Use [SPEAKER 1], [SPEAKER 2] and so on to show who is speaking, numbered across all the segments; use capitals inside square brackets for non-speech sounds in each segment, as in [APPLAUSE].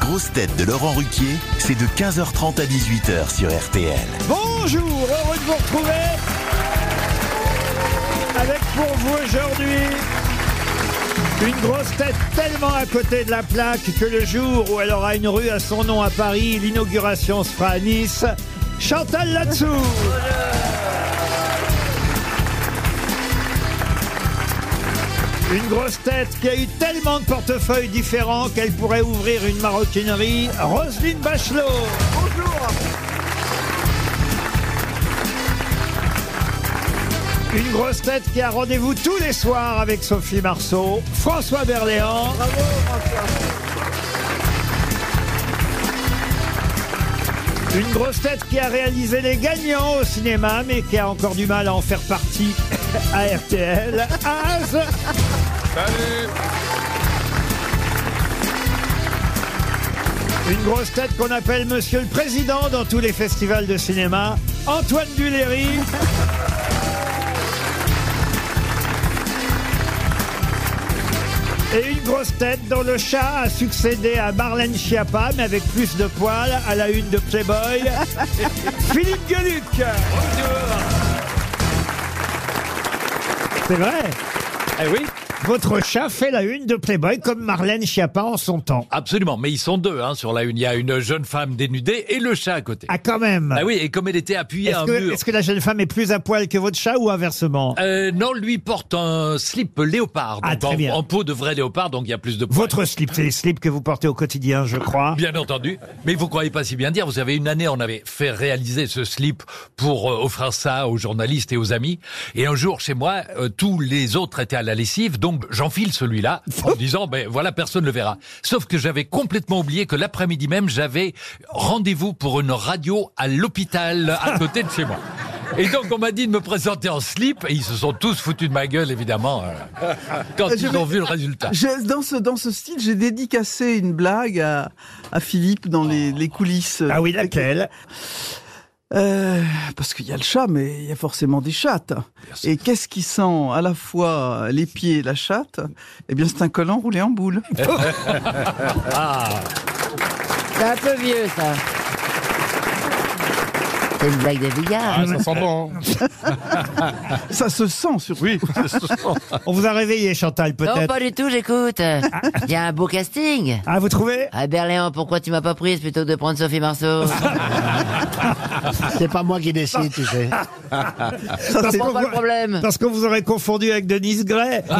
[SPEAKER 1] grosses têtes de Laurent Ruquier, c'est de 15h30 à 18h sur RTL.
[SPEAKER 2] Bonjour, heureux de vous retrouver avec pour vous aujourd'hui une grosse tête tellement à côté de la plaque que le jour où elle aura une rue à son nom à Paris, l'inauguration se fera à Nice. Chantal Latsou Une grosse tête qui a eu tellement de portefeuilles différents qu'elle pourrait ouvrir une maroquinerie, Roselyne Bachelot. Bonjour. Une grosse tête qui a rendez-vous tous les soirs avec Sophie Marceau, François Berléand. Une grosse tête qui a réalisé les gagnants au cinéma, mais qui a encore du mal à en faire partie [LAUGHS] à RTL. Az. Une grosse tête qu'on appelle Monsieur le Président dans tous les festivals de cinéma, Antoine Duléry. Et une grosse tête dont le chat a succédé à Marlène Schiappa, mais avec plus de poils, à la une de
[SPEAKER 3] [LAUGHS]
[SPEAKER 2] Playboy, Philippe Gueluc. C'est vrai
[SPEAKER 3] Eh oui
[SPEAKER 2] Votre chat fait la une de Playboy comme Marlène Schiappa en son temps.
[SPEAKER 3] Absolument, mais ils sont deux hein, sur la une. Il y a une jeune femme dénudée et le chat à côté.
[SPEAKER 2] Ah, quand même
[SPEAKER 3] Ah oui, et comme elle était appuyée
[SPEAKER 2] Est-ce
[SPEAKER 3] à un
[SPEAKER 2] que,
[SPEAKER 3] mur.
[SPEAKER 2] est-ce que la jeune femme est plus à poil que votre chat ou inversement
[SPEAKER 4] Ah.
[SPEAKER 3] Euh, non, lui porte un slip léopard,
[SPEAKER 2] Ah,
[SPEAKER 3] donc
[SPEAKER 2] très
[SPEAKER 3] en,
[SPEAKER 2] bien.
[SPEAKER 3] en peau de vrai léopard, donc il y a plus de poils.
[SPEAKER 2] Votre slip, c'est les slips que vous portez au quotidien, je crois.
[SPEAKER 3] Bien entendu, mais vous croyez pas si bien dire. Vous savez, une année, on avait fait réaliser ce slip pour euh, offrir ça aux journalistes et aux amis. Et un jour, chez moi, euh, tous les autres étaient à la lessive, donc j'enfile celui-là en me disant, ben voilà, personne le verra. Sauf que j'avais complètement oublié que l'après-midi même, j'avais rendez-vous pour une radio à l'hôpital à côté de chez moi. Et donc on m'a dit de me présenter en slip et ils se sont tous foutus de ma gueule évidemment euh, quand
[SPEAKER 5] Je
[SPEAKER 3] ils
[SPEAKER 5] vais-
[SPEAKER 3] ont vu le résultat.
[SPEAKER 5] Je- dans, ce, dans ce style, j'ai dédicacé une blague à, à Philippe dans les, les coulisses.
[SPEAKER 2] Ah oui, laquelle
[SPEAKER 5] Euh, parce qu'il y a le chat, mais il y a forcément des chattes. Et qu'est-ce qui sent à la fois les pieds et la chatte Eh bien, c'est un collant roulé en
[SPEAKER 3] [LAUGHS]
[SPEAKER 5] boule.
[SPEAKER 4] Ah. C'est un peu vieux, ça. C'est une blague de
[SPEAKER 3] Ah,
[SPEAKER 4] billard.
[SPEAKER 5] Ça se sent surtout.
[SPEAKER 2] On vous a réveillé, Chantal,
[SPEAKER 4] non,
[SPEAKER 2] peut-être
[SPEAKER 4] pas du tout, j'écoute. Il y a un beau casting.
[SPEAKER 2] Ah, vous trouvez
[SPEAKER 4] Ah, Berléand, pourquoi tu m'as pas prise plutôt que de prendre Sophie Marceau
[SPEAKER 6] C'est pas moi
[SPEAKER 4] Ah.
[SPEAKER 6] qui décide, tu sais.
[SPEAKER 7] [LAUGHS]
[SPEAKER 5] Ça,
[SPEAKER 4] Je
[SPEAKER 5] c'est-
[SPEAKER 4] comprends pas le problème.
[SPEAKER 2] Parce que vous aurez confondu avec Denise Gray.
[SPEAKER 4] Oh,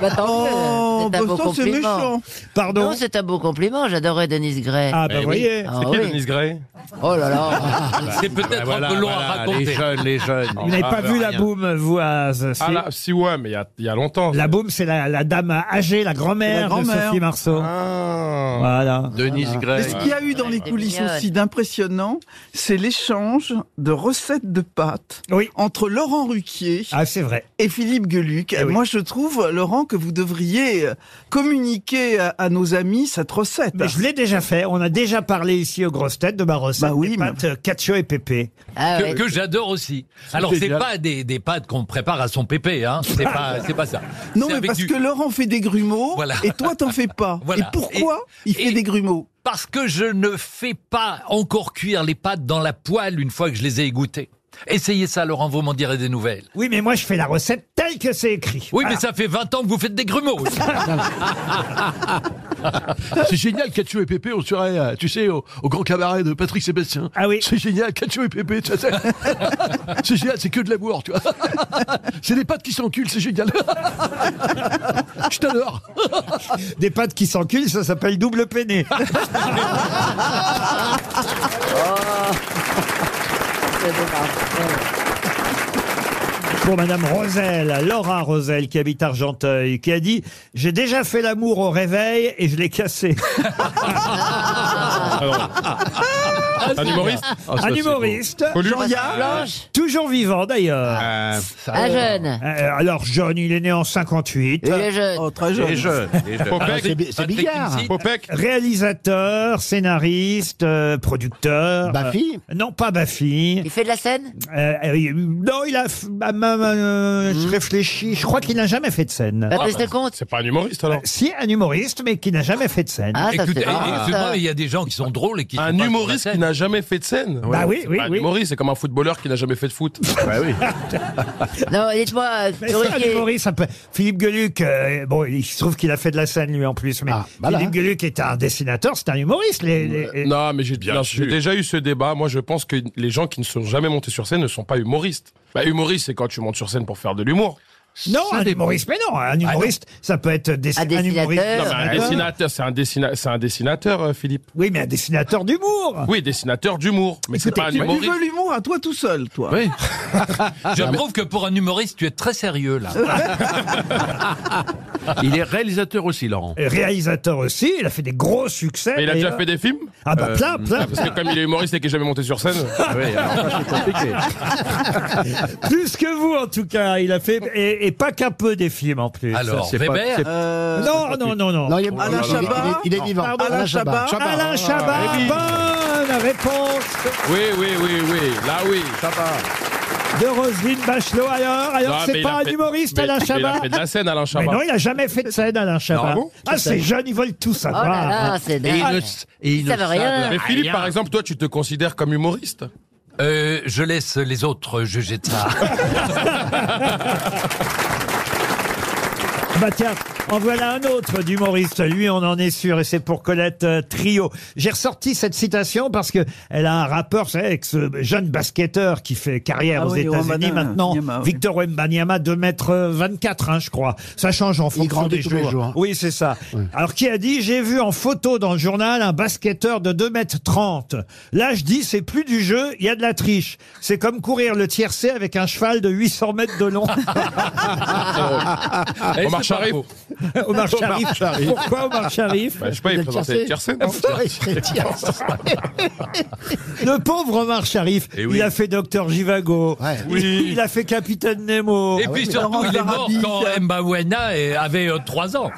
[SPEAKER 4] bah, tant mieux.
[SPEAKER 5] Oh,
[SPEAKER 4] c'est un
[SPEAKER 5] bah,
[SPEAKER 4] beau
[SPEAKER 5] ça, c'est
[SPEAKER 4] compliment.
[SPEAKER 5] méchant.
[SPEAKER 2] Pardon
[SPEAKER 4] Non, c'est un beau compliment. J'adorais Denise Gray.
[SPEAKER 2] Ah,
[SPEAKER 6] Eh
[SPEAKER 8] Eh
[SPEAKER 2] bah voyez.
[SPEAKER 4] Ah oui. Oh
[SPEAKER 8] Bah,
[SPEAKER 4] là là.
[SPEAKER 3] C'est peut-être un peu long à raconter.
[SPEAKER 2] Vous n'avez
[SPEAKER 8] bah,
[SPEAKER 2] pas vu la boum, vous, à c'est-
[SPEAKER 8] Ah là, si ouais, mais il y a, il y a longtemps.
[SPEAKER 2] La boum, c'est la, la dame âgée, la grand-mère,
[SPEAKER 5] C'est la grand-mère.
[SPEAKER 2] de Sophie Marceau.
[SPEAKER 8] Ah.
[SPEAKER 2] Voilà.
[SPEAKER 9] Denise
[SPEAKER 5] Mais
[SPEAKER 9] Gray.
[SPEAKER 5] ce qu'il y a eu dans les
[SPEAKER 4] Elle est
[SPEAKER 5] coulisses
[SPEAKER 4] mignonne.
[SPEAKER 5] aussi d'impressionnant, c'est l'échange de recettes de pâtes
[SPEAKER 2] Oui.
[SPEAKER 5] entre Laurent Ruquier
[SPEAKER 2] Ah, c'est vrai.
[SPEAKER 5] et Philippe Gueluc.
[SPEAKER 2] Eh oui.
[SPEAKER 5] Moi, je trouve, Laurent, que vous devriez euh, communiquer à, à nos amis cette recette.
[SPEAKER 2] Mais je l'ai déjà fait. On a déjà parlé ici aux grosses têtes de ma recette
[SPEAKER 5] Bah oui,
[SPEAKER 2] des
[SPEAKER 5] mais-
[SPEAKER 2] pâtes euh, cacio et pépé.
[SPEAKER 4] Ah,
[SPEAKER 3] que,
[SPEAKER 4] ouais.
[SPEAKER 3] que j'adore aussi. Alors c'est pas des, des pâtes qu'on prépare à son pépé, hein.
[SPEAKER 5] [LAUGHS]
[SPEAKER 3] C'est pas c'est pas ça.
[SPEAKER 5] Non,
[SPEAKER 3] C'est
[SPEAKER 5] mais
[SPEAKER 3] avec
[SPEAKER 5] parce
[SPEAKER 3] du-
[SPEAKER 5] que Laurent fait des grumeaux
[SPEAKER 3] Voilà.
[SPEAKER 5] et toi, t'en fais pas.
[SPEAKER 3] Voilà.
[SPEAKER 5] Et pourquoi il fait
[SPEAKER 3] et-
[SPEAKER 5] des grumeaux
[SPEAKER 3] parce que je ne fais pas encore cuire les pâtes dans la poêle une fois que je les ai égouttées. Essayez ça, Laurent, vous m'en direz des nouvelles.
[SPEAKER 2] Oui, mais moi, je fais la recette telle que c'est écrit.
[SPEAKER 3] Oui,
[SPEAKER 5] Ah.
[SPEAKER 3] mais ça fait 20 ans que vous faites des grumeaux.
[SPEAKER 5] [LAUGHS]
[SPEAKER 3] aussi.
[SPEAKER 10] Ah,
[SPEAKER 9] C'est génial, Catio et Pépé, on serait, euh, tu sais, au, au grand cabaret de Patrick Sébastien.
[SPEAKER 2] Ah oui.
[SPEAKER 9] C'est génial, Catio et Pépé, tu vois,
[SPEAKER 2] [LAUGHS]
[SPEAKER 9] c'est- C'est génial, c'est que de la bourre, tu vois. [LAUGHS] C'est des pattes qui s'enculent, c'est génial. [LAUGHS] Je t'adore.
[SPEAKER 2] Des pâtes qui s'enculent, ça s'appelle double peiné.
[SPEAKER 8] Ah,
[SPEAKER 2] Pour Madame Rosel, Laura Rosel, qui habite Argenteuil, qui a [LAUGHS] dit J'ai déjà fait l'amour au réveil et je l'ai cassé.
[SPEAKER 8] Un humoriste Ah, ça,
[SPEAKER 2] Un
[SPEAKER 8] c'est
[SPEAKER 2] humoriste.
[SPEAKER 8] beau. Coluche Ah,
[SPEAKER 2] Jean-Yann,
[SPEAKER 4] Blanche
[SPEAKER 2] Toujours vivant d'ailleurs.
[SPEAKER 8] Euh,
[SPEAKER 4] Un Ah, jeune.
[SPEAKER 2] Euh, alors jeune, il est né en 58.
[SPEAKER 4] Il est jeune.
[SPEAKER 5] Oh, très jeune.
[SPEAKER 8] Popek,
[SPEAKER 6] Ah, C'est bi- c'est
[SPEAKER 3] Patrick
[SPEAKER 6] Bigard.
[SPEAKER 3] Timsit.
[SPEAKER 8] Popek,
[SPEAKER 2] Réalisateur, scénariste, euh, producteur.
[SPEAKER 6] Baffy
[SPEAKER 2] Euh, Non, pas Baffy.
[SPEAKER 4] Il fait de la scène
[SPEAKER 2] Euh, euh, il- non, il a f- bah, même. euh, Je réfléchis. Je crois qu'il n'a jamais fait de scène. Euh,
[SPEAKER 4] Baptiste Hmm. Lecomte
[SPEAKER 8] c'est pas un humoriste alors
[SPEAKER 2] Si, un humoriste, mais qui n'a jamais fait de scène.
[SPEAKER 4] Ah, ça
[SPEAKER 3] Écoutez,
[SPEAKER 4] c'est marrant,
[SPEAKER 3] excuse-moi,
[SPEAKER 4] ça.
[SPEAKER 3] mais il y a des gens qui sont drôles et qui sont
[SPEAKER 8] Un
[SPEAKER 3] pas
[SPEAKER 8] humoriste
[SPEAKER 3] sur la
[SPEAKER 8] qui
[SPEAKER 3] scène.
[SPEAKER 8] n'a jamais fait de scène Bah
[SPEAKER 2] Bah oui,
[SPEAKER 8] C'est
[SPEAKER 2] oui,
[SPEAKER 8] pas un
[SPEAKER 2] oui.
[SPEAKER 8] humoriste, c'est comme un footballeur qui n'a jamais fait de foot.
[SPEAKER 4] Non, dites-moi, euh,
[SPEAKER 2] Mais c'est un
[SPEAKER 4] Ruquier.
[SPEAKER 2] humoriste un peu. Philippe Gueluc, euh, bon, il se trouve qu'il a fait de la scène lui en plus, mais
[SPEAKER 6] Ah, voilà.
[SPEAKER 2] Philippe Gueluc est un dessinateur, c'est un humoriste. les- les- les-
[SPEAKER 8] Euh, Non, mais j'ai non, j'ai
[SPEAKER 10] sûr.
[SPEAKER 8] déjà eu ce débat. Moi, je pense que les gens qui ne sont jamais montés sur scène ne sont pas humoristes. Bah, humoriste, c'est quand tu montes sur scène pour faire de l'humour.
[SPEAKER 2] non, un humoriste, mais non, un humoriste, ça peut être dessi-
[SPEAKER 4] Un
[SPEAKER 2] un
[SPEAKER 4] dessinateur.
[SPEAKER 2] humoriste.
[SPEAKER 8] Non, mais un dessinateur, c'est un, dessina- c'est un dessinateur, euh, Philippe.
[SPEAKER 2] Oui, mais un dessinateur d'humour.
[SPEAKER 8] Oui, dessinateur d'humour. Mais c'est
[SPEAKER 2] Écoutez,
[SPEAKER 8] pas un
[SPEAKER 5] Tu
[SPEAKER 8] humoriste.
[SPEAKER 5] veux l'humour à toi tout seul, toi.
[SPEAKER 9] Oui.
[SPEAKER 3] Je trouve que pour un humoriste, tu es très sérieux là.
[SPEAKER 10] [LAUGHS] Il est réalisateur aussi, Laurent.
[SPEAKER 2] Et Réalisateur aussi, il a fait des gros succès.
[SPEAKER 8] Mais il a déjà
[SPEAKER 2] d'ailleurs.
[SPEAKER 8] fait des films Euh,
[SPEAKER 2] Ah bah plein, plein, Ah
[SPEAKER 8] Parce que comme il est humoriste et qu'il n'est jamais monté sur scène.
[SPEAKER 2] [LAUGHS] plus que vous en tout cas, il a fait et, et pas qu'un peu des films en plus.
[SPEAKER 3] Alors,
[SPEAKER 10] pas-
[SPEAKER 3] Weber,
[SPEAKER 10] c'est-
[SPEAKER 5] Euh,
[SPEAKER 2] non, non, non, Oh non.
[SPEAKER 6] Non, il est,
[SPEAKER 5] Alain
[SPEAKER 6] il est- il est-
[SPEAKER 5] Chabat
[SPEAKER 6] il est vivant.
[SPEAKER 2] Pardon,
[SPEAKER 8] Ah,
[SPEAKER 5] Alain Chabat.
[SPEAKER 2] Alain Chabat,
[SPEAKER 8] eh
[SPEAKER 2] bonne réponse
[SPEAKER 8] Oui, oui, oui, oui. Là, oui. Ça va.
[SPEAKER 2] de Roselyne Bachelot. Alors, alors
[SPEAKER 8] Non, mais
[SPEAKER 2] c'est
[SPEAKER 8] il
[SPEAKER 2] pas
[SPEAKER 8] a
[SPEAKER 2] un
[SPEAKER 8] fait-
[SPEAKER 2] humoriste
[SPEAKER 8] mais-
[SPEAKER 2] Alain
[SPEAKER 8] mais Il
[SPEAKER 2] Chabat
[SPEAKER 8] a fait de la scène, Alain
[SPEAKER 2] Mais
[SPEAKER 8] Chabat.
[SPEAKER 2] non, il a jamais fait de scène Alain Chabat.
[SPEAKER 8] Ah bon
[SPEAKER 2] ah, ces jeunes, ils veulent tout
[SPEAKER 4] Oh
[SPEAKER 2] savoir.
[SPEAKER 4] là là, c'est
[SPEAKER 10] Et il
[SPEAKER 4] dingue.
[SPEAKER 10] ne s- et il ne
[SPEAKER 4] Ça veut
[SPEAKER 10] sable
[SPEAKER 4] rien.
[SPEAKER 8] Mais Philippe, par exemple, toi, tu te considères comme humoriste
[SPEAKER 3] euh, je laisse les autres juger de ça.
[SPEAKER 2] Bah tiens, en voilà un autre d'humoriste. Lui, on en est sûr, et c'est pour Colette euh, Trio. J'ai ressorti cette citation parce que elle a un rapport, c'est avec ce jeune basketteur qui fait carrière
[SPEAKER 5] Ah
[SPEAKER 2] aux
[SPEAKER 5] oui,
[SPEAKER 2] États-Unis
[SPEAKER 5] Wembanyama,
[SPEAKER 2] maintenant.
[SPEAKER 5] Wembanyama, oui.
[SPEAKER 2] Victor Wembanyama, 2 mètres 24, hein, je crois. Ça change en fonction
[SPEAKER 6] grandit
[SPEAKER 2] des
[SPEAKER 6] tous les
[SPEAKER 2] jours.
[SPEAKER 6] jours.
[SPEAKER 2] Oui, c'est ça. Alors, qui a dit J'ai vu en photo dans le journal un basketteur de 2 mètres 30. Là, je dis, c'est plus du jeu, il y a de la triche. C'est comme courir le tiercé avec un cheval de 800 mètres de long. [LAUGHS]
[SPEAKER 3] Eh,
[SPEAKER 8] Ah,
[SPEAKER 2] [LAUGHS] Omar
[SPEAKER 3] c'est pas faux.
[SPEAKER 8] Omar Sharif.
[SPEAKER 2] Sharif. Pourquoi Omar Sharif
[SPEAKER 8] bah, Je sais pas, il est présenté les tiercés, non
[SPEAKER 2] Le pauvre Omar Sharif, il a fait Docteur Jivago,
[SPEAKER 6] Ouais.
[SPEAKER 2] il, il a fait Capitaine Nemo.
[SPEAKER 3] Et puis surtout,
[SPEAKER 5] Laurence
[SPEAKER 3] il est mort
[SPEAKER 5] Darabi,
[SPEAKER 3] quand
[SPEAKER 5] ça.
[SPEAKER 3] Mbawena est- avait 3 ans.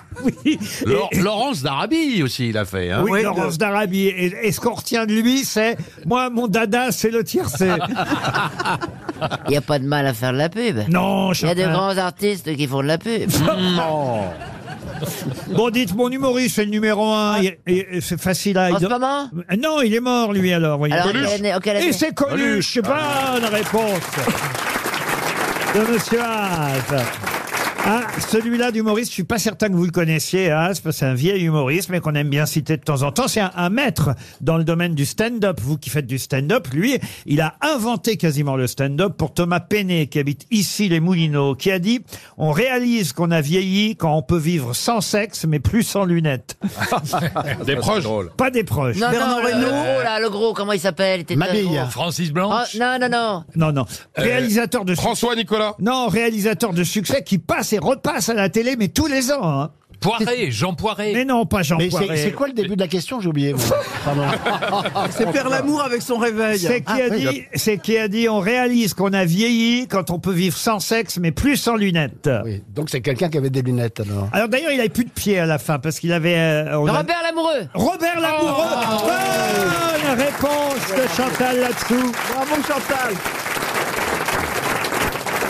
[SPEAKER 10] Laure- Laurence d'Arabie aussi, il a fait. hein.
[SPEAKER 2] Oui,
[SPEAKER 5] Ouais,
[SPEAKER 2] Laurence
[SPEAKER 5] le-
[SPEAKER 2] d'Arabie. Et, et ce qu'on retient de lui, c'est moi, mon dada, c'est le tiercé.
[SPEAKER 4] Il n'y a pas de mal à faire de la pub.
[SPEAKER 2] non,
[SPEAKER 4] Il y a de
[SPEAKER 2] Chantal.
[SPEAKER 4] grands artistes qui font de
[SPEAKER 2] [LAUGHS]
[SPEAKER 4] la pub. Hmm.
[SPEAKER 2] Bon, dites mon humoriste, c'est le numéro un. Il- et- et c'est facile à.
[SPEAKER 4] Ah. En ce
[SPEAKER 2] ident-
[SPEAKER 4] moment
[SPEAKER 2] non, il est mort lui alors. voyez.
[SPEAKER 4] Alors, quelle année- auquel année
[SPEAKER 2] Et c'est Coluche. Bonne réponse de Monsieur Haas. Ah, celui-là d'humoriste, je suis pas certain que vous le connaissiez, Haas, parce que c'est un vieil humoriste, mais qu'on aime bien citer de temps en temps. C'est un, un maître dans le domaine du stand-up. Vous qui faites du stand-up, lui, il a inventé quasiment le stand-up pour Thomas Penney, qui habite ici les Moulineaux, qui a dit « On réalise qu'on a vieilli quand on peut vivre sans sexe, mais plus sans
[SPEAKER 3] [LAUGHS]
[SPEAKER 2] lunettes.
[SPEAKER 8] Des proches.
[SPEAKER 2] Pas des proches.
[SPEAKER 4] Non,
[SPEAKER 5] Bernard
[SPEAKER 4] non, le, le
[SPEAKER 5] Reynaud.
[SPEAKER 4] gros, là, le gros, comment il s'appelle Il était très
[SPEAKER 6] Mabille.
[SPEAKER 4] gros.
[SPEAKER 3] Francis
[SPEAKER 4] Oh,
[SPEAKER 3] Blanche.
[SPEAKER 4] non, non, non.
[SPEAKER 2] Non, non. Réalisateur de succès.
[SPEAKER 8] Euh, François Nicolas.
[SPEAKER 2] Non, réalisateur de succès qui passe et repasse à la télé, mais tous les ans. hein.
[SPEAKER 3] Poiré, Jean Poiré.
[SPEAKER 2] Mais non, pas Jean
[SPEAKER 6] Mais c'est
[SPEAKER 2] Poiret.
[SPEAKER 6] c'est quoi le début de la question J'ai
[SPEAKER 2] [LAUGHS]
[SPEAKER 6] oublié. moi. Pardon.
[SPEAKER 5] C'est faire l'amour avec son réveil.
[SPEAKER 2] C'est qui, a dit, Ah, c'est qui a dit on réalise qu'on a vieilli quand on peut vivre sans sexe, mais plus sans lunettes.
[SPEAKER 6] Oui, Donc c'est quelqu'un qui avait des lunettes alors.
[SPEAKER 2] Alors d'ailleurs, il n'avait plus de pied à la fin parce qu'il avait. euh, on a-
[SPEAKER 4] Robert Lamoureux. Oh.
[SPEAKER 2] Robert Lamoureux Bonne réponse de Chantal là-dessous.
[SPEAKER 5] Bravo Chantal.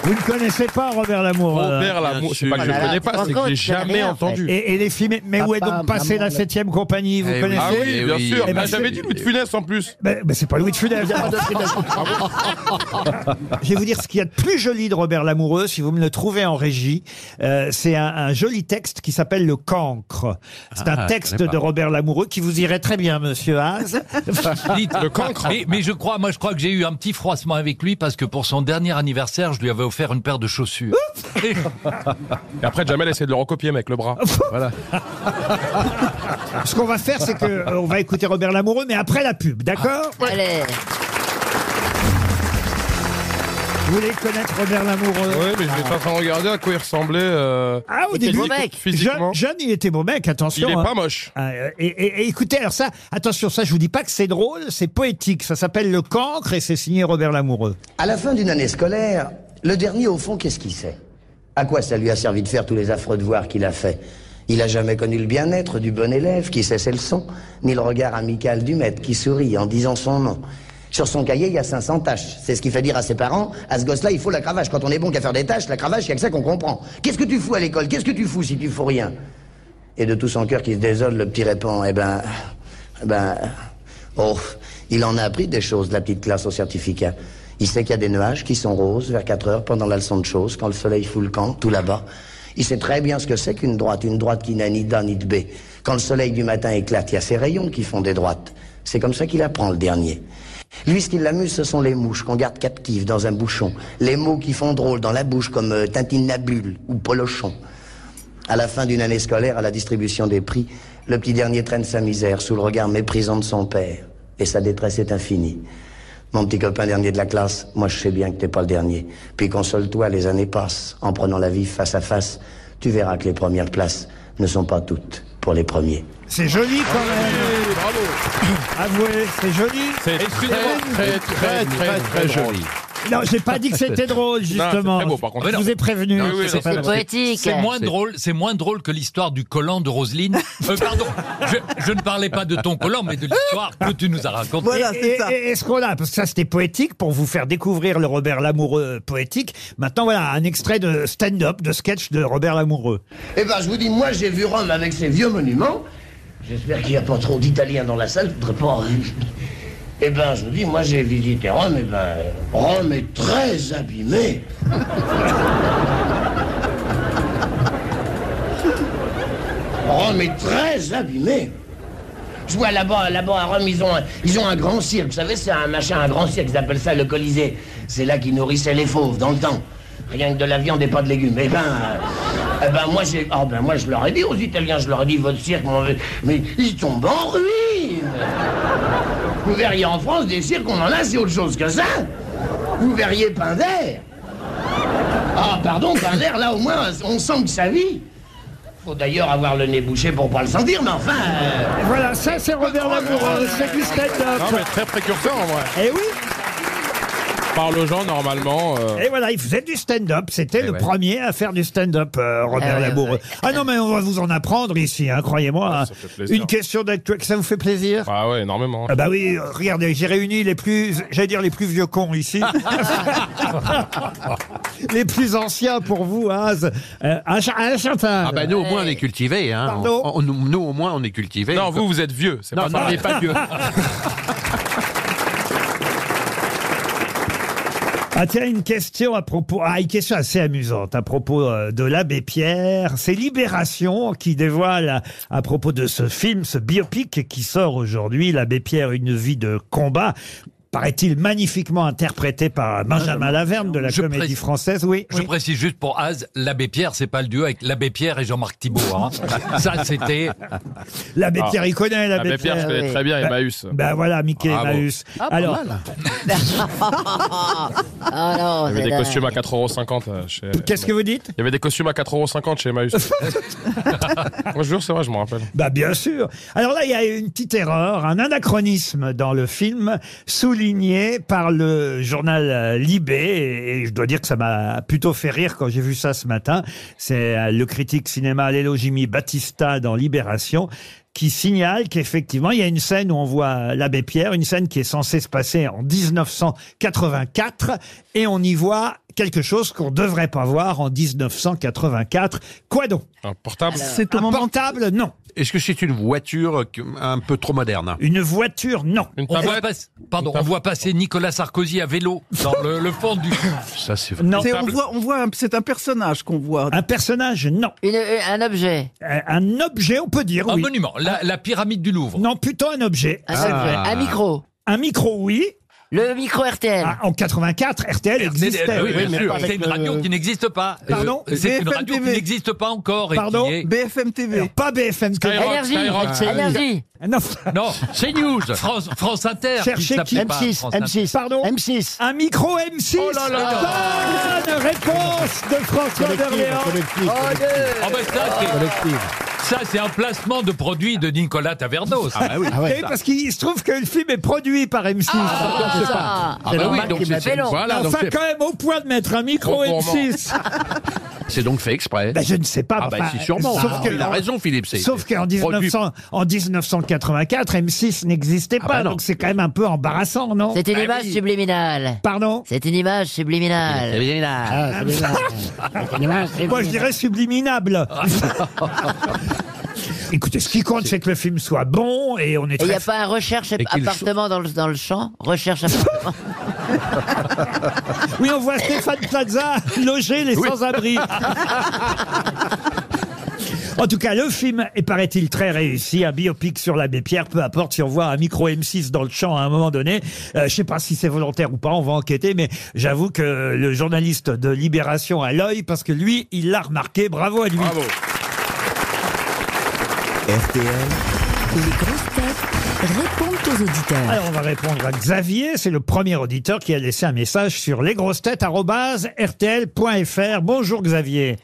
[SPEAKER 2] Vous ne connaissez pas Robert Lamoureux. hein.
[SPEAKER 8] Robert Lamour. C'est pas que je ne
[SPEAKER 4] Voilà,
[SPEAKER 8] connais
[SPEAKER 4] tu te
[SPEAKER 8] pas,
[SPEAKER 4] rends
[SPEAKER 8] c'est que
[SPEAKER 4] compte,
[SPEAKER 8] je l'ai
[SPEAKER 4] tu n'as
[SPEAKER 8] jamais
[SPEAKER 4] rien, en
[SPEAKER 8] entendu.
[SPEAKER 2] Et, et les films. Mais où est
[SPEAKER 6] Papa,
[SPEAKER 2] donc passée
[SPEAKER 6] maman,
[SPEAKER 2] la
[SPEAKER 6] le-
[SPEAKER 2] septième compagnie Vous
[SPEAKER 10] Eh oui.
[SPEAKER 2] connaissez
[SPEAKER 8] Ah oui,
[SPEAKER 10] Eh
[SPEAKER 8] bien
[SPEAKER 10] oui.
[SPEAKER 8] sûr.
[SPEAKER 10] Eh
[SPEAKER 8] Bah,
[SPEAKER 10] ben,
[SPEAKER 8] J'avais
[SPEAKER 10] c'est-
[SPEAKER 8] dit Louis de Funès en plus.
[SPEAKER 2] Mais, mais c'est pas Louis de Funès. Je vais vous dire ce qu'il y a de plus joli de Robert Lamoureux, si vous me le trouvez en régie. Euh, c'est un, un joli texte qui s'appelle Le Cancre. C'est un
[SPEAKER 10] Ah,
[SPEAKER 2] texte
[SPEAKER 10] je connais pas.
[SPEAKER 2] de Robert Lamoureux qui vous irait très bien, monsieur
[SPEAKER 10] [LAUGHS]
[SPEAKER 2] Haas.
[SPEAKER 3] Dites, Mais, mais je crois, moi, je crois que j'ai eu un petit froissement avec lui parce que pour son dernier anniversaire, je lui avais offert une paire de chaussures. Et-
[SPEAKER 8] [LAUGHS] Et après, Jamel essaie de le recopier, mec,
[SPEAKER 2] [LAUGHS]
[SPEAKER 8] le bras.
[SPEAKER 2] ce qu'on va faire, c'est que euh, on va écouter Robert Lamoureux, mais après la pub, d'accord
[SPEAKER 4] Allez.
[SPEAKER 2] Vous voulez connaître Robert Lamoureux
[SPEAKER 8] Oui, mais je vais pas en regarder à quoi il ressemblait. euh,
[SPEAKER 2] Ah, au début,
[SPEAKER 4] beau mec.
[SPEAKER 8] Physiquement.
[SPEAKER 2] Jeune, jeune, il était beau mec, attention.
[SPEAKER 8] Il est
[SPEAKER 2] hein.
[SPEAKER 8] pas moche.
[SPEAKER 2] Ah, euh, et, et- et écoutez, alors ça, attention, ça, je vous dis pas que c'est drôle, c'est poétique. Ça s'appelle Le Cancre et c'est signé Robert Lamoureux.
[SPEAKER 11] À la fin d'une année scolaire, le dernier, au fond, qu'est-ce qu'il sait À quoi ça lui a servi de faire tous les affreux devoirs qu'il a faits Il a jamais connu le bien-être du bon élève qui sait ses leçons, ni le regard amical du maître qui sourit en disant son nom. Sur son cahier, il y a 500 tâches. C'est ce qui fait dire à ses parents, à ce gosse-là, il faut la cravache. Quand on est bon qu'à faire des tâches, la cravache, il y a que ça qu'on comprend. Qu'est-ce que tu fous à l'école Qu'est-ce que tu fous si tu fous rien Et de tout son cœur qui se désole, le petit répond, eh ben, eh ben, oh, il en a appris des choses, de la petite classe au certificat. Il sait qu'il y a des nuages qui sont roses vers 4 heures pendant la leçon de choses, quand le soleil fout le camp, tout là-bas. Il sait très bien ce que c'est qu'une droite, une droite qui n'a ni d'A ni de B. Quand le soleil du matin éclate, il y a ses rayons qui font des droites. C'est comme ça qu'il apprend le dernier. Lui, ce qui l'amuse, ce sont les mouches qu'on garde captives dans un bouchon, les mots qui font drôle dans la bouche comme euh, tintinnabule ou polochon. À la fin d'une année scolaire, à la distribution des prix, le petit dernier traîne sa misère sous le regard méprisant de son père. Et sa détresse est infinie. Mon petit copain dernier de la classe, moi je sais bien que t'es pas le dernier. Puis console-toi, les années passent. En prenant la vie face à face, tu verras que les premières places ne sont pas toutes pour les premiers.
[SPEAKER 2] C'est joli quand même.
[SPEAKER 8] Bravo.
[SPEAKER 2] [COUGHS] Avouez, c'est joli.
[SPEAKER 8] C'est très, très, très, très, très joli.
[SPEAKER 2] Non, j'ai pas
[SPEAKER 8] [LAUGHS]
[SPEAKER 2] dit que c'était drôle, justement.
[SPEAKER 8] c'est très beau, par contre.
[SPEAKER 2] Je vous ai prévenu.
[SPEAKER 8] Non, oui,
[SPEAKER 2] c'est
[SPEAKER 8] non,
[SPEAKER 2] pas
[SPEAKER 8] c'est-
[SPEAKER 2] drôle.
[SPEAKER 4] Poétique.
[SPEAKER 3] C'est moins drôle, c'est moins drôle que l'histoire du collant de Roselyne. Euh, pardon, je, je ne parlais pas de ton collant, mais de l'histoire que tu nous as racontée.
[SPEAKER 5] Voilà,
[SPEAKER 2] Et-
[SPEAKER 5] c'est
[SPEAKER 2] et-
[SPEAKER 5] ça.
[SPEAKER 2] et Est-ce qu'on a Parce que ça, c'était poétique pour vous faire découvrir le Robert Lamoureux euh, poétique. Maintenant, voilà, un extrait de stand-up, de sketch de Robert Lamoureux.
[SPEAKER 11] Eh ben, je vous dis, moi, j'ai vu Rome avec ses vieux monuments. J'espère qu'il n'y a pas trop d'Italiens dans la salle, je voudrais pas. Eh ben, je vous dis, moi, j'ai visité Rome, eh ben, euh, Rome est très abîmée. Rome est très abîmée. Je vois là-bas, là-bas à Rome, ils ont, un- ils ont un grand cirque. Vous savez, c'est un machin, un grand cirque, ils appellent ça le Colisée. C'est là qu'ils nourrissaient les fauves, dans le temps. Rien que de la viande et pas de légumes. Eh ben, euh, eh ben moi, j'ai, oh ben moi, je leur ai dit aux Italiens, je leur ai dit, votre cirque, mon- mais ils tombent en ruine. Vous verriez en France des cirques, on en a, c'est autre chose que ça. Vous verriez Pinder. Ah, pardon, Pinder, là, au moins, on sent que ça vit. Faut d'ailleurs avoir le nez bouché pour pas le sentir, mais enfin... euh,
[SPEAKER 2] Voilà, ça, c'est
[SPEAKER 11] Ah,
[SPEAKER 2] Robert Lamoureux. C'est du stand-up.
[SPEAKER 8] Non, mais très précurseur en vrai.
[SPEAKER 2] euh, Eh oui
[SPEAKER 8] Parle aux gens normalement. euh,
[SPEAKER 2] Et voilà, il faisait du stand-up. C'était le premier à faire du stand-up, euh, Robert
[SPEAKER 4] Ah ouais,
[SPEAKER 2] Lamoureux.
[SPEAKER 4] ouais.
[SPEAKER 2] Ah non, mais on va vous en apprendre ici, hein, croyez-moi.
[SPEAKER 8] Ah, ça
[SPEAKER 2] hein.
[SPEAKER 8] fait plaisir.
[SPEAKER 2] Une question d'actualité, ça vous fait plaisir
[SPEAKER 8] Ah ouais, énormément.
[SPEAKER 2] Ah bah oui, euh, regardez, j'ai réuni les plus, j'allais dire les plus vieux cons ici. [LAUGHS] les plus anciens pour vous, hein, z- euh, un, cha- un chanteur.
[SPEAKER 10] Ah ben nous au moins on est cultivés. Hein.
[SPEAKER 2] Pardon
[SPEAKER 10] On- on- nous au moins on est cultivés.
[SPEAKER 8] Non, vous, vous êtes vieux. C'est
[SPEAKER 10] Non,
[SPEAKER 8] pas
[SPEAKER 10] non,
[SPEAKER 8] pareil.
[SPEAKER 10] on n'est pas vieux.
[SPEAKER 2] Ah tiens, une question à propos, ah une question assez amusante à propos euh, de l'abbé Pierre. C'est Libération qui dévoile à, à propos de ce film, ce biopic qui sort aujourd'hui, l'abbé Pierre, une vie de combat. Paraît-il magnifiquement interprété
[SPEAKER 8] Ah,
[SPEAKER 2] par Benjamin Laverne de la
[SPEAKER 3] Je
[SPEAKER 2] comédie
[SPEAKER 3] précise-
[SPEAKER 2] française, oui.
[SPEAKER 3] Je
[SPEAKER 2] oui.
[SPEAKER 3] précise juste pour Az, l'abbé Pierre, c'est pas le duo avec l'abbé Pierre et Jean-Marc Thibault. hein. Ça, c'était.
[SPEAKER 2] L'abbé
[SPEAKER 8] Ah.
[SPEAKER 2] Pierre, il connaît l'abbé
[SPEAKER 8] L'abbé Pierre, je connais
[SPEAKER 4] oui.
[SPEAKER 8] très bien Emmaüs.
[SPEAKER 2] Ben voilà, Mickey
[SPEAKER 10] Bravo.
[SPEAKER 2] Emmaüs. Alors,
[SPEAKER 4] [LAUGHS] Ah
[SPEAKER 6] Oh,
[SPEAKER 8] Il y
[SPEAKER 4] non,
[SPEAKER 8] avait
[SPEAKER 4] c'est
[SPEAKER 8] des
[SPEAKER 4] dingue.
[SPEAKER 8] costumes à 4,50€ euh, chez.
[SPEAKER 2] qu'est-ce que vous dites
[SPEAKER 8] Il y avait des costumes à 4,50€
[SPEAKER 2] [LAUGHS]
[SPEAKER 8] chez Emmaüs. Moi, je jure, c'est vrai, je me rappelle.
[SPEAKER 2] Bah bien sûr. Alors là, il y a une petite erreur, un anachronisme dans le film souligné par le journal euh, Libé, et je dois dire que ça m'a plutôt fait rire quand j'ai vu ça ce matin. C'est euh, le critique cinéma Lello Jimmy Battista dans Libération qui signale qu'effectivement, il y a une scène où on voit l'abbé Pierre, une scène qui est censée se passer en 1984, et on y voit quelque chose qu'on ne devrait pas voir en 1984. Quoi donc
[SPEAKER 8] Un portable.
[SPEAKER 5] C'est au
[SPEAKER 2] Un
[SPEAKER 5] moment
[SPEAKER 2] portable Non.
[SPEAKER 10] Est-ce que c'est une voiture que- un peu trop moderne
[SPEAKER 2] Une voiture, non.
[SPEAKER 8] Une
[SPEAKER 3] On voit,
[SPEAKER 8] tablette.
[SPEAKER 3] pas- pardon, on voit passer Nicolas Sarkozy à vélo dans le, le fond du.
[SPEAKER 10] Ça c'est vrai.
[SPEAKER 2] Non.
[SPEAKER 5] c'est- on voit, on voit un- c'est un personnage qu'on voit.
[SPEAKER 2] Un personnage, non.
[SPEAKER 4] Une- un objet.
[SPEAKER 2] Euh, Un objet, on peut dire,
[SPEAKER 3] Un
[SPEAKER 2] oui.
[SPEAKER 3] monument, la, la pyramide du Louvre.
[SPEAKER 2] Non, plutôt Ah. un objet.
[SPEAKER 4] Un objet. Un micro.
[SPEAKER 2] Un micro, oui. Le micro RTL. en 84, RTL existait.
[SPEAKER 3] C'était- Euh, oui, bien sûr. C'était une radio qui n'existe pas.
[SPEAKER 2] Pardon
[SPEAKER 3] Euh, C'est une
[SPEAKER 2] BFM
[SPEAKER 3] radio
[SPEAKER 2] TV.
[SPEAKER 3] qui n'existe pas encore. et
[SPEAKER 2] Pardon
[SPEAKER 3] qui est-
[SPEAKER 2] BFM TV. pas BFM TV.
[SPEAKER 3] Skyrock, Énergie, Skyrock, c'est- Énergie.
[SPEAKER 2] Non.
[SPEAKER 3] Non, c'est News. France, France Inter.
[SPEAKER 2] Cherchez qui
[SPEAKER 3] qui
[SPEAKER 2] M6, M6. Pardon M6. Un micro M6.
[SPEAKER 3] Oh là là.
[SPEAKER 2] Bonne réponse de François Berléand.
[SPEAKER 3] Ah bah ça, c'est- ça, c'est un placement de produit de Nicolas Tavernos.
[SPEAKER 2] Ah, Et bah Eh, parce qu'il se trouve que le film est produit par M6.
[SPEAKER 3] bah Ah,
[SPEAKER 2] C'est
[SPEAKER 3] ça.
[SPEAKER 2] pas-
[SPEAKER 3] Ah, bah oui,
[SPEAKER 2] normal
[SPEAKER 3] donc
[SPEAKER 2] qu'il
[SPEAKER 3] c'est-
[SPEAKER 2] m'appelle.
[SPEAKER 3] c'est- voilà, donc
[SPEAKER 2] enfin,
[SPEAKER 3] c'est-
[SPEAKER 2] quand même, au point de mettre un micro
[SPEAKER 10] Trop
[SPEAKER 2] M6.
[SPEAKER 10] C'est donc fait exprès.
[SPEAKER 2] Bah, je ne sais pas.
[SPEAKER 10] Ah bah,
[SPEAKER 2] enfin,
[SPEAKER 10] si, sûrement.
[SPEAKER 2] sauf que-
[SPEAKER 10] il a raison, Philippe. c'est-
[SPEAKER 2] Sauf qu'en
[SPEAKER 10] produit-
[SPEAKER 2] 1900 en 1984, M6 n'existait
[SPEAKER 10] Ah, bah
[SPEAKER 2] pas, donc c'est quand même un peu embarrassant, non
[SPEAKER 4] C'est une image subliminale.
[SPEAKER 2] Oh. Ah Pardon
[SPEAKER 4] C'est une image subliminale.
[SPEAKER 10] Eh
[SPEAKER 2] Ah, Moi, je dirais
[SPEAKER 10] [LAUGHS]
[SPEAKER 2] subliminable. Écoutez, ce qui compte, c'est que le film soit bon et on est
[SPEAKER 4] Et il n'y
[SPEAKER 2] très
[SPEAKER 4] a pas un recherche
[SPEAKER 2] Et qu'il
[SPEAKER 4] appartement dans le, dans le champ
[SPEAKER 2] [LAUGHS]
[SPEAKER 4] Recherche appartement.
[SPEAKER 2] Oui, on voit Stéphane Plaza loger les
[SPEAKER 4] Oui.
[SPEAKER 2] sans-abri. En tout cas, le film est, paraît-il, très réussi. Un biopic sur l'abbé Pierre, peu importe si on voit un micro M6 dans le champ à un moment donné. Euh, je sais pas si c'est volontaire ou pas, on va enquêter, mais j'avoue que le journaliste de Libération a l'œil parce que lui, il l'a remarqué. Bravo à lui. Bravo.
[SPEAKER 1] RTL.
[SPEAKER 2] Les grosses têtes répondent aux auditeurs. Alors, on va répondre à Xavier. C'est le premier auditeur qui a laissé un message sur lesgrossetêtes.rtl.fr. Bonjour, Xavier.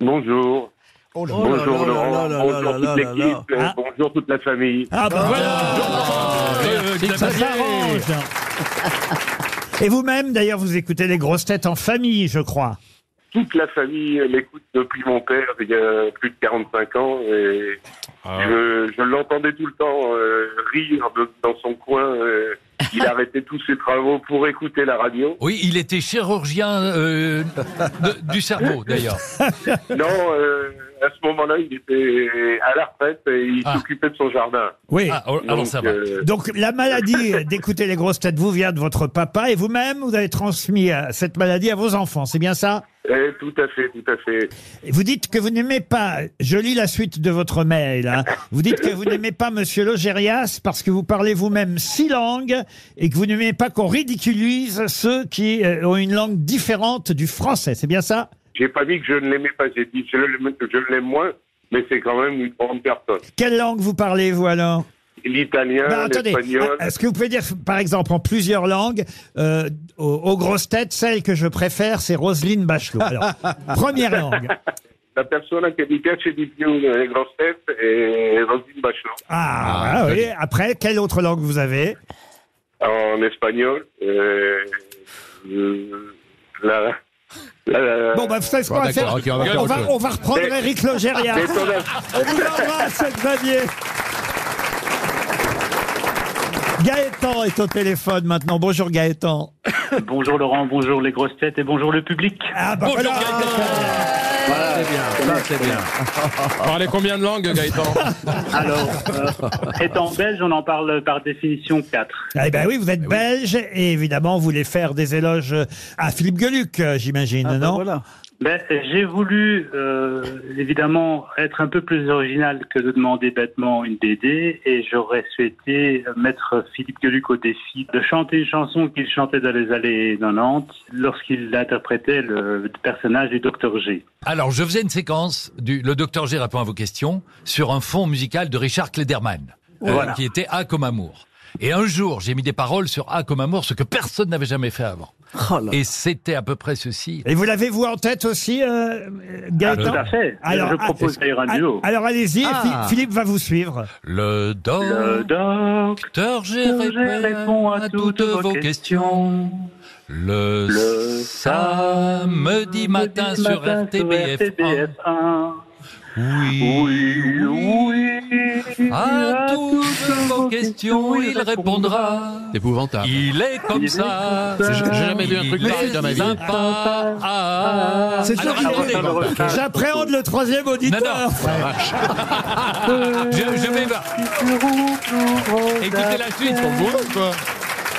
[SPEAKER 12] Bonjour.
[SPEAKER 2] Oh là
[SPEAKER 12] bonjour
[SPEAKER 2] là là là
[SPEAKER 12] Laurent,
[SPEAKER 2] là
[SPEAKER 12] bonjour
[SPEAKER 2] là là
[SPEAKER 12] toute
[SPEAKER 2] là là.
[SPEAKER 12] l'équipe, euh,
[SPEAKER 2] Ah.
[SPEAKER 12] bonjour toute la famille.
[SPEAKER 2] Ah bah voilà Ça s'arrange Et vous-même, d'ailleurs, vous écoutez les grosses têtes en famille, je crois.
[SPEAKER 12] Toute la famille l'écoute depuis mon père il y a plus de 45 ans et
[SPEAKER 2] Ah.
[SPEAKER 12] je, je l'entendais tout le temps euh, rire de- dans son coin. euh,
[SPEAKER 2] [LAUGHS]
[SPEAKER 12] il arrêtait tous ses travaux pour écouter la radio.
[SPEAKER 3] Oui, il était chirurgien euh, de- du cerveau, d'ailleurs.
[SPEAKER 12] Non, euh, à ce moment-là, il était à la retraite et il
[SPEAKER 2] Ah.
[SPEAKER 12] s'occupait de son jardin.
[SPEAKER 2] Oui.
[SPEAKER 12] Donc, euh,
[SPEAKER 2] Donc, la maladie d'écouter les grosses têtes vous vient de votre papa et vous-même, vous avez transmis euh, cette maladie à vos enfants, c'est bien ça
[SPEAKER 12] eh, tout à fait, tout à fait.
[SPEAKER 2] Et Vous dites que vous n'aimez pas, je lis la suite de votre mail, hein. vous dites que vous n'aimez pas Monsieur Logérias parce que vous parlez vous-même six langues et que vous n'aimez pas qu'on ridiculise ceux qui euh, ont une langue différente du français, c'est bien ça
[SPEAKER 12] J'ai pas dit que je ne l'aimais pas, j'ai dit que je l'aime- je l'aime moins, mais c'est quand même une grande personne.
[SPEAKER 2] Quelle langue vous parlez, vous, alors
[SPEAKER 12] L'italien,
[SPEAKER 2] Ben, attendez,
[SPEAKER 12] Euh, l'espagnol.
[SPEAKER 2] est-ce que [LAUGHS] vous pouvez dire, par exemple, en plusieurs langues, euh, aux, aux grosses têtes, celle que je préfère, c'est Roselyne Bachelot. Alors, [LAUGHS] première langue.
[SPEAKER 12] [LAUGHS] La personne che mi piace di più nelle grosse teste è Rosine Bachelot.
[SPEAKER 2] Ah, oui. Après, quelle autre langue vous avez
[SPEAKER 12] En espagnol, euh, la, la-
[SPEAKER 2] Bon, bah, vous savez ce qu'on va faire on, va, on va reprendre Eric Logérias.
[SPEAKER 12] Mais ton-
[SPEAKER 2] On vous embrasse, Xavier. Gaëtan est au téléphone maintenant. Bonjour Gaëtan.
[SPEAKER 13] Bonjour Laurent, bonjour les grosses têtes et bonjour le public.
[SPEAKER 2] Ah bah
[SPEAKER 13] bonjour
[SPEAKER 8] Ça, c'est bien. [LAUGHS] Parlez combien de langues, Gaëtan
[SPEAKER 13] [LAUGHS] Alors, euh, étant belge, on en parle par définition 4.
[SPEAKER 2] Ah, Eh ben oui, vous êtes belge et évidemment vous voulez faire des éloges euh, à Philippe Gueluc, euh, j'imagine, non
[SPEAKER 13] Ben, j'ai voulu euh, évidemment être un peu plus original que de demander bêtement une BD et j'aurais souhaité mettre Philippe Gueluc au défi de chanter une chanson qu'il chantait dans les allées 90 lorsqu'il interprétait le personnage du Dr G.
[SPEAKER 3] Alors, je faisais une séquence du Le Docteur G répond à vos questions sur un fond musical de Richard Klederman, euh,
[SPEAKER 13] Voilà.
[SPEAKER 3] qui était A comme amour. Et un jour, j'ai mis des paroles sur A comme amour, ce que personne n'avait jamais fait avant. Et c'était à peu près ceci.
[SPEAKER 2] Et vous l'avez vous en tête aussi, euh, euh, Gaëtan
[SPEAKER 3] Ah, tout à fait. Je propose
[SPEAKER 2] ah,
[SPEAKER 3] d'ailleurs un duo.
[SPEAKER 2] ah, Alors allez-y, et
[SPEAKER 3] Ah.
[SPEAKER 2] Phi- Philippe va vous suivre.
[SPEAKER 3] Le doc.
[SPEAKER 13] Le
[SPEAKER 3] docteur G répond à toutes vos questions. Le, samedi matin,
[SPEAKER 13] Samedi
[SPEAKER 3] sur
[SPEAKER 13] matin sur
[SPEAKER 3] RTBF1.
[SPEAKER 13] RTBF1. Oui, oui,
[SPEAKER 3] À toutes vos questions, il répondra.
[SPEAKER 10] C'est épouvantable.
[SPEAKER 3] Il est comme ça.
[SPEAKER 10] J'ai j'ai jamais vu un truc
[SPEAKER 3] Il
[SPEAKER 10] pareil
[SPEAKER 3] est
[SPEAKER 10] dans ma vie.
[SPEAKER 3] sympa. Ah.
[SPEAKER 2] C'est
[SPEAKER 3] Alors,
[SPEAKER 2] terrible.
[SPEAKER 3] attendez.
[SPEAKER 2] Euh, J'appréhende le troisième auditeur. [LAUGHS]
[SPEAKER 3] Je, je vais voir. Écoutez la suite.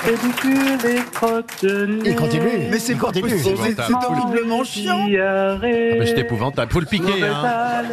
[SPEAKER 13] Et du cul des crottes de nez.
[SPEAKER 6] Il continue.
[SPEAKER 5] Mais c'est
[SPEAKER 6] Il
[SPEAKER 5] pas
[SPEAKER 6] continue.
[SPEAKER 5] possible, c'est- c'est
[SPEAKER 10] Épouvantable.
[SPEAKER 5] horriblement chiant.
[SPEAKER 10] Ah, mais c'est épouvantable. Faut le
[SPEAKER 2] [LAUGHS]
[SPEAKER 10] piquer, hein.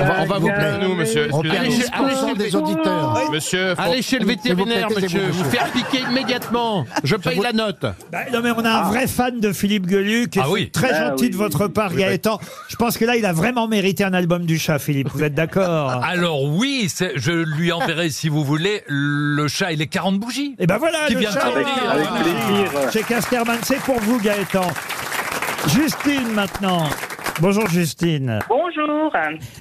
[SPEAKER 13] On
[SPEAKER 10] va- on va vous plaindre.
[SPEAKER 8] Nous, monsieur,
[SPEAKER 10] On perd 10%
[SPEAKER 8] excusez-nous.
[SPEAKER 10] Allez chez-
[SPEAKER 6] des auditeurs.
[SPEAKER 8] Monsieur, faut-
[SPEAKER 10] Allez chez le vétérinaire,
[SPEAKER 8] S'il vous plaît,
[SPEAKER 10] monsieur.
[SPEAKER 8] taisez-vous,
[SPEAKER 10] Vous faire piquer immédiatement. Je paye la note.
[SPEAKER 2] Bah, non, mais on a un vrai fan de Philippe Gueluc. Et
[SPEAKER 10] Ah
[SPEAKER 2] c'est
[SPEAKER 10] oui.
[SPEAKER 2] Très
[SPEAKER 10] Ah
[SPEAKER 2] gentil
[SPEAKER 10] oui,
[SPEAKER 2] de votre part, Gaëtan. Je pense que là, il a vraiment mérité un album du chat, Philippe. Vous êtes
[SPEAKER 3] [LAUGHS]
[SPEAKER 2] d'accord
[SPEAKER 3] Alors oui, c'est- je lui enverrai, si vous voulez, le chat et les 40 bougies.
[SPEAKER 2] Et ben voilà,
[SPEAKER 3] Qui
[SPEAKER 2] le
[SPEAKER 3] vient de
[SPEAKER 2] chat.
[SPEAKER 3] sortir.
[SPEAKER 2] Avec
[SPEAKER 3] Voilà.
[SPEAKER 2] plaisir. Chez Casterman, c'est pour vous, Gaëtan. Justine, maintenant. Bonjour, Justine.
[SPEAKER 10] [LAUGHS]
[SPEAKER 7] Bonjour.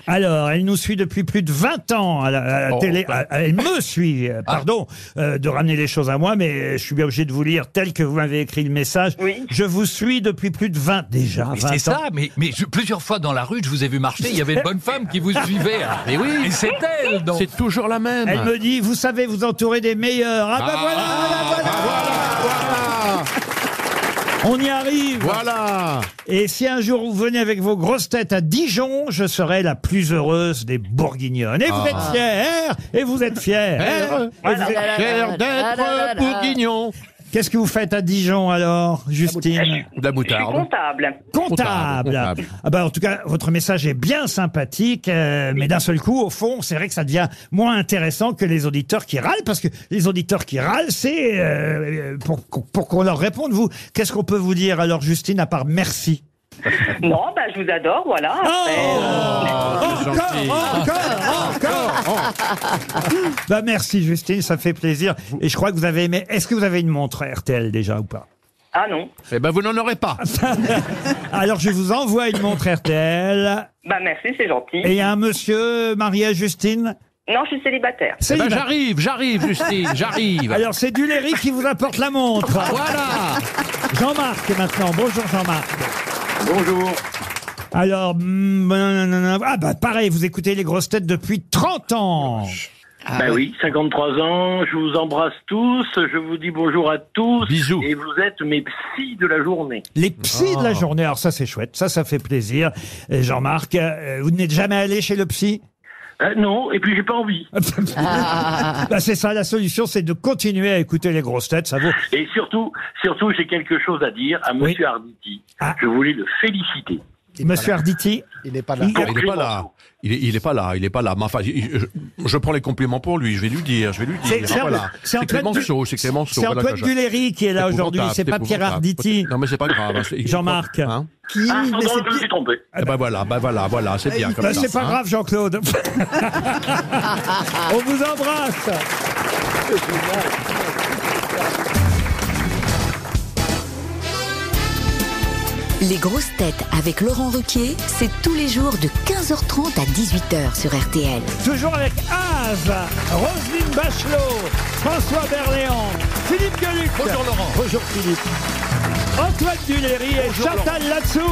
[SPEAKER 2] Alors, elle nous suit depuis plus de 20 ans à la, à la
[SPEAKER 14] Oh,
[SPEAKER 2] télé.
[SPEAKER 14] bah.
[SPEAKER 2] Ah, Elle me suit, euh, pardon, euh, de ramener les choses à moi, mais je suis bien obligé de vous lire tel que vous m'avez écrit le message. Je vous suis depuis plus de 20 déjà.
[SPEAKER 3] Mais
[SPEAKER 2] 20
[SPEAKER 3] c'est
[SPEAKER 2] ans.
[SPEAKER 3] ça, mais, mais je- plusieurs fois dans la rue, je vous ai vu marcher, il y avait une bonne femme qui vous suivait.
[SPEAKER 10] Ah, Mais oui.
[SPEAKER 3] Et c'est elle, donc.
[SPEAKER 10] C'est toujours la même.
[SPEAKER 2] Elle me dit, vous savez, vous entourez des meilleurs. Ah, bah
[SPEAKER 10] Ah,
[SPEAKER 2] voilà, voilà, voilà, On y arrive.
[SPEAKER 10] Voilà.
[SPEAKER 2] Et si un jour vous venez avec vos grosses têtes à Dijon, je serai la plus heureuse des Bourguignonnes. Et vous
[SPEAKER 10] Ah.
[SPEAKER 2] êtes fiers, et vous êtes fiers.
[SPEAKER 10] Fiers.
[SPEAKER 2] et vous êtes-
[SPEAKER 10] Voilà. Fiers d'être bourguignons.
[SPEAKER 2] Qu'est-ce que vous faites à Dijon alors, Justine
[SPEAKER 10] De la moutarde.
[SPEAKER 7] Comptable.
[SPEAKER 2] Comptable.
[SPEAKER 10] Comptable.
[SPEAKER 2] Ah bah en tout cas, votre message est bien sympathique, euh, mais d'un seul coup, au fond, c'est vrai que ça devient moins intéressant que les auditeurs qui râlent, parce que les auditeurs qui râlent, c'est euh, pour, pour qu'on leur réponde. Vous, qu'est-ce qu'on peut vous dire alors, Justine, à part merci
[SPEAKER 7] Non, bah, je vous adore, voilà.
[SPEAKER 10] Oh
[SPEAKER 7] Après, euh,
[SPEAKER 2] Oh, Bah merci, Justine, ça fait plaisir. Et je crois que vous avez aimé. Est-ce que vous avez une montre RTL déjà ou pas
[SPEAKER 7] Ah non.
[SPEAKER 10] Eh ben, vous n'en aurez pas.
[SPEAKER 2] [LAUGHS] Alors je vous envoie une montre RTL.
[SPEAKER 7] Bah, merci, c'est gentil.
[SPEAKER 2] Et il y a un monsieur marié à Justine
[SPEAKER 7] Non, je suis célibataire.
[SPEAKER 2] C'est
[SPEAKER 10] ben,
[SPEAKER 2] Ivan.
[SPEAKER 10] j'arrive, j'arrive, Justine, j'arrive.
[SPEAKER 2] Alors c'est Duléry qui vous apporte la montre.
[SPEAKER 10] Voilà.
[SPEAKER 2] Jean-Marc maintenant. Bonjour Jean-Marc.
[SPEAKER 15] Bonjour.
[SPEAKER 2] Alors, mm, nanana. ah bah pareil, vous écoutez les grosses têtes depuis 30 ans. Ah
[SPEAKER 15] ben oui, 53 ans, je vous embrasse tous, je vous dis bonjour à tous. Bisous. Et vous êtes mes psys de la journée.
[SPEAKER 2] Les psys de la
[SPEAKER 15] Oh.
[SPEAKER 2] journée, alors ça c'est chouette, ça ça fait plaisir. Et Jean-Marc, euh, vous n'êtes jamais allé chez le psy
[SPEAKER 15] Euh, non, et puis j'ai pas envie.
[SPEAKER 2] [LAUGHS] Bah, c'est ça, la solution c'est de continuer à écouter les grosses têtes, ça vaut.
[SPEAKER 15] Et surtout, surtout j'ai quelque chose à dire à monsieur Arditi.
[SPEAKER 2] Ah.
[SPEAKER 15] Je voulais le féliciter.
[SPEAKER 2] Monsieur Arditi
[SPEAKER 6] Il n'est pas
[SPEAKER 2] bah,
[SPEAKER 15] là.
[SPEAKER 10] Ah, Il n'est pas là. Il est, il est pas là. Il est pas là. Mais enfin, je, je- je prends les compliments pour lui. Je vais lui dire. Je vais lui
[SPEAKER 2] C'est-
[SPEAKER 10] dire. Ah,
[SPEAKER 2] c'est
[SPEAKER 10] Voilà.
[SPEAKER 2] Antoine- c'est
[SPEAKER 10] C'est
[SPEAKER 2] Antoine
[SPEAKER 10] Clémenceau.
[SPEAKER 2] Du-
[SPEAKER 10] C'est Clémenceau.
[SPEAKER 2] c'est
[SPEAKER 10] Voilà,
[SPEAKER 2] Antoine
[SPEAKER 10] je-
[SPEAKER 2] Duléry qui est là aujourd'hui,
[SPEAKER 10] épouvantable,
[SPEAKER 2] c'est pas Pierre
[SPEAKER 10] épouvantable.
[SPEAKER 2] Arditi.
[SPEAKER 10] Non, mais c'est pas grave. C'est-
[SPEAKER 2] Jean-Marc.
[SPEAKER 10] Hein
[SPEAKER 2] Qui
[SPEAKER 15] Ah,
[SPEAKER 2] mais
[SPEAKER 15] pardon,
[SPEAKER 2] c'est
[SPEAKER 15] je me suis trompé.
[SPEAKER 10] Eh ben voilà, ben voilà, voilà, c'est bien comme
[SPEAKER 2] Bah,
[SPEAKER 10] ça.
[SPEAKER 2] c'est pas
[SPEAKER 10] hein.
[SPEAKER 2] grave
[SPEAKER 10] [LAUGHS]
[SPEAKER 2] Jean-Claude. [LAUGHS] On vous embrasse.
[SPEAKER 16] Les grosses têtes avec Laurent Ruquier, c'est tous les jours de 15h30 à 18h sur RTL.
[SPEAKER 2] Toujours avec Az, Roselyne Bachelot, François Berléand, Philippe Gueluc. Bonjour Laurent. Bonjour Philippe. Antoine Duléry et
[SPEAKER 14] Bonjour,
[SPEAKER 2] Chantal Latsou.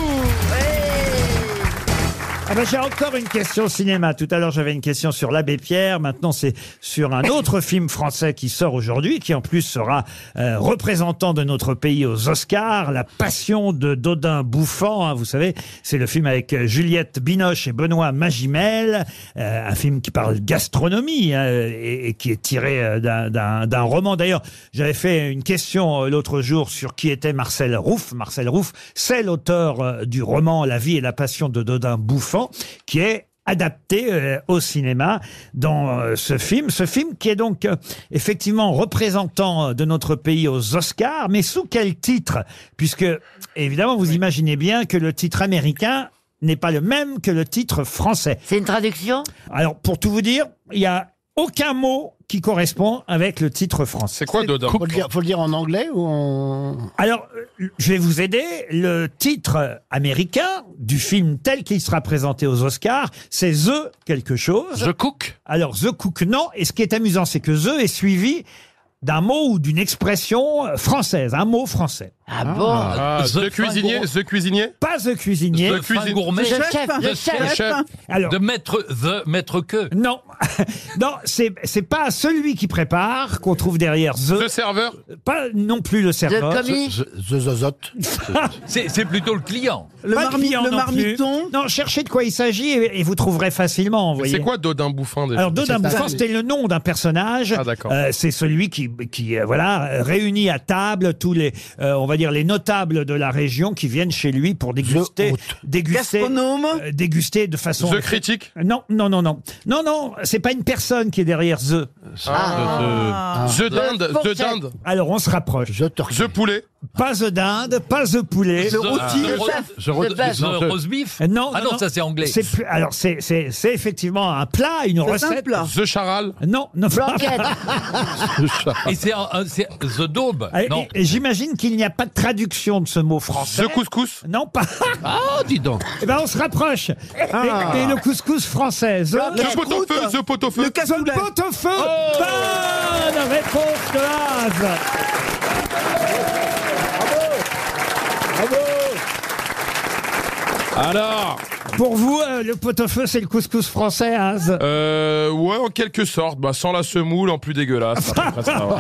[SPEAKER 2] Ah ben, j'ai encore une question cinéma. Tout à l'heure, j'avais une question sur l'abbé Pierre. Maintenant, c'est sur un autre film français qui sort aujourd'hui, qui en plus sera euh, représentant de notre pays aux Oscars, La Passion de Dodin Bouffant. hein. vous savez, c'est le film avec euh, Juliette Binoche et Benoît Magimel, euh, un film qui parle gastronomie hein, et, et qui est tiré euh, d'un- d'un d'un roman. D'ailleurs, j'avais fait une question euh, l'autre jour sur qui était Marcel Rouff. Marcel Rouff, c'est l'auteur euh, du roman La vie et la passion de Dodin Bouffant, qui est adapté euh, au cinéma dans euh, ce film. Ce film qui est donc euh, effectivement représentant euh, de notre pays aux Oscars, mais sous quel titre Puisque, évidemment, vous imaginez bien que le titre américain n'est pas le même que le titre français. C'est une traduction Alors, pour tout vous dire, il n'y a aucun mot qui correspond avec le titre français. C'est
[SPEAKER 8] quoi, Dodin
[SPEAKER 6] Faut le, dire, faut le dire en anglais ou en...
[SPEAKER 2] alors, euh, je vais vous aider. Le titre américain du film tel qu'il sera présenté aux Oscars, c'est The quelque chose. The Cook. Alors, The Cook, non. Et ce qui est amusant, c'est que The est suivi d'un mot ou d'une expression euh, française, un mot français.
[SPEAKER 4] Ah bon
[SPEAKER 8] Ah, The The Cuisinier, The Cuisinier
[SPEAKER 2] Pas The Cuisinier.
[SPEAKER 3] The cuisine gourmet.
[SPEAKER 2] The chef,
[SPEAKER 3] The
[SPEAKER 2] the chef. Alors-
[SPEAKER 3] de maître The maître que.
[SPEAKER 2] Non. [LAUGHS] non, c'est c'est pas celui qui prépare qu'on trouve derrière The.
[SPEAKER 8] Le serveur
[SPEAKER 2] Pas non plus le serveur.
[SPEAKER 8] commis The-
[SPEAKER 2] [LAUGHS] zozote.
[SPEAKER 3] C'est c'est plutôt le client.
[SPEAKER 2] Le,
[SPEAKER 5] marmi- le
[SPEAKER 2] marmiton. Non, cherchez de quoi il s'agit et, et vous trouverez facilement. vous
[SPEAKER 8] Mais C'est
[SPEAKER 2] voyez.
[SPEAKER 8] quoi Dodin Bouffin déjà
[SPEAKER 2] Alors, Dodin Bouffant, c'était le nom d'un personnage.
[SPEAKER 8] Ah,
[SPEAKER 2] Euh, c'est celui qui, qui euh, voilà, euh, réunit à table tous les, euh, on va dire, les notables de la région qui viennent chez lui pour déguster. déguster euh, déguster de façon.
[SPEAKER 8] The Critique
[SPEAKER 2] Non, non, non, non. Non, non, c'est pas une personne qui est derrière The.
[SPEAKER 8] Ah, The- The- The Dinde, The Dinde.
[SPEAKER 2] Alors, on se rapproche.
[SPEAKER 8] The Poulet. Ah.
[SPEAKER 2] Pas The Dinde, pas The Poulet.
[SPEAKER 3] The- The ro- The ro- The roast beef
[SPEAKER 2] Euh, Non,
[SPEAKER 3] Ah non, ça c'est anglais.
[SPEAKER 2] C'est plus- alors c'est c'est- c'est effectivement un plat, une
[SPEAKER 3] C'est un
[SPEAKER 2] recette.
[SPEAKER 3] plat.
[SPEAKER 8] The charal.
[SPEAKER 2] Non, non.
[SPEAKER 3] [LAUGHS] Et c'est un- un- c'est The Daube.
[SPEAKER 2] Ah, Et-
[SPEAKER 3] Non.
[SPEAKER 2] Euh, et J'imagine qu'il n'y a pas de traduction de ce mot français.
[SPEAKER 3] The
[SPEAKER 8] couscous
[SPEAKER 2] Non, pas.
[SPEAKER 3] Ah, dis donc.
[SPEAKER 2] Eh ben, on se rapproche.
[SPEAKER 8] Ah.
[SPEAKER 2] Et, et le couscous français. The,
[SPEAKER 8] Le pot-au-feu, The pot-au-feu.
[SPEAKER 2] Le pot-au-feu.
[SPEAKER 3] Oh,
[SPEAKER 2] Bonne réponse de Havre.
[SPEAKER 8] Alors
[SPEAKER 2] Pour vous, euh, le pot-au-feu, c'est le couscous français, Haz
[SPEAKER 8] Euh, ouais, en quelque sorte. Bah, sans la semoule, en plus
[SPEAKER 2] [LAUGHS]
[SPEAKER 8] dégueulasse. à peu près ça, ouais.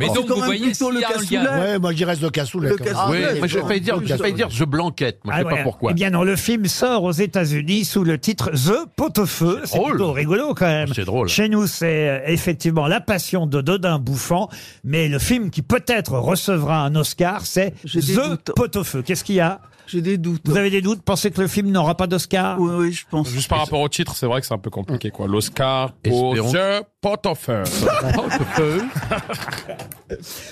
[SPEAKER 3] Mais donc, vous voyez, s'il y a un lien-
[SPEAKER 6] Ouais, moi je reste le cassoulet.
[SPEAKER 3] Le
[SPEAKER 6] quand même.
[SPEAKER 3] cassoulet,
[SPEAKER 10] Oui, mais je vais dire, je vais dire, je blanquette. Moi, je sais
[SPEAKER 2] Ah ouais.
[SPEAKER 10] pas pourquoi.
[SPEAKER 2] Eh bien non, le film sort aux États-Unis sous le titre The Pot-au-feu. C'est plutôt rigolo quand même. C'est drôle. Chez nous, c'est euh, effectivement La Passion de Dodin Bouffant, mais le film qui peut-être recevra un Oscar, c'est The Pot-au-feu. Qu'est-ce qu'il y a J'ai des doutes. Vous avez des doutes Pensez que le film n'aura pas d'Oscar
[SPEAKER 5] Oui, oui, je pense.
[SPEAKER 8] Juste par rapport au titre, c'est vrai que c'est un peu compliqué, quoi. L'Oscar pour
[SPEAKER 10] Espérons.
[SPEAKER 8] The Pot-au-feu.
[SPEAKER 2] [LAUGHS]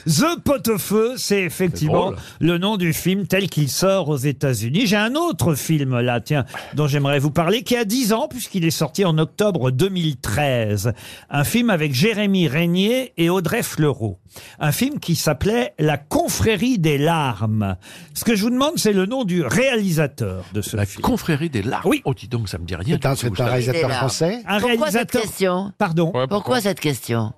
[SPEAKER 2] The Pot-au-feu, c'est effectivement
[SPEAKER 8] drôle.
[SPEAKER 2] le nom du film tel qu'il sort aux États-Unis. J'ai un autre film là, tiens, dont j'aimerais vous parler, qui a 10 ans, puisqu'il est sorti en octobre 2013. Un film avec Jérémy Régnier et Audrey Fleurot. Un film qui s'appelait La confrérie des larmes. Ce que je vous demande, c'est le nom du réalisateur de ce film. La confrérie des larmes Oui.
[SPEAKER 10] Oh, dis donc, ça me dit rien.
[SPEAKER 2] C'est un-
[SPEAKER 10] du tout,
[SPEAKER 2] c'est un
[SPEAKER 10] ça.
[SPEAKER 2] réalisateur Des larmes. français Un
[SPEAKER 4] Pourquoi cette
[SPEAKER 2] réalisateur-
[SPEAKER 4] question
[SPEAKER 2] Pardon
[SPEAKER 4] pourquoi, cette question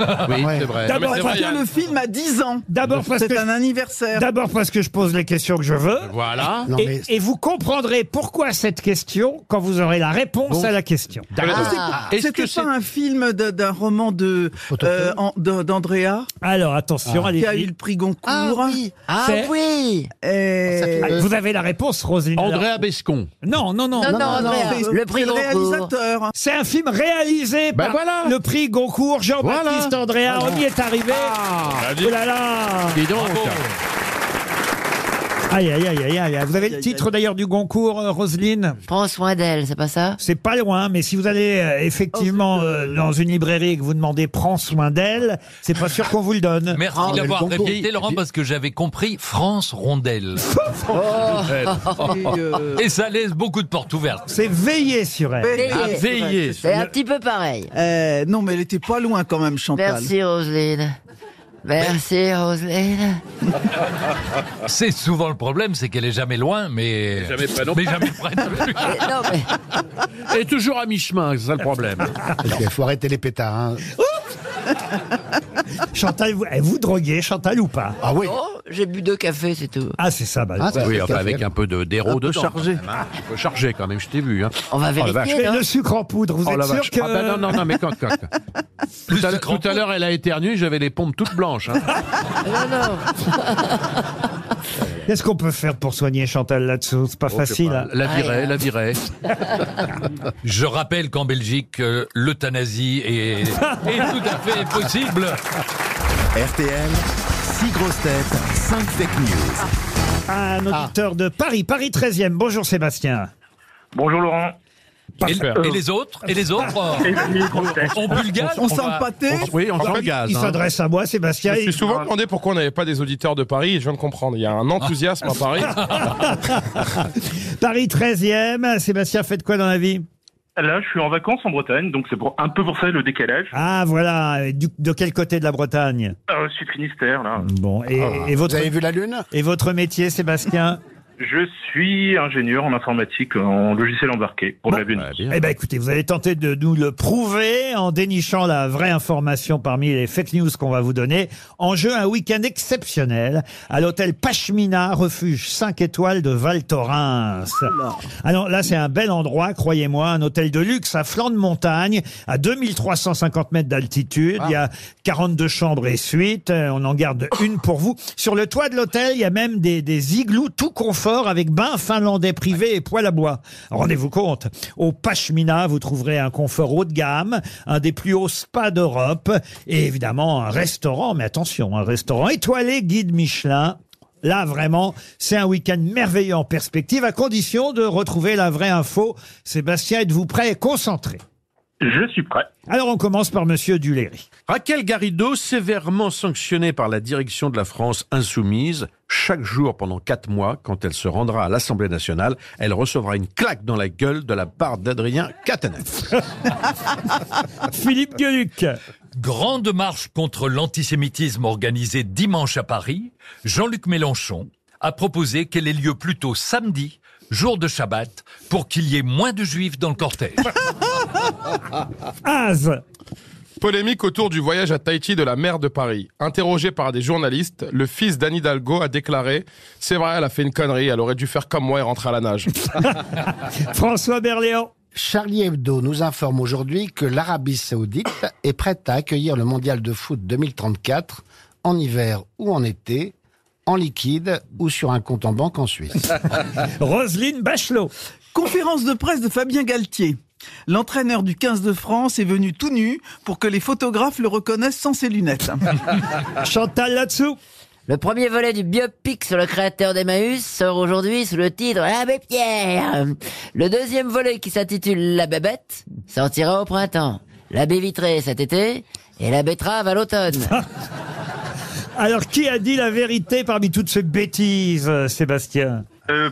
[SPEAKER 5] Ah
[SPEAKER 10] Oui, c'est vrai.
[SPEAKER 4] D'abord,
[SPEAKER 10] Mais c'est vrai,
[SPEAKER 4] parce
[SPEAKER 10] il y a-
[SPEAKER 5] Le film a 10 ans.
[SPEAKER 2] D'abord parce
[SPEAKER 5] C'est
[SPEAKER 2] que-
[SPEAKER 5] un anniversaire.
[SPEAKER 2] D'abord parce que je pose les questions que je veux.
[SPEAKER 10] Voilà.
[SPEAKER 2] Et, et vous comprendrez pourquoi cette question quand vous aurez la réponse
[SPEAKER 5] Bon.
[SPEAKER 2] à la question.
[SPEAKER 5] Ah, c'est- C'était pas un film de- d'un roman de euh, en- de- d'Andrea
[SPEAKER 2] Alors attention,
[SPEAKER 5] qui a
[SPEAKER 2] allez-y.
[SPEAKER 5] eu le prix Goncourt.
[SPEAKER 2] Ah oui. Ah C'est-
[SPEAKER 5] oui.
[SPEAKER 2] Ah, Vous avez la réponse, Roselyne.
[SPEAKER 10] Andrea Bescon.
[SPEAKER 2] Non, non, non.
[SPEAKER 5] Non, non, Andrea.
[SPEAKER 2] c'est-
[SPEAKER 5] Le prix
[SPEAKER 2] c'est
[SPEAKER 5] Goncourt.
[SPEAKER 2] C'est un film réalisé
[SPEAKER 5] Ben
[SPEAKER 2] par
[SPEAKER 5] voilà.
[SPEAKER 2] le prix Goncourt, Jean-Baptiste Andrea. On y est arrivé. Oh là là.
[SPEAKER 10] Dis donc.
[SPEAKER 2] Aïe, aïe, aïe, aïe, aïe. Vous avez le titre d'ailleurs du Goncourt, euh, Roselyne
[SPEAKER 4] Prends soin d'elle, c'est pas ça
[SPEAKER 2] C'est pas loin, mais si vous allez euh, effectivement euh, dans une librairie et que vous demandez prends soin d'elle, c'est pas sûr qu'on vous le donne.
[SPEAKER 3] Merci d'avoir répété, Laurent, parce que j'avais compris France [LAUGHS] Rondelle.
[SPEAKER 2] euh.
[SPEAKER 3] Et ça laisse beaucoup de portes ouvertes.
[SPEAKER 2] C'est veiller sur elle.
[SPEAKER 3] Veiller. Ah, veiller.
[SPEAKER 4] C'est un petit peu pareil.
[SPEAKER 5] Euh, non, mais elle était pas loin quand même, Chantal.
[SPEAKER 4] Merci Roselyne. Merci Roselyne.
[SPEAKER 3] C'est souvent le problème, c'est qu'elle est jamais loin, mais.
[SPEAKER 10] jamais près non
[SPEAKER 3] Mais
[SPEAKER 10] plus.
[SPEAKER 3] jamais près [LAUGHS] non plus.
[SPEAKER 10] Elle est toujours à mi-chemin, c'est ça le problème.
[SPEAKER 6] Il faut arrêter les pétards. hein.
[SPEAKER 2] [LAUGHS] Chantal, vous, eh, vous droguez, Chantal ou pas
[SPEAKER 6] Ah oui.
[SPEAKER 4] Oh, j'ai bu deux cafés, c'est tout.
[SPEAKER 2] Ah, c'est ça, bah,
[SPEAKER 4] Ah,
[SPEAKER 10] oui,
[SPEAKER 4] c'est
[SPEAKER 10] enfin,
[SPEAKER 4] ça.
[SPEAKER 10] avec un peu de
[SPEAKER 4] Un
[SPEAKER 10] d'héros
[SPEAKER 4] peu
[SPEAKER 10] dedans.
[SPEAKER 4] chargé.
[SPEAKER 10] quand même, hein. Un peu chargé quand même, je t'ai vu. hein.
[SPEAKER 4] On va
[SPEAKER 10] Oh, la vache.
[SPEAKER 4] vérifier.
[SPEAKER 2] Et le sucre en poudre, vous
[SPEAKER 10] Oh,
[SPEAKER 2] êtes
[SPEAKER 10] la
[SPEAKER 2] sûr
[SPEAKER 10] vache.
[SPEAKER 2] que...
[SPEAKER 10] Ah, bah non, non, non, mais quand, quand, quand. Tout à l'heure- Tout à l'heure, elle a éternué, j'avais les pompes toutes blanches. hein.
[SPEAKER 2] [LAUGHS] Oh
[SPEAKER 6] [LAUGHS]
[SPEAKER 2] Qu'est-ce qu'on peut faire pour soigner Chantal là-dessous C'est pas
[SPEAKER 10] Oh,
[SPEAKER 2] facile.
[SPEAKER 10] que
[SPEAKER 2] hein.
[SPEAKER 10] pas. La virait, la virait.
[SPEAKER 3] Je rappelle qu'en Belgique, euh, l'euthanasie est, est tout à fait possible.
[SPEAKER 1] RTL, 6 grosses têtes, 5 fake news.
[SPEAKER 2] Un auditeur de Paris, Paris 13e. Bonjour Sébastien.
[SPEAKER 15] Bonjour Laurent.
[SPEAKER 3] Et, et les autres Et les autres On bulgare
[SPEAKER 2] On s'en pâté
[SPEAKER 10] Oui, on
[SPEAKER 8] En fait,
[SPEAKER 10] s'engage.
[SPEAKER 3] hein.
[SPEAKER 2] Il s'adresse à moi, Sébastien.
[SPEAKER 8] Je
[SPEAKER 2] Il-
[SPEAKER 8] suis hein. souvent demandé pourquoi on n'avait pas des auditeurs de Paris et je viens de comprendre. Il y a un enthousiasme à
[SPEAKER 2] [LAUGHS]
[SPEAKER 8] Paris.
[SPEAKER 2] [LAUGHS] Paris 13e. Sébastien, faites quoi dans la vie
[SPEAKER 15] Là, je suis en vacances en Bretagne, donc c'est pour un peu pour ça le décalage.
[SPEAKER 2] Ah, voilà. Du- de quel côté de la Bretagne
[SPEAKER 15] Ah, je suis Finistère là.
[SPEAKER 17] Oh.
[SPEAKER 2] Bon, et, et votre...
[SPEAKER 6] Vous avez vu la lune
[SPEAKER 2] et votre métier, Sébastien
[SPEAKER 14] Je suis ingénieur en informatique, en logiciel embarqué pour de la Bunny.
[SPEAKER 2] Eh ben écoutez, vous allez tenter de nous le prouver en dénichant la vraie information parmi les fake news qu'on va vous donner. En jeu, un week-end exceptionnel à l'hôtel Pachmina, refuge 5 étoiles de Val Thorens. Alors là, c'est un bel endroit, croyez-moi, un hôtel de luxe à flanc de montagne, à 2350 mètres d'altitude. Il y a 42 chambres et suites. Euh, On en garde une pour vous. Sur le toit de l'hôtel, il y a même des, des igloos tout confort avec bain finlandais privé et poêle à bois. Rendez-vous compte. Au Pashmina, vous trouverez un confort haut de gamme, un des plus hauts spas d'Europe et évidemment un restaurant, mais attention, un restaurant étoilé guide Michelin. Là, vraiment, c'est un week-end merveilleux en perspective, à condition de retrouver la vraie info. Sébastien, êtes-vous prêt et concentré
[SPEAKER 14] Je suis prêt.
[SPEAKER 2] Alors, on commence par Monsieur Duléry.
[SPEAKER 10] Raquel Garrido, sévèrement sanctionnée par la direction de la France insoumise, chaque jour pendant quatre mois, quand elle se rendra à l'Assemblée nationale, elle recevra une claque dans la gueule de la part d'Adrien
[SPEAKER 2] [LAUGHS]
[SPEAKER 10] Catanef.
[SPEAKER 2] Philippe Gueluc.
[SPEAKER 3] Grande marche contre l'antisémitisme organisée dimanche à Paris. Jean-Luc Mélenchon a proposé qu'elle ait lieu plutôt samedi, jour de Shabbat, pour qu'il y ait moins de juifs dans le cortège.
[SPEAKER 8] Polémique autour du voyage à Tahiti de la maire de Paris. Interrogé par des journalistes, le fils d'Anne Hidalgo a déclaré « C'est vrai, elle a fait une connerie, elle aurait dû faire comme moi et rentrer à
[SPEAKER 2] [LAUGHS]
[SPEAKER 8] la nage. »
[SPEAKER 2] François Berléand.
[SPEAKER 6] Charlie Hebdo nous informe aujourd'hui que l'Arabie Saoudite est prête à accueillir le mondial de foot 2034 en hiver ou en été, en liquide ou sur un compte en banque en Suisse.
[SPEAKER 2] Roselyne Bachelot.
[SPEAKER 5] Conférence de presse de Fabien Galtier. L'entraîneur du 15 de France est venu tout nu pour que les photographes le reconnaissent sans ses lunettes.
[SPEAKER 2] [LAUGHS] Chantal là-dessous.
[SPEAKER 4] Le premier volet du biopic sur le créateur d'Emmaüs sort aujourd'hui sous le titre L'abbé Pierre. Le deuxième volet qui s'intitule La bébête sortira au printemps. L'abbé vitré cet été et la betterave
[SPEAKER 2] [LAUGHS]
[SPEAKER 4] à l'automne.
[SPEAKER 2] Alors, qui a dit la vérité parmi toutes ces bêtises, euh, Sébastien
[SPEAKER 14] Euh,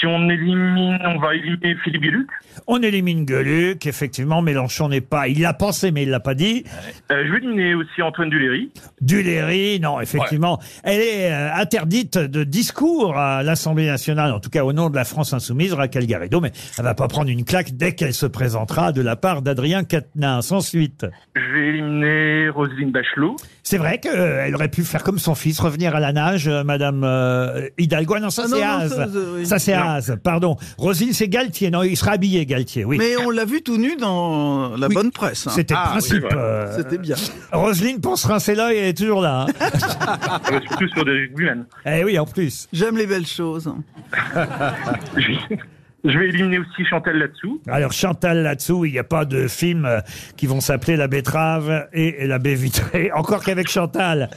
[SPEAKER 14] si on élimine, on va éliminer Philippe Gueluc.
[SPEAKER 2] On élimine Gueluc, effectivement, Mélenchon n'est pas... Il l'a pensé, mais il l'a pas dit.
[SPEAKER 14] Euh, je vais éliminer aussi Antoine Duléry.
[SPEAKER 2] Duléry, non, effectivement. Elle est euh, interdite de discours à l'Assemblée nationale, en tout cas au nom de la France insoumise, Raquel Garrido, mais elle va pas prendre une claque dès qu'elle se présentera de la part d'Adrien Quatennens. Ensuite,
[SPEAKER 14] Je vais éliminer Roselyne Bachelot.
[SPEAKER 2] c'est vrai qu'elle aurait pu faire comme son fils, revenir à la nage, euh, Madame euh, Hidalgo. Ah non, ça
[SPEAKER 5] Ah non,
[SPEAKER 2] c'est
[SPEAKER 5] non,
[SPEAKER 2] Az.
[SPEAKER 5] ça, ça, oui.
[SPEAKER 2] Ça c'est
[SPEAKER 5] Non.
[SPEAKER 2] Az, pardon. Rosine, c'est Galtier. Non, il sera habillé, Galtier, oui.
[SPEAKER 5] Mais on l'a vu tout nu dans la bonne presse. hein.
[SPEAKER 2] C'était le principe. euh,
[SPEAKER 5] C'était bien.
[SPEAKER 2] Roselyne pense rincer l'œil, elle est
[SPEAKER 5] [LAUGHS]
[SPEAKER 2] toujours là. hein.
[SPEAKER 14] On va surtout sur des rugbymen.
[SPEAKER 2] eh oui, en
[SPEAKER 5] [LAUGHS]
[SPEAKER 2] plus.
[SPEAKER 5] J'aime les belles choses.
[SPEAKER 14] Je vais- je vais éliminer aussi Chantal là-dessous.
[SPEAKER 2] Alors Chantal là-dessous, il n'y a pas de films euh, qui vont s'appeler La betterave et La baie vitrée. [LAUGHS] Encore qu'avec Chantal.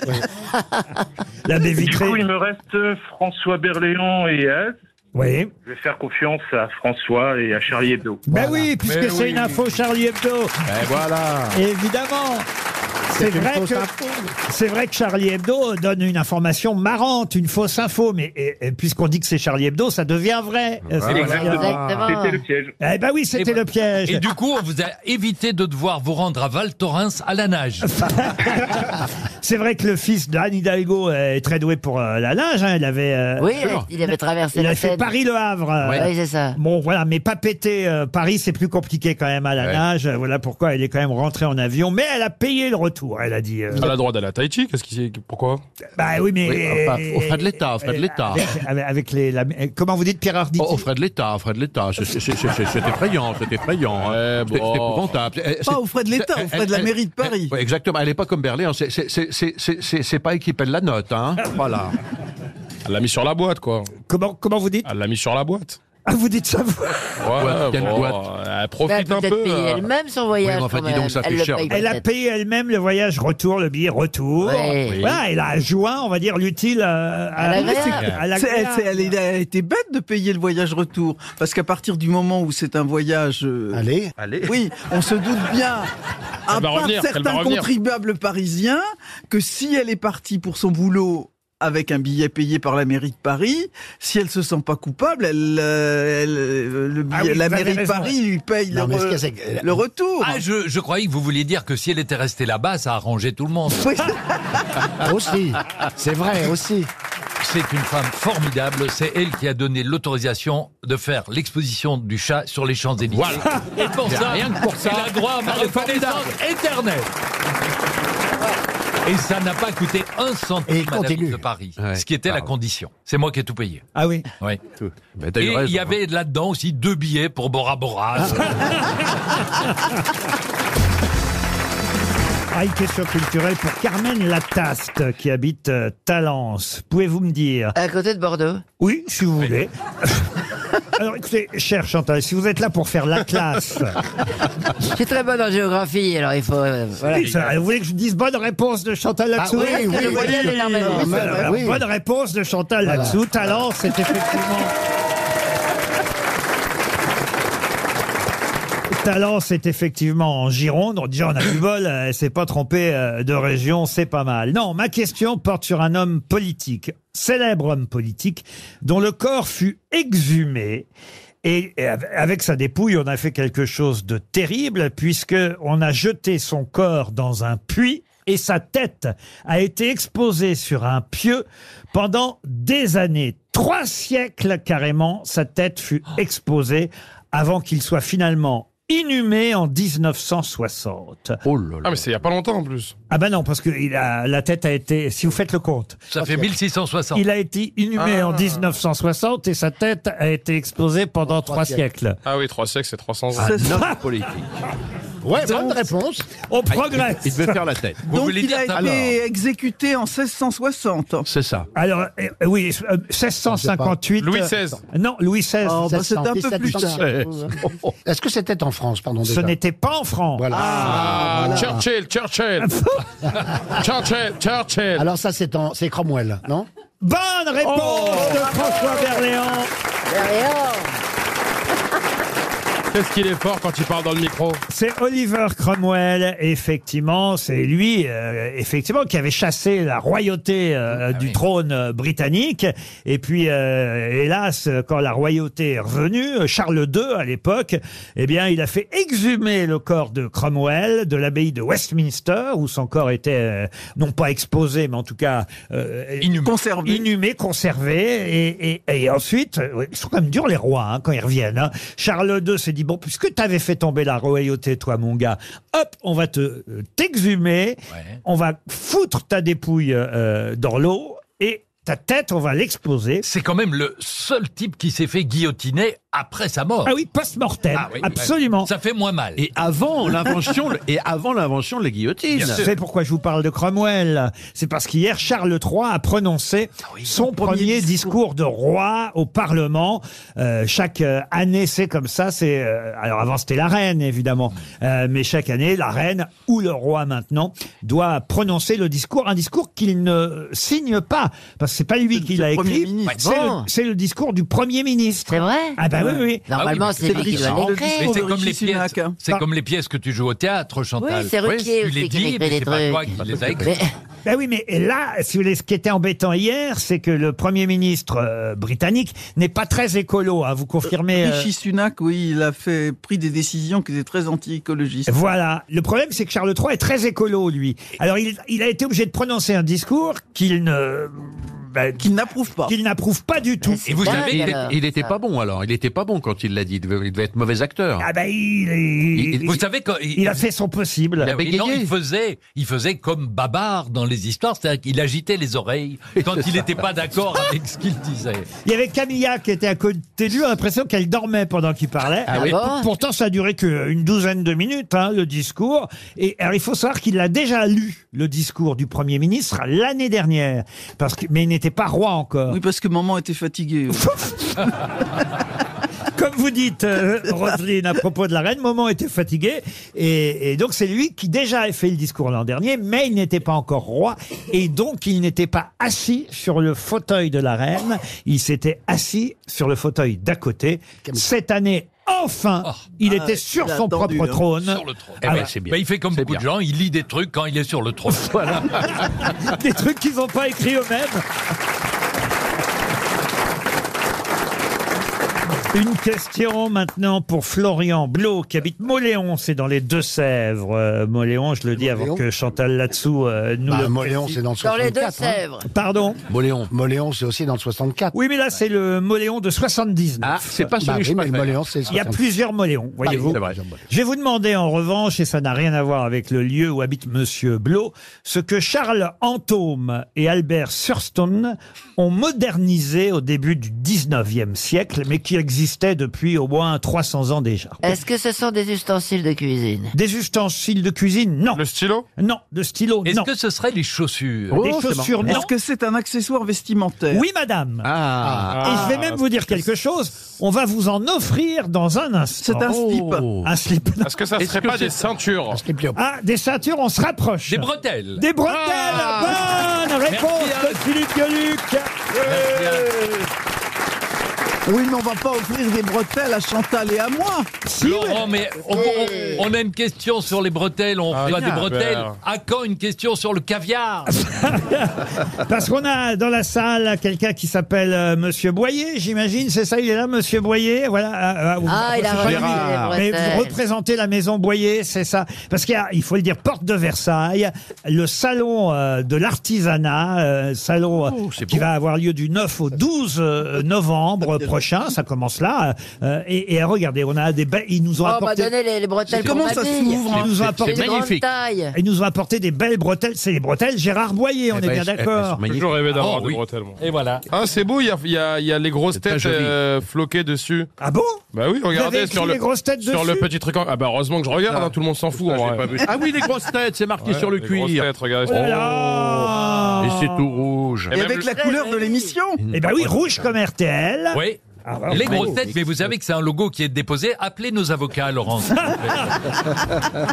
[SPEAKER 2] la baie
[SPEAKER 14] Du
[SPEAKER 2] vitrée.
[SPEAKER 14] coup, il me reste euh, François Berléand et Az.
[SPEAKER 2] Oui.
[SPEAKER 14] Je vais faire confiance à François et à Charlie Hebdo.
[SPEAKER 2] Ben oui, puisque
[SPEAKER 14] Mais
[SPEAKER 2] c'est
[SPEAKER 14] oui.
[SPEAKER 2] une [LAUGHS] info Charlie Hebdo.
[SPEAKER 6] Eh,
[SPEAKER 14] Ben voilà.
[SPEAKER 2] Évidemment. C'est
[SPEAKER 14] C'est une
[SPEAKER 2] vrai,
[SPEAKER 14] fausse
[SPEAKER 2] que,
[SPEAKER 6] [LAUGHS]
[SPEAKER 14] info.
[SPEAKER 2] c'est vrai que Charlie Hebdo donne une information marrante, une fausse info, mais et- et puisqu'on dit que c'est Charlie Hebdo, ça devient vrai. euh, Sébastien.
[SPEAKER 14] C'était le piège.
[SPEAKER 2] Eh ben oui, c'était le piège. Ah,
[SPEAKER 3] Et du coup, on vous a évité de devoir vous rendre à Val Thorens à la
[SPEAKER 2] [LAUGHS]
[SPEAKER 3] nage.
[SPEAKER 2] C'est vrai que le fils d'Anne Hidalgo euh, est très doué pour euh, la nage. hein, il avait. euh,
[SPEAKER 4] Oui, il avait traversé
[SPEAKER 2] Il
[SPEAKER 4] la
[SPEAKER 2] a fait
[SPEAKER 4] Seine.
[SPEAKER 2] Paris-Le Havre. euh,
[SPEAKER 4] Oui, c'est ça.
[SPEAKER 2] Bon, voilà, mais pas péter euh, Paris, c'est plus compliqué quand même à la
[SPEAKER 8] Ouais.
[SPEAKER 2] nage. Euh, Voilà pourquoi elle est quand même rentrée en avion. Mais elle a payé le retour, elle a dit. euh.
[SPEAKER 8] Elle a droit d'aller à Tahiti, qu'est-ce qui... Pourquoi
[SPEAKER 2] Bah oui, mais.
[SPEAKER 10] enfin, aux frais de l'État, aux frais de l'État.
[SPEAKER 2] Avec, avec- avec les. la- euh, Comment vous dites, Pierre Hardy
[SPEAKER 10] Oh, aux frais de l'État, aux frais de l'État, c'est c'est- c'est- c'est- c'est effrayant, c'est effrayant, hein. c'est c'est
[SPEAKER 8] bon.
[SPEAKER 10] épouvantable. Eh, c'est-
[SPEAKER 5] aux frais de l'État,
[SPEAKER 10] c'est-
[SPEAKER 5] aux frais de la mairie de Paris.
[SPEAKER 10] Ouais, exactement, elle n'est pas comme Berléand, c'est- c'est- c'est c'est- c'est- c'est- c'est pas elle qui pèle la note, hein. Voilà.
[SPEAKER 8] Elle l'a mis sur la boîte, quoi.
[SPEAKER 2] Comment, comment vous dites
[SPEAKER 8] Elle l'a mis sur la boîte.
[SPEAKER 2] Ah, vous dites ça, vous
[SPEAKER 8] Ouais,
[SPEAKER 10] quelle
[SPEAKER 8] bon,
[SPEAKER 10] boîte
[SPEAKER 8] Elle
[SPEAKER 4] Mais elle
[SPEAKER 6] Bah,
[SPEAKER 8] profite
[SPEAKER 4] peut
[SPEAKER 8] un
[SPEAKER 4] peut-être
[SPEAKER 8] peu.
[SPEAKER 4] payer
[SPEAKER 8] euh.
[SPEAKER 4] elle-même son voyage. quand même. Elle le paye
[SPEAKER 2] Elle a
[SPEAKER 4] peut-être.
[SPEAKER 2] payé elle-même le voyage retour, le billet retour.
[SPEAKER 4] Ouais. Oui.
[SPEAKER 2] Voilà, elle a joint, on va dire, l'utile euh, à,
[SPEAKER 10] Ah,
[SPEAKER 2] à
[SPEAKER 5] C'est-
[SPEAKER 2] l'agréable.
[SPEAKER 5] c'est- elle, elle a été bête de payer le voyage retour parce qu'à partir du moment où c'est un voyage allez
[SPEAKER 10] allez
[SPEAKER 5] oui on se doute bien à
[SPEAKER 6] va
[SPEAKER 5] part
[SPEAKER 6] revenir, elle va
[SPEAKER 5] certains
[SPEAKER 6] revenir.
[SPEAKER 5] contribuables parisiens que si elle est partie pour son boulot avec un billet payé par la mairie de Paris, si elle se sent pas coupable, elle, euh, elle, euh, le
[SPEAKER 2] Ah
[SPEAKER 5] billet-
[SPEAKER 2] oui,
[SPEAKER 5] la
[SPEAKER 2] vous avez
[SPEAKER 5] mairie de
[SPEAKER 2] raison.
[SPEAKER 5] Paris lui paye le, re- le retour.
[SPEAKER 3] Ah, je, je croyais que vous vouliez dire que si elle était restée là-bas, ça arrangeait tout le monde.
[SPEAKER 5] Oui.
[SPEAKER 6] aussi, c'est vrai aussi.
[SPEAKER 3] c'est une femme formidable. C'est elle qui a donné l'autorisation de faire l'exposition du chat sur les Champs-Élysées.
[SPEAKER 18] Voilà.
[SPEAKER 3] Et pour
[SPEAKER 18] Mais
[SPEAKER 3] ça,
[SPEAKER 18] rien que pour ça,
[SPEAKER 3] elle a droit à ma
[SPEAKER 18] elle est formidable.
[SPEAKER 3] reconnaissance éternelle. Et ça n'a pas coûté un centime à la ville de Paris, ce qui était la condition. C'est moi qui ai tout payé.
[SPEAKER 2] Ah oui
[SPEAKER 3] Oui.
[SPEAKER 10] Mais t'as eu
[SPEAKER 3] Et
[SPEAKER 10] raison.
[SPEAKER 3] il y avait là-dedans aussi deux billets pour Bora Bora.
[SPEAKER 2] Ah, une question culturelle pour Carmen Lataste, qui habite euh, Talence. Pouvez-vous me dire
[SPEAKER 4] À côté de Bordeaux
[SPEAKER 2] Oui, si vous voulez. Alors écoutez, cher Chantal, si vous êtes là pour faire la classe,
[SPEAKER 4] [LAUGHS] Je suis très bonne en géographie, alors il faut. euh, voilà.
[SPEAKER 2] Oui, ça, vous voulez que je dise bonne réponse de Chantal
[SPEAKER 4] Ah
[SPEAKER 2] là-dessous
[SPEAKER 4] oui, oui, oui, oui, oui, oui, énormément.
[SPEAKER 2] Oui, c'est vrai.
[SPEAKER 4] Oui.
[SPEAKER 2] Bonne réponse de Chantal
[SPEAKER 4] Voilà.
[SPEAKER 2] là-dessous. Talence, c'est effectivement. Talence c'est effectivement en Gironde. On dit, on a du bol, euh, elle s'est pas trompée euh, de région, c'est pas mal. Non, ma question porte sur un homme politique, célèbre homme politique, dont le corps fut exhumé. Et et av- avec sa dépouille, on a fait quelque chose de terrible, puisque on a jeté son corps dans un puits et sa tête a été exposée sur un pieu pendant des années. Trois siècles carrément, sa tête fut exposée avant qu'il soit finalement inhumé en 1960.
[SPEAKER 8] Ah, mais c'est il y a pas longtemps en plus.
[SPEAKER 2] Ah ben non, parce que il a- la tête a été, si vous faites le compte,
[SPEAKER 3] Ça fait 1660.
[SPEAKER 2] il a été inhumé
[SPEAKER 8] Ah.
[SPEAKER 2] en 1960 et sa tête a été exposée pendant trois siècles.
[SPEAKER 8] Ah oui, trois siècles, c'est 300 ans.
[SPEAKER 2] C'est ça.
[SPEAKER 8] notre politique.
[SPEAKER 6] Ouais, bonne réponse.
[SPEAKER 2] On
[SPEAKER 10] progresse. Ah, il devait faire
[SPEAKER 5] [LAUGHS]
[SPEAKER 10] la tête. Vous
[SPEAKER 5] Donc
[SPEAKER 10] voulez
[SPEAKER 5] il
[SPEAKER 10] dire
[SPEAKER 5] a été
[SPEAKER 10] alors
[SPEAKER 5] exécuté en 1660.
[SPEAKER 10] C'est ça.
[SPEAKER 2] Alors, euh, euh, oui, euh, 1658.
[SPEAKER 6] Louis
[SPEAKER 2] euh,
[SPEAKER 6] XVI.
[SPEAKER 2] Non, Louis XVI.
[SPEAKER 5] Oh, bah, c'est un peu plus tard.
[SPEAKER 6] Est-ce que c'était en France, pardon
[SPEAKER 2] Ce
[SPEAKER 6] déjà
[SPEAKER 2] n'était pas en France.
[SPEAKER 6] Voilà.
[SPEAKER 8] Ah,
[SPEAKER 6] Voilà.
[SPEAKER 2] Ah,
[SPEAKER 8] Churchill, Churchill. Churchill, Churchill.
[SPEAKER 6] Alors ça, c'est en- c'est Cromwell, non
[SPEAKER 2] Bonne réponse de François Berléand.
[SPEAKER 8] Qu'est-ce qu'il est fort quand il parle dans le micro
[SPEAKER 2] C'est Oliver Cromwell, effectivement, c'est lui, euh, effectivement, qui avait chassé la royauté
[SPEAKER 8] Ah
[SPEAKER 2] euh, du trône euh, britannique. Et puis, euh, hélas, quand la royauté est revenue, euh, Charles II, à l'époque, eh bien, il a fait exhumer le corps de Cromwell de l'abbaye de Westminster, où son corps était euh, non pas exposé, mais en tout cas euh,
[SPEAKER 3] inhumé.
[SPEAKER 2] conservé, Et, et- et ensuite, euh, ouais, ils sont quand même durs les rois hein, quand ils reviennent. hein. Charles II s'est dit bon, puisque t'avais fait tomber la royauté, toi, mon gars, hop, on va te euh, t'exhumer, on va foutre ta dépouille euh, dans l'eau et ta tête, on va l'exposer.
[SPEAKER 3] C'est quand même le seul type qui s'est fait guillotiner après sa mort.
[SPEAKER 2] Ah oui, post-mortem,
[SPEAKER 3] Ah oui,
[SPEAKER 2] absolument.
[SPEAKER 3] Ça fait moins mal.
[SPEAKER 10] Et avant l'invention, et avant l'invention de la guillotine.
[SPEAKER 2] C'est pourquoi je vous parle de Cromwell. C'est parce qu'hier, Charles III a prononcé son premier discours de roi au Parlement. Euh, chaque euh, année, c'est comme ça. C'est euh, alors avant c'était la reine évidemment, Euh, mais chaque année, la reine ou le roi maintenant doit prononcer le discours, un discours qu'il ne signe pas parce que c'est pas lui qui l'a
[SPEAKER 5] Premier
[SPEAKER 2] écrit.
[SPEAKER 5] ministre.
[SPEAKER 2] C'est le-
[SPEAKER 5] Bon.
[SPEAKER 2] C'est le, discours du premier ministre. C'est
[SPEAKER 4] vrai
[SPEAKER 2] [LAUGHS] Ah bah oui, oui, oui.
[SPEAKER 4] Normalement,
[SPEAKER 3] Ah oui, mais
[SPEAKER 4] c'est lui qui doit
[SPEAKER 3] Richard.
[SPEAKER 4] l'écrire.
[SPEAKER 3] Mais C'est
[SPEAKER 4] Ou
[SPEAKER 3] comme,
[SPEAKER 4] Rishi
[SPEAKER 3] les pièces,
[SPEAKER 4] Sunak, hein.
[SPEAKER 3] c'est comme les pièces que tu joues au théâtre, Chantal.
[SPEAKER 4] Oui, c'est Ruquier
[SPEAKER 3] Tu
[SPEAKER 4] aussi
[SPEAKER 3] les
[SPEAKER 4] qui
[SPEAKER 3] dis,
[SPEAKER 4] écrit
[SPEAKER 3] mais
[SPEAKER 4] des
[SPEAKER 3] c'est pas
[SPEAKER 4] trucs.
[SPEAKER 3] toi qui les as écrites.
[SPEAKER 2] Ben oui, mais là, si vous voulez, ce qui était embêtant hier, c'est que le Premier ministre euh, britannique n'est pas très écolo, hein, vous confirmez. euh,
[SPEAKER 5] Rishi Sunak, oui, il a fait, pris des décisions qui étaient très anti-écologistes.
[SPEAKER 2] Voilà. Le problème, c'est que Charles III est très écolo, lui. Alors, il, il a été obligé de prononcer un discours qu'il ne. ben,
[SPEAKER 5] qu'il n'approuve pas.
[SPEAKER 2] Qu'il n'approuve pas du tout.
[SPEAKER 10] Et vous savez, il était- il n'était pas bon Bah, alors. Il n'était pas bon quand il l'a dit. Il devait, il devait être mauvais acteur.
[SPEAKER 2] Ah ben, il, il-
[SPEAKER 10] Il-
[SPEAKER 2] il-
[SPEAKER 10] vous savez quand- il-
[SPEAKER 2] il a fait son possible.
[SPEAKER 3] Ah oui, non, il faisait, il faisait comme Babar dans les histoires, c'est-à-dire qu'il agitait les oreilles quand il n'était pas d'accord avec ce qu'il disait.
[SPEAKER 2] Il y avait Camilla qui était à côté de lui, on a l'impression qu'elle dormait pendant qu'il parlait.
[SPEAKER 3] Ah oui.
[SPEAKER 2] Pour-
[SPEAKER 3] Ah bon
[SPEAKER 2] pourtant, ça a duré qu'une douzaine de minutes, hein, le discours. Et alors, il faut savoir qu'il a déjà lu, le discours du Premier ministre, l'année dernière. Parce que, mais il n'était pas roi encore.
[SPEAKER 5] Oui, parce que maman était fatiguée.
[SPEAKER 2] [LAUGHS] Comme vous dites, euh, Roselyne, à propos de la reine, Moment était fatigué. Et, et donc, c'est lui qui déjà a fait le discours l'an dernier, mais il n'était pas encore roi. Et donc, il n'était pas assis sur le fauteuil de la reine. Il s'était assis sur le fauteuil d'à côté. Cette année, enfin, il
[SPEAKER 3] Ah,
[SPEAKER 2] était
[SPEAKER 3] il
[SPEAKER 2] sur
[SPEAKER 3] a
[SPEAKER 2] son
[SPEAKER 3] attendu,
[SPEAKER 2] propre
[SPEAKER 3] hein.
[SPEAKER 2] trône.
[SPEAKER 3] Sur le trône. Eh
[SPEAKER 2] Ah
[SPEAKER 3] ben,
[SPEAKER 2] bah,
[SPEAKER 3] c'est bien. Ben, il fait comme beaucoup de gens, il lit des trucs quand il est sur le [LAUGHS] trône.
[SPEAKER 2] [LAUGHS] Des trucs qu'ils n'ont pas écrits eux-mêmes. Une question maintenant pour Florian Blo qui habite Moléon, c'est dans les Deux-Sèvres. Euh, Moléon, je le dis avant que Chantal là-dessous nous
[SPEAKER 6] Bah,
[SPEAKER 2] le
[SPEAKER 6] Moléon,
[SPEAKER 2] précise.
[SPEAKER 6] c'est dans le
[SPEAKER 4] Dans les
[SPEAKER 6] 64, hein.
[SPEAKER 4] Deux-Sèvres.
[SPEAKER 2] Pardon
[SPEAKER 6] Moléon. Moléon, c'est aussi dans le 64.
[SPEAKER 2] Oui, mais là, c'est le Moléon de 79. Ah,
[SPEAKER 6] c'est pas celui que je préfère.
[SPEAKER 2] Il y a plusieurs Moléons, voyez-vous.
[SPEAKER 6] Ah c'est vrai.
[SPEAKER 2] Je vais vous demander en revanche, et ça n'a rien à voir avec le lieu où habite Monsieur Blot, ce que Charles Antome et Albert Thurston ont modernisé au début du 19e siècle, mais qui existait depuis au moins 300 ans déjà.
[SPEAKER 4] Est-ce que ce sont des ustensiles de cuisine
[SPEAKER 2] Des ustensiles de cuisine, non. Le
[SPEAKER 8] stylo
[SPEAKER 2] Non, de stylo,
[SPEAKER 3] Est-ce
[SPEAKER 2] non.
[SPEAKER 3] que ce serait les chaussures
[SPEAKER 2] Des chaussures, non.
[SPEAKER 5] Est-ce que c'est un accessoire vestimentaire
[SPEAKER 2] Oui, madame.
[SPEAKER 5] Ah.
[SPEAKER 2] Et je vais même vous dire quelque chose. On va vous en offrir dans un instant. Oh.
[SPEAKER 5] C'est un slip.
[SPEAKER 2] Un slip.
[SPEAKER 8] Est-ce que ça ne
[SPEAKER 2] Est-ce
[SPEAKER 8] serait
[SPEAKER 2] que
[SPEAKER 8] pas
[SPEAKER 2] c'est
[SPEAKER 8] des ceintures
[SPEAKER 2] Ah, des ceintures, on se rapproche.
[SPEAKER 3] Des bretelles.
[SPEAKER 2] Des bretelles.
[SPEAKER 3] Ah.
[SPEAKER 2] Bonne
[SPEAKER 3] Merci,
[SPEAKER 2] réponse
[SPEAKER 3] Anne.
[SPEAKER 2] de Philippe Gueluc.
[SPEAKER 5] Oui, mais on va pas offrir des bretelles à Chantal et à moi.
[SPEAKER 3] Laurent, Oh, mais on, on- on a une question sur les bretelles, on reçoit des
[SPEAKER 2] bien.
[SPEAKER 3] bretelles.
[SPEAKER 2] Alors.
[SPEAKER 3] À quand une question sur
[SPEAKER 2] [LAUGHS]
[SPEAKER 3] le caviar
[SPEAKER 2] Parce qu'on a dans la salle quelqu'un qui s'appelle euh, Monsieur Boyer, j'imagine. C'est ça, il est là, Monsieur Boyer. Voilà. Ah, vous-
[SPEAKER 4] Ah, il a
[SPEAKER 2] c'est pas
[SPEAKER 4] remis
[SPEAKER 2] lui,
[SPEAKER 4] les
[SPEAKER 2] Mais
[SPEAKER 4] bretelles.
[SPEAKER 2] vous représentez la maison Boyer, c'est ça. Parce qu'il y a, il faut le dire, porte de Versailles, le salon euh, de l'artisanat, euh, salon euh, qui va avoir lieu du 9 au 12 euh, novembre prochain. Ça commence là. Euh, et, et regardez, on a des. be- Ils nous
[SPEAKER 4] Oh,
[SPEAKER 2] ont
[SPEAKER 4] on m'a
[SPEAKER 2] apporté.
[SPEAKER 4] donné les, les bretelles pour ma fille.
[SPEAKER 2] Ils nous ont apporté
[SPEAKER 4] Une grande taille.
[SPEAKER 2] Ils nous ont apporté des belles bretelles. C'est les bretelles Gérard
[SPEAKER 3] Eh
[SPEAKER 2] Boyer, on
[SPEAKER 8] Eh
[SPEAKER 3] ben,
[SPEAKER 2] est
[SPEAKER 8] ben,
[SPEAKER 2] bien d'accord.
[SPEAKER 8] J'ai toujours rêvé d'avoir des bretelles, moi.
[SPEAKER 3] Ah, Et voilà.
[SPEAKER 8] Ah, c'est beau, il y a, il y a- il y a les grosses têtes euh, floquées dessus.
[SPEAKER 2] Ah bon
[SPEAKER 8] Bah oui,
[SPEAKER 2] Vous avez
[SPEAKER 8] regardez
[SPEAKER 2] écrit
[SPEAKER 8] sur le,
[SPEAKER 2] les grosses têtes
[SPEAKER 8] sur le
[SPEAKER 2] dessus
[SPEAKER 8] petit truc. en- Ah bah heureusement que je regarde, hein, tout le monde s'en fout. en vrai.
[SPEAKER 10] Ah oui, les grosses têtes, c'est marqué
[SPEAKER 8] Ouais,
[SPEAKER 10] sur le
[SPEAKER 8] les grosses
[SPEAKER 10] cuir.
[SPEAKER 8] têtes, regardez.
[SPEAKER 10] Oh
[SPEAKER 8] Oh là
[SPEAKER 10] Et c'est tout rouge.
[SPEAKER 8] Et Et même avec le-
[SPEAKER 5] La couleur de l'émission
[SPEAKER 2] Ah. Eh ben oui, rouge comme RTL.
[SPEAKER 3] Oui.
[SPEAKER 2] Ah, bah,
[SPEAKER 3] les
[SPEAKER 2] bravo.
[SPEAKER 3] grosses têtes, mais vous savez que c'est un logo qui est déposé. Appelez nos avocats, Laurence. s'il vous
[SPEAKER 2] [LAUGHS]
[SPEAKER 3] plaît.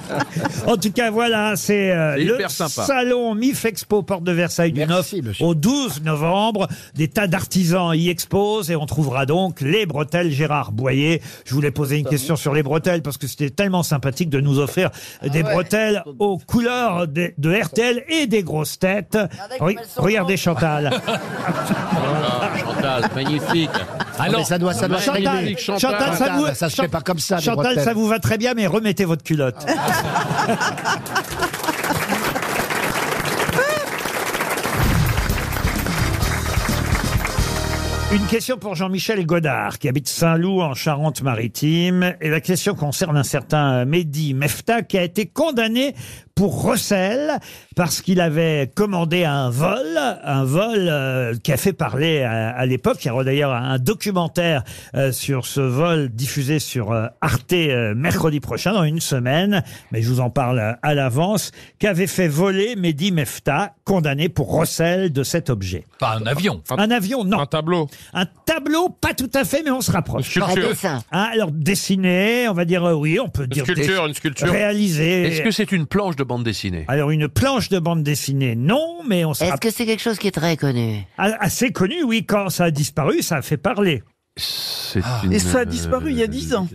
[SPEAKER 2] En tout cas, voilà, c'est euh,
[SPEAKER 3] C'est
[SPEAKER 2] le
[SPEAKER 3] hyper sympa.
[SPEAKER 2] salon MIF Expo Porte de Versailles du 9 au 12 novembre. Des tas d'artisans y exposent et on trouvera donc les bretelles Gérard Boyer. Je voulais poser une question sur les bretelles parce que c'était tellement sympathique de nous offrir
[SPEAKER 6] Ah
[SPEAKER 2] des bretelles aux couleurs de, de RTL et des grosses têtes.
[SPEAKER 4] comme
[SPEAKER 2] Re-
[SPEAKER 4] elles sont
[SPEAKER 2] regardez
[SPEAKER 6] [LAUGHS]
[SPEAKER 4] grandes.
[SPEAKER 2] Chantal.
[SPEAKER 10] Oh. Chantal, magnifique.
[SPEAKER 6] Alors, Ah, ça doit, ça doit
[SPEAKER 2] Chantal,
[SPEAKER 6] arriver.
[SPEAKER 2] Chantal, ça vous-
[SPEAKER 6] ça se fait pas comme ça. des
[SPEAKER 2] Chantal,
[SPEAKER 6] bretelles. Ah
[SPEAKER 2] ça vous va très bien, mais remettez votre culotte. Une question pour Jean-Michel Godard, qui habite Saint-Loup, en Charente-Maritime. Et la question concerne un certain euh, Mehdi Mefta, qui a été condamné pour recel, parce qu'il avait commandé un vol, un vol euh, qui a fait parler à, à l'époque. Il y a d'ailleurs un documentaire euh, sur ce vol diffusé sur euh, Arte euh, mercredi prochain, dans une semaine. Mais je vous en parle euh, à l'avance. Qu'avait fait voler Mehdi Mefta, condamné pour recel de cet objet.
[SPEAKER 3] Pas un avion.
[SPEAKER 2] Un avion, non. Un
[SPEAKER 8] tableau.
[SPEAKER 2] Un tableau, pas tout à fait, mais on se rapproche.
[SPEAKER 8] Une sculpture. Un dessin.
[SPEAKER 2] Ah, alors, dessiné, on va dire, euh, oui, on peut dire.
[SPEAKER 8] sculpture, une sculpture.
[SPEAKER 2] Réalisé.
[SPEAKER 10] Est-ce que c'est une planche de bande dessinée
[SPEAKER 6] Ah.
[SPEAKER 2] Alors, une planche de bande dessinée, non, mais on se
[SPEAKER 4] Est-ce
[SPEAKER 2] rapp-
[SPEAKER 4] que c'est quelque chose qui est très connu
[SPEAKER 2] Ah, Assez connu, oui, quand ça a disparu, ça a fait parler.
[SPEAKER 6] Ah.
[SPEAKER 8] Ah.
[SPEAKER 10] une-
[SPEAKER 5] Et ça a disparu
[SPEAKER 8] euh,
[SPEAKER 5] il y a 10 ans.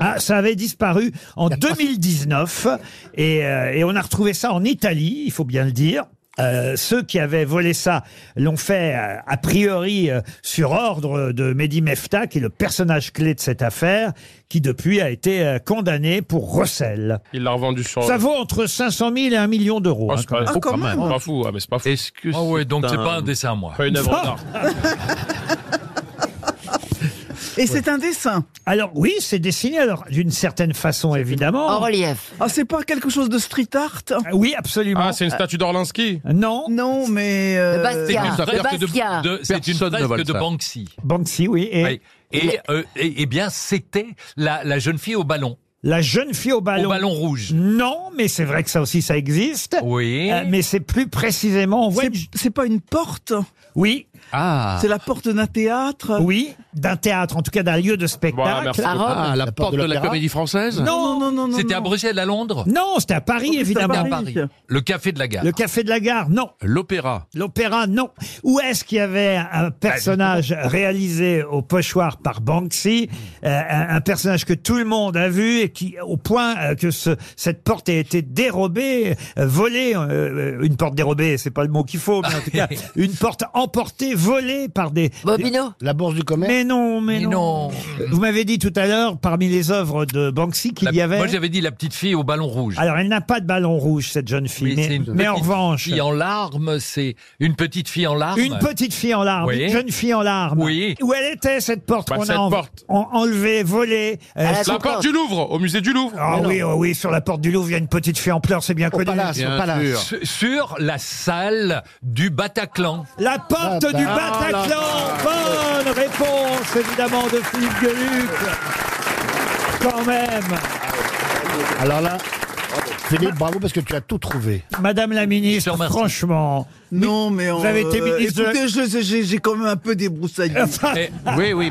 [SPEAKER 2] Ah, ça avait disparu en 2019 et, euh, et on a retrouvé ça en Italie, il faut bien le dire. Euh, ceux qui avaient volé ça l'ont fait euh, a priori euh, sur ordre de Mehdi Mefta, qui est le personnage clé de cette affaire, qui depuis a été euh, condamné pour recel.
[SPEAKER 8] Il l'a revendu sur.
[SPEAKER 2] Ça vaut entre 500 000 et 1 million d'euros.
[SPEAKER 8] Oh. Ah,
[SPEAKER 2] hein,
[SPEAKER 8] c'est
[SPEAKER 2] quand même.
[SPEAKER 8] pas, c'est pas fou, pas fou, ah, mais c'est pas fou.
[SPEAKER 10] Est-ce que
[SPEAKER 3] Ah ouais, donc c'est pas un dessin à moi.
[SPEAKER 8] Pas une œuvre d'art.
[SPEAKER 5] Et c'est un dessin.
[SPEAKER 2] Alors oui, c'est dessiné alors d'une certaine façon évidemment.
[SPEAKER 4] En relief.
[SPEAKER 5] Ah, c'est pas quelque chose de street art
[SPEAKER 2] Ah Oui, absolument. Euh,
[SPEAKER 8] Ah, c'est une statue d'Orlinski.
[SPEAKER 2] Non,
[SPEAKER 5] Non, mais. euh,
[SPEAKER 4] Le Bastia.
[SPEAKER 3] une
[SPEAKER 4] Le
[SPEAKER 3] fresque de,
[SPEAKER 4] Bastia.
[SPEAKER 3] de- c'est une
[SPEAKER 10] Personne ne
[SPEAKER 3] fresque
[SPEAKER 10] vole
[SPEAKER 3] de
[SPEAKER 10] ça.
[SPEAKER 3] Banksy.
[SPEAKER 2] Banksy, oui. Et
[SPEAKER 3] Oui. Et, euh, et- eh bien, c'était la, la jeune fille au ballon,
[SPEAKER 2] la jeune fille au ballon.
[SPEAKER 3] au ballon rouge.
[SPEAKER 2] Non, mais c'est vrai que ça aussi, ça existe.
[SPEAKER 3] Oui.
[SPEAKER 2] Euh, mais c'est plus précisément. on voit
[SPEAKER 5] c'est-
[SPEAKER 2] une-
[SPEAKER 5] C'est pas une porte
[SPEAKER 2] Oui,
[SPEAKER 10] Ah,
[SPEAKER 5] C'est la porte d'un théâtre
[SPEAKER 2] oui, d'un théâtre, en tout cas d'un lieu de
[SPEAKER 8] Voilà,
[SPEAKER 2] spectacle.
[SPEAKER 8] merci.
[SPEAKER 4] À Rome.
[SPEAKER 10] Ah, la, porte de la
[SPEAKER 6] l'Opéra
[SPEAKER 10] comédie française
[SPEAKER 5] Non, non, non, non.
[SPEAKER 3] C'était à
[SPEAKER 5] non.
[SPEAKER 3] Bruxelles, à Londres,
[SPEAKER 2] Non, c'était à
[SPEAKER 5] Oh,
[SPEAKER 2] Paris,
[SPEAKER 5] c'est à
[SPEAKER 2] évidemment.
[SPEAKER 5] Paris.
[SPEAKER 3] le café de la gare.
[SPEAKER 2] Le café de la gare, non.
[SPEAKER 10] L'opéra.
[SPEAKER 2] L'opéra, non. Où est-ce qu'il y avait un personnage réalisé au pochoir par Banksy, euh, un, un personnage que tout le monde a vu et qui, au point euh, que ce- cette porte a été dérobée, euh, volée, euh, euh, une porte dérobée, c'est pas le mot qu'il faut, mais en tout
[SPEAKER 3] [LAUGHS]
[SPEAKER 2] cas, une porte emportée, volée par des...
[SPEAKER 4] Bobino
[SPEAKER 2] La Bourse du Commerce Mais non, mais,
[SPEAKER 4] Mais
[SPEAKER 2] non. Vous m'avez dit tout à l'heure, parmi les œuvres de Banksy, qu'il y avait...
[SPEAKER 3] Moi, j'avais dit la petite fille au ballon rouge.
[SPEAKER 2] Alors, elle n'a pas de ballon rouge, cette jeune fille,
[SPEAKER 3] Oui, c'est
[SPEAKER 2] mais,
[SPEAKER 3] une
[SPEAKER 2] mais en
[SPEAKER 3] petite
[SPEAKER 2] revanche...
[SPEAKER 3] fille en larmes, c'est une petite fille en larmes.
[SPEAKER 2] Une petite fille en larmes,
[SPEAKER 3] Oui.
[SPEAKER 2] une jeune fille en larmes.
[SPEAKER 3] Oui.
[SPEAKER 2] Où elle était cette porte
[SPEAKER 3] Bah,
[SPEAKER 2] qu'on
[SPEAKER 3] cette
[SPEAKER 2] a en-
[SPEAKER 3] porte.
[SPEAKER 2] en- enlevée, volée euh,
[SPEAKER 8] la
[SPEAKER 2] sur-
[SPEAKER 8] porte du Louvre, au musée du Louvre.
[SPEAKER 2] Ah oui, oh oui, sur la porte du Louvre, il y a une petite fille en pleurs, c'est bien connu.
[SPEAKER 3] Bien sûr. Sur- Sur la salle du Bataclan.
[SPEAKER 2] La porte du Bataclan. Bonne réponse, évidemment, de Philippe Gueluc. Quand même.
[SPEAKER 6] Alors là, Philippe, bravo parce que tu as tout trouvé.
[SPEAKER 2] Madame la ministre, franchement.
[SPEAKER 5] Non, mais on,
[SPEAKER 2] Vous avez été
[SPEAKER 5] euh,
[SPEAKER 2] ministre de-
[SPEAKER 5] écoutez, je- j'ai j'ai quand même un peu débroussaillé.
[SPEAKER 3] Mais-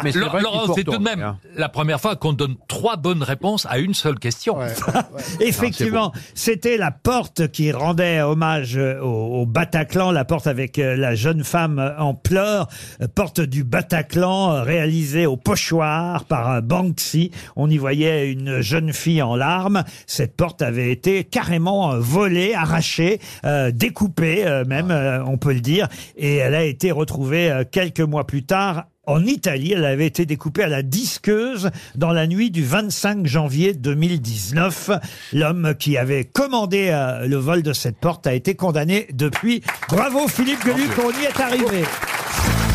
[SPEAKER 2] [LAUGHS]
[SPEAKER 3] Laurent, Laurent, c'est tout de même
[SPEAKER 5] hein.
[SPEAKER 3] la première fois qu'on donne trois bonnes réponses à une seule question.
[SPEAKER 2] [LAUGHS]
[SPEAKER 3] Ah,
[SPEAKER 2] Effectivement, c'était la porte qui rendait hommage euh, au, au Bataclan, la porte avec euh, la jeune femme euh, en pleurs, euh, porte du Bataclan euh, réalisée au pochoir par euh, Banksy. On y voyait une jeune fille en larmes. Cette porte avait été carrément euh, volée, arrachée, euh, découpée euh, même, euh, on peut le dire, et elle a été retrouvée euh, quelques mois plus tard en Italie, elle avait été découpée à la disqueuse dans la nuit du 25 janvier 2019. L'homme qui avait commandé euh, le vol de cette porte a été condamné depuis. Bravo Philippe Gueluc, on y est arrivé.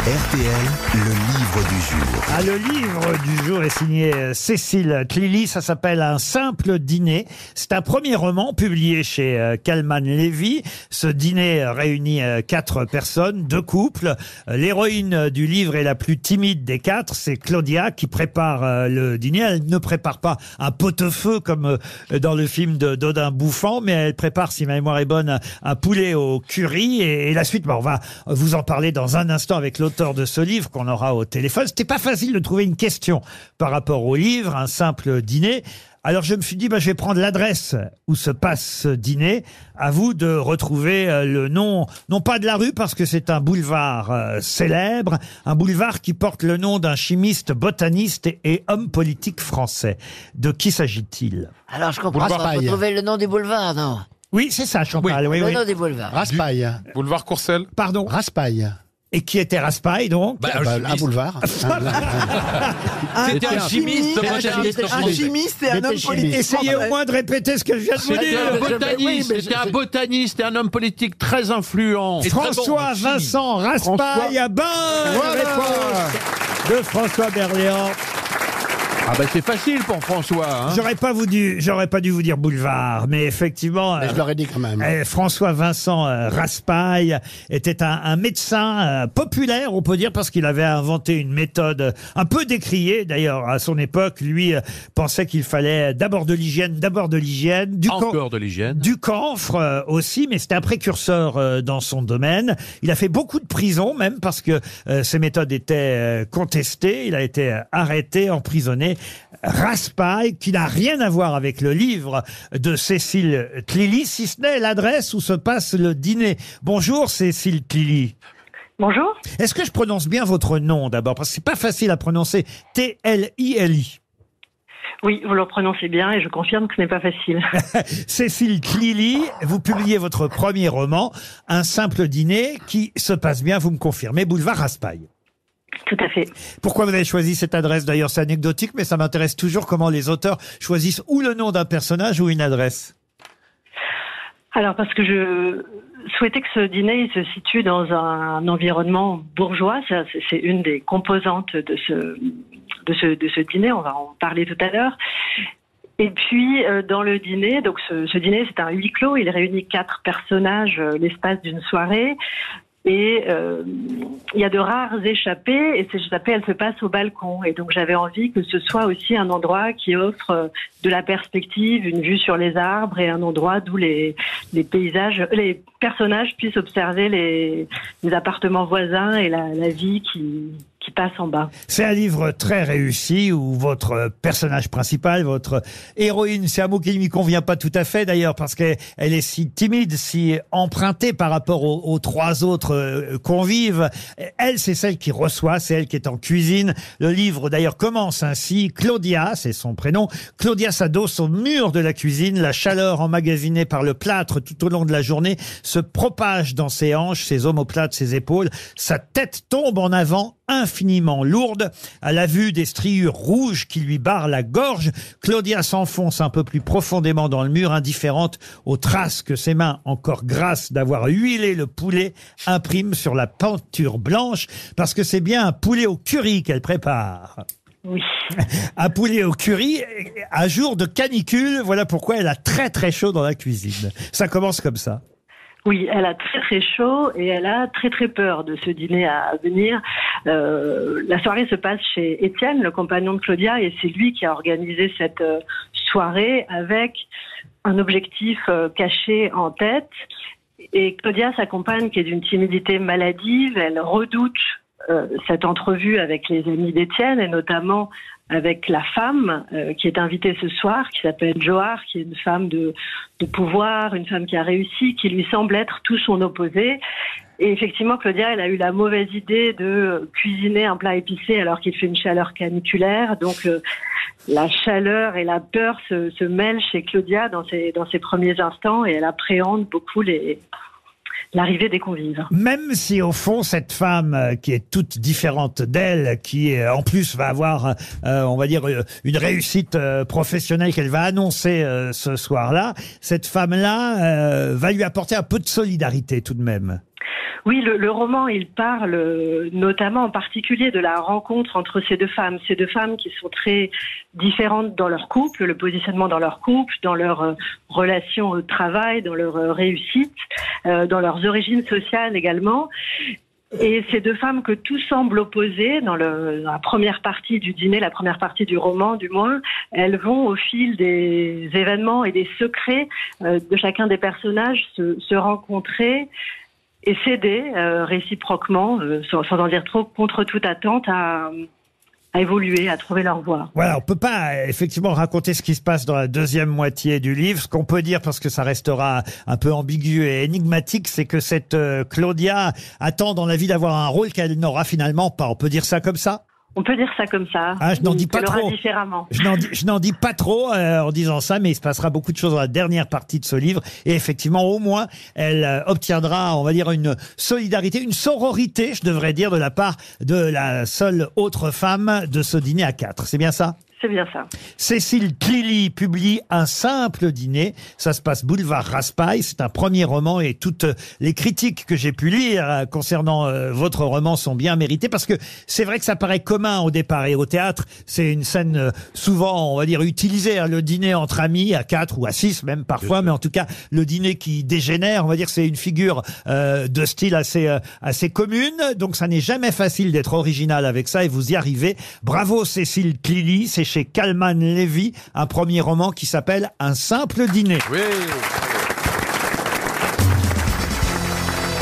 [SPEAKER 1] RTL, le livre du jour.
[SPEAKER 2] Ah, le livre du jour est signé euh, Cécile Clélie, ça s'appelle Un simple dîner. C'est un premier roman publié chez euh, Kalman Levy. Ce dîner euh, réunit euh, quatre personnes, deux couples. Euh, L'héroïne euh, du livre est la plus timide des quatre, c'est Claudia qui prépare euh, le dîner. Elle ne prépare pas un pot-au-feu comme euh, dans le film de Dodin Bouffant, mais elle prépare, si ma mémoire est bonne, un, un poulet au curry. Et, et la suite, bah, on va vous en parler dans un instant avec l'auteur de ce livre qu'on aura au téléphone. C'était pas facile de trouver une question par rapport au livre, un simple dîner. Alors je me suis dit, bah, je vais prendre l'adresse où se passe ce dîner. À vous de retrouver euh, le nom, non pas de la rue parce que c'est un boulevard euh, célèbre, un boulevard qui porte le nom d'un chimiste, botaniste et, et homme politique français. De qui s'agit-il
[SPEAKER 4] Alors je comprends
[SPEAKER 2] Boulevard
[SPEAKER 4] pas, faut
[SPEAKER 2] Paille.
[SPEAKER 4] trouver le nom du boulevard, non
[SPEAKER 2] Oui, c'est ça, Chantal. Oui,
[SPEAKER 4] Le
[SPEAKER 2] oui.
[SPEAKER 4] nom du boulevard.
[SPEAKER 6] Raspail.
[SPEAKER 8] Boulevard Courcelles.
[SPEAKER 2] Pardon.
[SPEAKER 6] Raspail.
[SPEAKER 2] Et qui était Raspail, donc
[SPEAKER 6] Ah bah, un boulevard.
[SPEAKER 2] C'était
[SPEAKER 5] Ah,
[SPEAKER 6] un chimiste,
[SPEAKER 2] un
[SPEAKER 6] botaniste
[SPEAKER 2] chimiste,
[SPEAKER 6] français.
[SPEAKER 2] un chimiste et un
[SPEAKER 6] C'était
[SPEAKER 2] homme
[SPEAKER 6] chimiste.
[SPEAKER 2] politique. Essayez au
[SPEAKER 6] Français.
[SPEAKER 2] moins de répéter ce que je viens de vous
[SPEAKER 10] C'était
[SPEAKER 2] dire.
[SPEAKER 10] Ah, un botaniste, c'était un botaniste et un homme politique très influent.
[SPEAKER 2] François Vincent Raspail, à bonne réponse de François Berléand.
[SPEAKER 10] Ah bah c'est facile pour François. hein.
[SPEAKER 2] J'aurais pas vous dû, j'aurais pas dû vous dire boulevard, mais effectivement.
[SPEAKER 6] Mais je l'aurais dit quand même.
[SPEAKER 2] euh, François Vincent euh, Raspail était un, un médecin euh, populaire, on peut dire, parce qu'il avait inventé une méthode un peu décriée. D'ailleurs, à son époque, lui euh, pensait qu'il fallait d'abord de l'hygiène, d'abord de l'hygiène, du camp-
[SPEAKER 10] Encore de l'hygiène.
[SPEAKER 2] du camphre euh, aussi, mais c'était un précurseur euh, dans son domaine. Il a fait beaucoup de prison, même parce que euh, ses méthodes étaient euh, contestées. Il a été euh, arrêté, emprisonné. Raspail, qui n'a rien à voir avec le livre de Cécile Tlili, si ce n'est l'adresse où se passe le dîner. Bonjour Cécile Tlili.
[SPEAKER 7] Bonjour.
[SPEAKER 2] Est-ce que je prononce bien votre nom d'abord Parce que c'est pas facile à prononcer. T-L-I-L-I.
[SPEAKER 7] Oui, vous le prononcez bien et je confirme que ce n'est pas facile.
[SPEAKER 2] [LAUGHS] Cécile Clilly, vous publiez votre premier roman, Un simple dîner, qui se passe bien, vous me confirmez, boulevard Raspail.
[SPEAKER 7] Tout à fait.
[SPEAKER 2] Pourquoi vous avez choisi cette adresse D'ailleurs, c'est anecdotique, mais ça m'intéresse toujours comment les auteurs choisissent ou le nom d'un personnage ou une adresse.
[SPEAKER 7] Alors, parce que je souhaitais que ce dîner il se situe dans un environnement bourgeois, ça, c'est- c'est une des composantes de ce, de, ce, de ce dîner, on va en parler tout à l'heure. Et puis, euh, dans le dîner, donc ce, ce dîner, c'est un huis clos, il réunit quatre personnages euh, l'espace d'une soirée. Et euh, il y a de rares échappées, et ces échappées, elles se passent au balcon. Et donc j'avais envie que ce soit aussi un endroit qui offre euh, de la perspective, une vue sur les arbres, et un endroit d'où les, les paysages, euh, les personnages puissent observer les, les appartements voisins et la, la vie qui, qui qui passe en bas.
[SPEAKER 2] C'est un livre très réussi où votre personnage principal, votre héroïne, c'est un mot qui ne lui convient pas tout à fait d'ailleurs parce qu'elle elle est si timide, si empruntée par rapport aux, aux trois autres euh, convives. Elle, c'est celle qui reçoit, c'est elle qui est en cuisine. Le livre d'ailleurs commence ainsi. Claudia, c'est son prénom, Claudia s'adosse au mur de la cuisine. La chaleur emmagasinée par le plâtre tout au long de la journée se propage dans ses hanches, ses omoplates, ses épaules. Sa tête tombe en avant infiniment lourde. À la vue des striures rouges qui lui barrent la gorge, Claudia s'enfonce un peu plus profondément dans le mur, indifférente aux traces que ses mains, encore grasses d'avoir huilé le poulet, impriment sur la peinture blanche, parce que c'est bien un poulet au curry qu'elle prépare. [LAUGHS]
[SPEAKER 7] Oui.
[SPEAKER 2] Un poulet au curry, à jour de canicule, voilà pourquoi elle a très très chaud dans la cuisine. Ça commence comme ça.
[SPEAKER 7] Oui, elle a très très chaud et elle a très très peur de ce dîner à venir. Euh, la soirée se passe chez Étienne, le compagnon de Claudia, et c'est lui qui a organisé cette euh, soirée avec un objectif euh, caché en tête. Et Claudia, sa compagne, qui est d'une timidité maladive, elle redoute euh, cette entrevue avec les amis d'Étienne et notamment avec la femme euh, qui est invitée ce soir, qui s'appelle Johar, qui est une femme de, de pouvoir, une femme qui a réussi, qui lui semble être tout son opposé. Et effectivement, Claudia, elle a eu la mauvaise idée de cuisiner un plat épicé alors qu'il fait une chaleur caniculaire. Donc, euh, la chaleur et la peur se, se mêlent chez Claudia dans ses, dans ses premiers instants et elle appréhende beaucoup les, l'arrivée des convives.
[SPEAKER 2] Même si au fond cette femme euh, qui est toute différente d'elle, qui euh, en plus va avoir, euh, on va dire, euh, une réussite euh, professionnelle qu'elle va annoncer euh, ce soir-là, cette femme-là euh, va lui apporter un peu de solidarité tout de même.
[SPEAKER 7] Oui, le, le roman, il parle euh, notamment en particulier de la rencontre entre ces deux femmes, ces deux femmes qui sont très différentes dans leur couple, le positionnement dans leur couple, dans leur euh, relation au travail, dans leur euh, réussite, euh, dans leurs origines sociales également. Et ces deux femmes que tout semble opposer dans, le- dans la première partie du dîner, la première partie du roman du moins, elles vont au fil des événements et des secrets euh, de chacun des personnages se, se rencontrer et s'aider euh, réciproquement, euh, sans, sans en dire trop, contre toute attente à, à évoluer, à trouver leur voie.
[SPEAKER 2] Voilà, on peut pas euh, effectivement raconter ce qui se passe dans la deuxième moitié du livre. Ce qu'on peut dire, parce que ça restera un peu ambigu et énigmatique, c'est que cette euh, Claudia attend dans la vie d'avoir un rôle qu'elle n'aura finalement pas. On peut dire ça comme ça
[SPEAKER 7] On peut dire ça comme ça.
[SPEAKER 2] Ah, je n'en dis pas
[SPEAKER 7] Elle aura
[SPEAKER 2] trop.
[SPEAKER 7] Différemment.
[SPEAKER 2] Je n'en dis, je n'en dis pas trop euh, en disant ça, mais il se passera beaucoup de choses dans la dernière partie de ce livre. Et effectivement, au moins, elle euh, obtiendra, on va dire, une solidarité, une sororité, je devrais dire, de la part de la seule autre femme de ce dîner à quatre. C'est bien ça
[SPEAKER 7] C'est bien ça.
[SPEAKER 2] Cécile Clélie publie Un simple dîner. Ça se passe boulevard Raspail. C'est un premier roman et toutes les critiques que j'ai pu lire euh, concernant euh, votre roman sont bien méritées parce que c'est vrai que ça paraît commun au départ et au théâtre. C'est une scène euh, souvent, on va dire, utilisée. hein, le dîner entre amis à quatre ou à six même parfois, mais en tout cas, le dîner qui dégénère, on va dire, c'est une figure euh, de style assez, euh, assez commune. Donc ça n'est jamais facile d'être original avec ça et vous y arrivez. Bravo Cécile Clily, c'est chez Kalman Levy, un premier roman qui s'appelle Un simple dîner.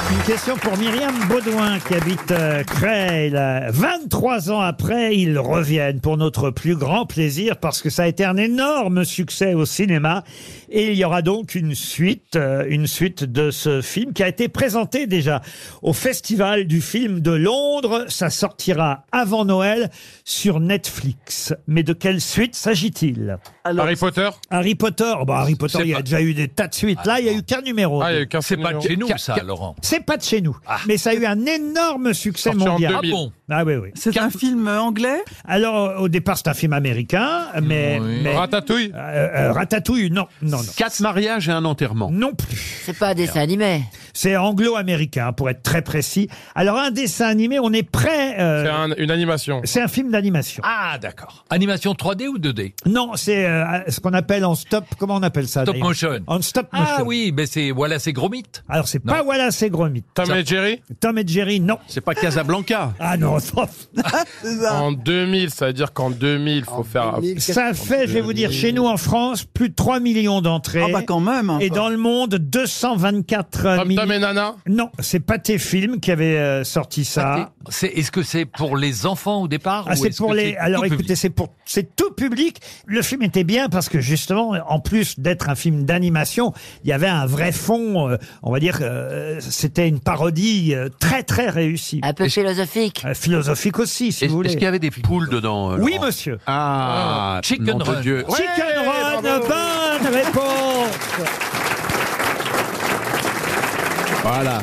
[SPEAKER 2] Une question pour Myriam Baudouin qui habite euh, Creil. Euh, 23 ans après, ils reviennent pour notre plus grand plaisir parce que ça a été un énorme succès au cinéma. Et il y aura donc une suite, euh, une suite de ce film qui a été présenté déjà au Festival du film de Londres. Ça sortira avant Noël sur Netflix. Mais de quelle suite s'agit-il
[SPEAKER 8] Harry Potter
[SPEAKER 2] Harry Potter, bah, Harry Potter,
[SPEAKER 8] C'est
[SPEAKER 2] il y a
[SPEAKER 8] pas-
[SPEAKER 2] déjà eu des tas de suites. Là, il n'y a eu qu'un numéro.
[SPEAKER 8] Ah, il y a eu qu'un
[SPEAKER 2] C'est
[SPEAKER 8] seul
[SPEAKER 2] pas de
[SPEAKER 8] numéro.
[SPEAKER 2] chez nous, ça,
[SPEAKER 3] Laurent.
[SPEAKER 2] C'est pas de chez nous, mais ça a eu un énorme succès
[SPEAKER 5] Ah. Sorti en
[SPEAKER 2] mondial.
[SPEAKER 5] 2000. Ah bon
[SPEAKER 2] Ah oui, oui.
[SPEAKER 5] C'est un film anglais
[SPEAKER 2] Alors, au départ, c'est un film américain, mais. mais-
[SPEAKER 8] Ratatouille
[SPEAKER 2] Euh, euh, Ratatouille, non, non, non.
[SPEAKER 10] Quatre mariages et un enterrement.
[SPEAKER 2] Non plus.
[SPEAKER 4] C'est pas un dessin animé.
[SPEAKER 2] C'est anglo-américain, pour être très précis. Alors, un dessin animé, on est prêt. euh,
[SPEAKER 8] C'est un- une animation.
[SPEAKER 2] c'est un film d'animation.
[SPEAKER 3] Ah, d'accord. Animation 3D ou 2D
[SPEAKER 2] Non, c'est euh, ce qu'on appelle en stop. Comment on appelle ça
[SPEAKER 3] Stop
[SPEAKER 2] Ah, d'ailleurs
[SPEAKER 3] motion.
[SPEAKER 2] En stop motion.
[SPEAKER 3] Ah oui, mais c'est voilà, c'est gros mythe.
[SPEAKER 2] Alors, c'est pas Wallace et Gromit.
[SPEAKER 8] Tom et Jerry
[SPEAKER 2] Tom et Jerry, non.
[SPEAKER 10] C'est pas Casablanca.
[SPEAKER 2] Ah non,
[SPEAKER 5] [LAUGHS]
[SPEAKER 8] En 2000, ça veut dire qu'en 2000, faut faire.
[SPEAKER 2] Ça fait, je vais vous dire, chez nous en France, plus de 3 millions d'entrées.
[SPEAKER 8] Ah bah quand même,
[SPEAKER 2] Et
[SPEAKER 8] encore.
[SPEAKER 2] dans le monde, 224 millions.
[SPEAKER 8] Tom et Nana
[SPEAKER 2] Non, c'est Pathé Film qui avait euh, sorti ça.
[SPEAKER 3] Ah, C'est- Est-ce que c'est pour les enfants au départ
[SPEAKER 2] Ah,
[SPEAKER 3] ou
[SPEAKER 2] c'est
[SPEAKER 3] est-ce
[SPEAKER 2] pour
[SPEAKER 3] que
[SPEAKER 2] les.
[SPEAKER 3] c'est
[SPEAKER 2] Alors
[SPEAKER 3] tout public
[SPEAKER 2] écoutez, c'est pour c'est tout public. Le film était bien parce que justement, en plus d'être un film d'animation, il y avait un vrai fond. euh, on va dire, euh, c'était une parodie euh, très très réussie. Un
[SPEAKER 4] peu philosophique.
[SPEAKER 2] philosophique aussi, si
[SPEAKER 10] Est-ce
[SPEAKER 2] vous voulez.
[SPEAKER 10] est-ce qu'il y avait des poules dedans euh,
[SPEAKER 2] Oui,
[SPEAKER 10] Laurent
[SPEAKER 2] monsieur.
[SPEAKER 10] Ah, nom de Dieu. Ouais,
[SPEAKER 2] Chicken Run, bonne réponse.
[SPEAKER 10] Voilà.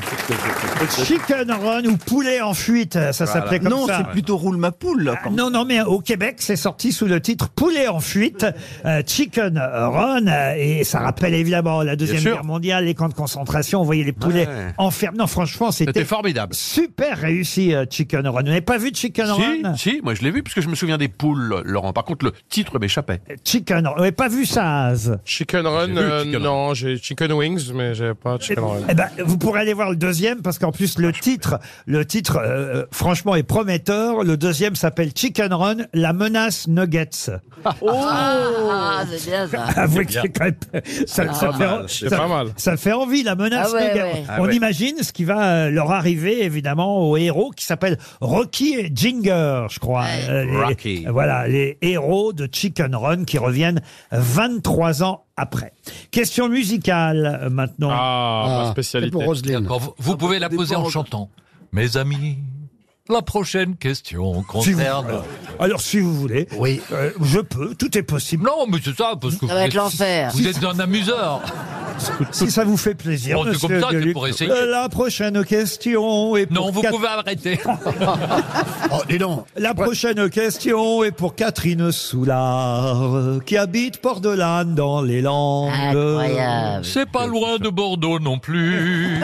[SPEAKER 2] Chicken Run ou Poulet en fuite, ça
[SPEAKER 5] Voilà.
[SPEAKER 2] s'appelait comme
[SPEAKER 5] Non,
[SPEAKER 2] ça.
[SPEAKER 5] c'est plutôt
[SPEAKER 2] Roule ma poule. non, non, mais au Québec, c'est sorti sous le titre Poulet en fuite, euh, Chicken Run, euh, et ça rappelle évidemment la Deuxième
[SPEAKER 10] sûr.
[SPEAKER 2] Guerre mondiale, les camps de concentration, on voyait les poulets
[SPEAKER 10] Ouais.
[SPEAKER 2] enfermés. Non, franchement, c'était
[SPEAKER 10] C'était formidable.
[SPEAKER 2] Super réussi, euh, Chicken Run. Vous n'avez pas vu Chicken
[SPEAKER 10] Si,
[SPEAKER 2] Run
[SPEAKER 10] si, moi je l'ai vu parce que je me souviens des poules, Laurent. Par contre, le titre m'échappait.
[SPEAKER 2] Chicken Run, vous n'avez pas vu ça, Az
[SPEAKER 8] Chicken Run,
[SPEAKER 10] J'ai vu
[SPEAKER 8] euh,
[SPEAKER 10] Chicken Run.
[SPEAKER 8] non, j'ai Chicken Wings, mais j'ai pas Chicken Run.
[SPEAKER 2] Eh ben, vous pourrez aller voir le deuxième parce qu'en plus le titre, le titre, euh, franchement, est prometteur. Le deuxième s'appelle Chicken Run, la menace Nuggets.
[SPEAKER 4] Ah, c'est bien ça.
[SPEAKER 2] Avouez que c'est quand même,
[SPEAKER 4] Ah.
[SPEAKER 2] [LAUGHS] ça, ça
[SPEAKER 4] Pas
[SPEAKER 2] fait,
[SPEAKER 4] mal, c'est
[SPEAKER 2] ça-
[SPEAKER 4] pas mal.
[SPEAKER 2] ça fait envie la menace
[SPEAKER 4] Ah ouais,
[SPEAKER 2] Nuggets.
[SPEAKER 4] ouais.
[SPEAKER 2] On
[SPEAKER 4] Ah ouais.
[SPEAKER 2] imagine ce qui va euh, leur arriver évidemment aux héros qui s'appellent Rocky et Ginger, je crois. Euh, les-
[SPEAKER 10] Rocky.
[SPEAKER 2] Voilà les héros de Chicken Run qui reviennent 23 ans après. Question musicale euh, maintenant.
[SPEAKER 8] Ah, ma spécialité.
[SPEAKER 3] D'accord, vous,
[SPEAKER 2] Ah,
[SPEAKER 3] vous pouvez la poser en chantant. Mes amis, la prochaine question
[SPEAKER 2] Si vous-
[SPEAKER 3] concerne.
[SPEAKER 2] alors, alors, si vous voulez, oui. je peux, tout est possible.
[SPEAKER 3] Non, mais c'est ça, parce que
[SPEAKER 2] Ça
[SPEAKER 3] vous
[SPEAKER 2] va être
[SPEAKER 3] êtes-
[SPEAKER 2] l'enfer.
[SPEAKER 3] Vous êtes un amuseur.
[SPEAKER 2] Si ça vous fait plaisir.
[SPEAKER 3] Bon, c'est
[SPEAKER 2] monsieur
[SPEAKER 3] comme ça, c'est
[SPEAKER 2] Gueluc.
[SPEAKER 3] pour essayer.
[SPEAKER 2] Euh, La prochaine question est pour
[SPEAKER 3] Non, vous
[SPEAKER 2] Cat- [LAUGHS]
[SPEAKER 3] pouvez arrêter.
[SPEAKER 2] La prochaine question est pour Catherine Soulard, qui habite Port-de-Lanne dans les Landes.
[SPEAKER 3] C'est pas loin de Bordeaux
[SPEAKER 2] [LAUGHS]
[SPEAKER 3] non plus.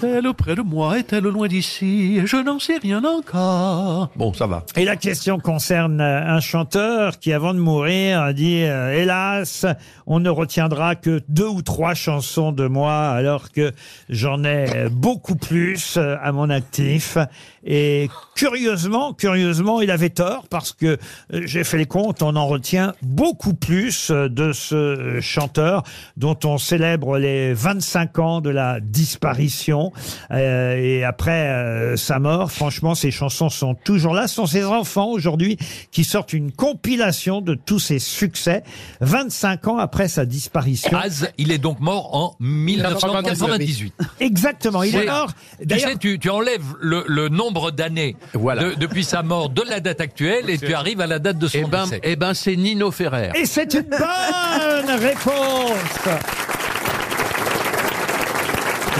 [SPEAKER 10] Est-elle près de moi Est-elle loin d'ici Je n'en sais rien encore. Bon, ça va.
[SPEAKER 2] Et la question concerne euh, un chanteur qui, avant de mourir, a dit euh, Hélas, on ne retiendra que deux ou trois chansons de moi, alors que j'en ai euh, beaucoup plus euh, à mon actif. Et curieusement, curieusement, il avait tort parce que euh, j'ai fait les comptes, on en retient beaucoup plus euh, de ce euh, chanteur dont on célèbre les 25 ans de la disparition. Euh, et après euh, sa mort, franchement, ses chansons sont toujours là. Ce sont ses enfants aujourd'hui qui sortent une compilation de tous ses succès 25 ans après sa disparition.
[SPEAKER 3] Az, il est donc mort en 1998.
[SPEAKER 2] Exactement, il est
[SPEAKER 3] Voilà.
[SPEAKER 2] mort.
[SPEAKER 3] Tu
[SPEAKER 2] D'ailleurs-
[SPEAKER 3] sais, tu, tu enlèves le, le nombre d'années de- depuis sa mort de la date actuelle et tu arrives à la date de son décès. Eh ben, c'est Nino Ferrer.
[SPEAKER 2] Et c'est une bonne réponse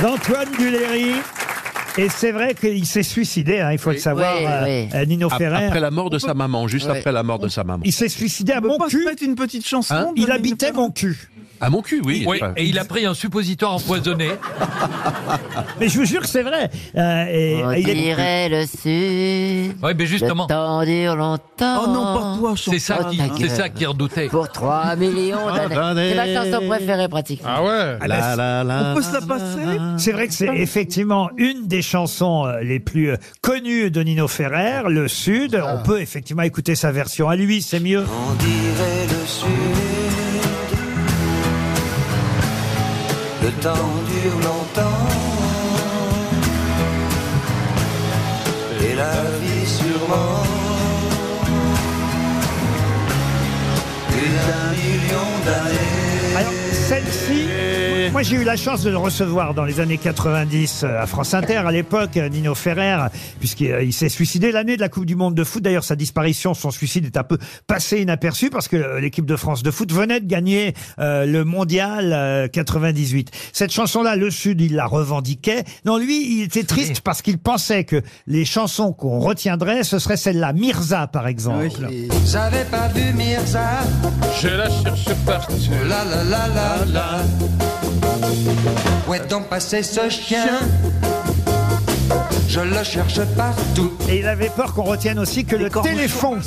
[SPEAKER 2] d'Antoine Duléry. Et c'est vrai qu'il s'est suicidé, hein, il faut le savoir, euh, euh, Nino
[SPEAKER 10] Ap-
[SPEAKER 2] Ferrer.
[SPEAKER 10] Après la mort de sa maman, juste après la mort de sa maman.
[SPEAKER 2] Il s'est suicidé à mon cul. une petite chanson.
[SPEAKER 10] Hein
[SPEAKER 2] il habitait mon cul.
[SPEAKER 10] À mon cul, oui.
[SPEAKER 3] Oui, et il a pris un suppositoire empoisonné.
[SPEAKER 2] Mais je vous jure que c'est vrai. Euh, et-
[SPEAKER 4] On
[SPEAKER 2] et il est-
[SPEAKER 4] dirait le sud.
[SPEAKER 3] Oui, mais justement.
[SPEAKER 4] Le temps dure longtemps.
[SPEAKER 3] Oh non, pas toi, chanson. C'est ça qui-
[SPEAKER 4] Oh, ta
[SPEAKER 3] c'est
[SPEAKER 4] gueule.
[SPEAKER 3] ça qui redoutait.
[SPEAKER 4] Pour 3 millions
[SPEAKER 3] Ah,
[SPEAKER 4] d'années. C'est ma chanson préférée, pratiquement.
[SPEAKER 8] Ah ouais
[SPEAKER 2] Ah bah,
[SPEAKER 4] la,
[SPEAKER 2] on peut se la passer C'est vrai que c'est effectivement une des chansons euh, les plus euh, connues de Nino Ferrer, Le Sud. On peut effectivement écouter sa version à lui, c'est mieux.
[SPEAKER 18] On dirait le sud. Le temps dure longtemps. Et la vie sûrement. Plus d'un million d'années.
[SPEAKER 2] Alors, celle-ci, moi j'ai eu la chance de le recevoir dans les années 90 euh, à France Inter, à l'époque, euh, Nino Ferrer, puisqu'il euh, il s'est suicidé l'année de la Coupe du Monde de foot. D'ailleurs, sa disparition, son suicide est un peu passé inaperçu parce que euh, l'équipe de France de foot venait de gagner euh, le mondial euh, 98. Cette chanson-là, Le Sud, il la revendiquait. Non, lui, il était triste parce qu'il pensait que les chansons qu'on retiendrait, ce serait celle-là, Mirza par exemple.
[SPEAKER 18] J'avais pas vu Mirza.
[SPEAKER 8] Je la cherche partout.
[SPEAKER 18] La la la la la. Où est donc passé ce chien Je le cherche partout.
[SPEAKER 2] Et il avait peur qu'on retienne aussi que le téléphone.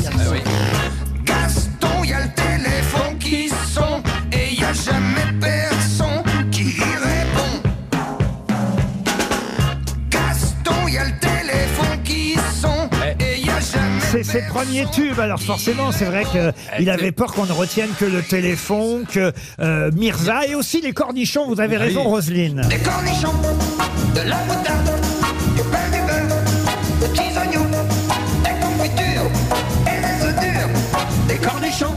[SPEAKER 18] Gaston, y a le téléphone qui sonne et y a jamais personne qui y répond.
[SPEAKER 2] ses premiers tubes. Alors forcément, c'est vrai
[SPEAKER 18] Eh,
[SPEAKER 2] qu'il avait peur qu'on ne retienne que le téléphone, que euh, Mirza et aussi les cornichons. Vous
[SPEAKER 18] Eh
[SPEAKER 2] avez raison, Roselyne.
[SPEAKER 18] Des cornichons, de la moutarde, du pain du beurre, des petits oignons, des confitures et des œufs durs. Des cornichons,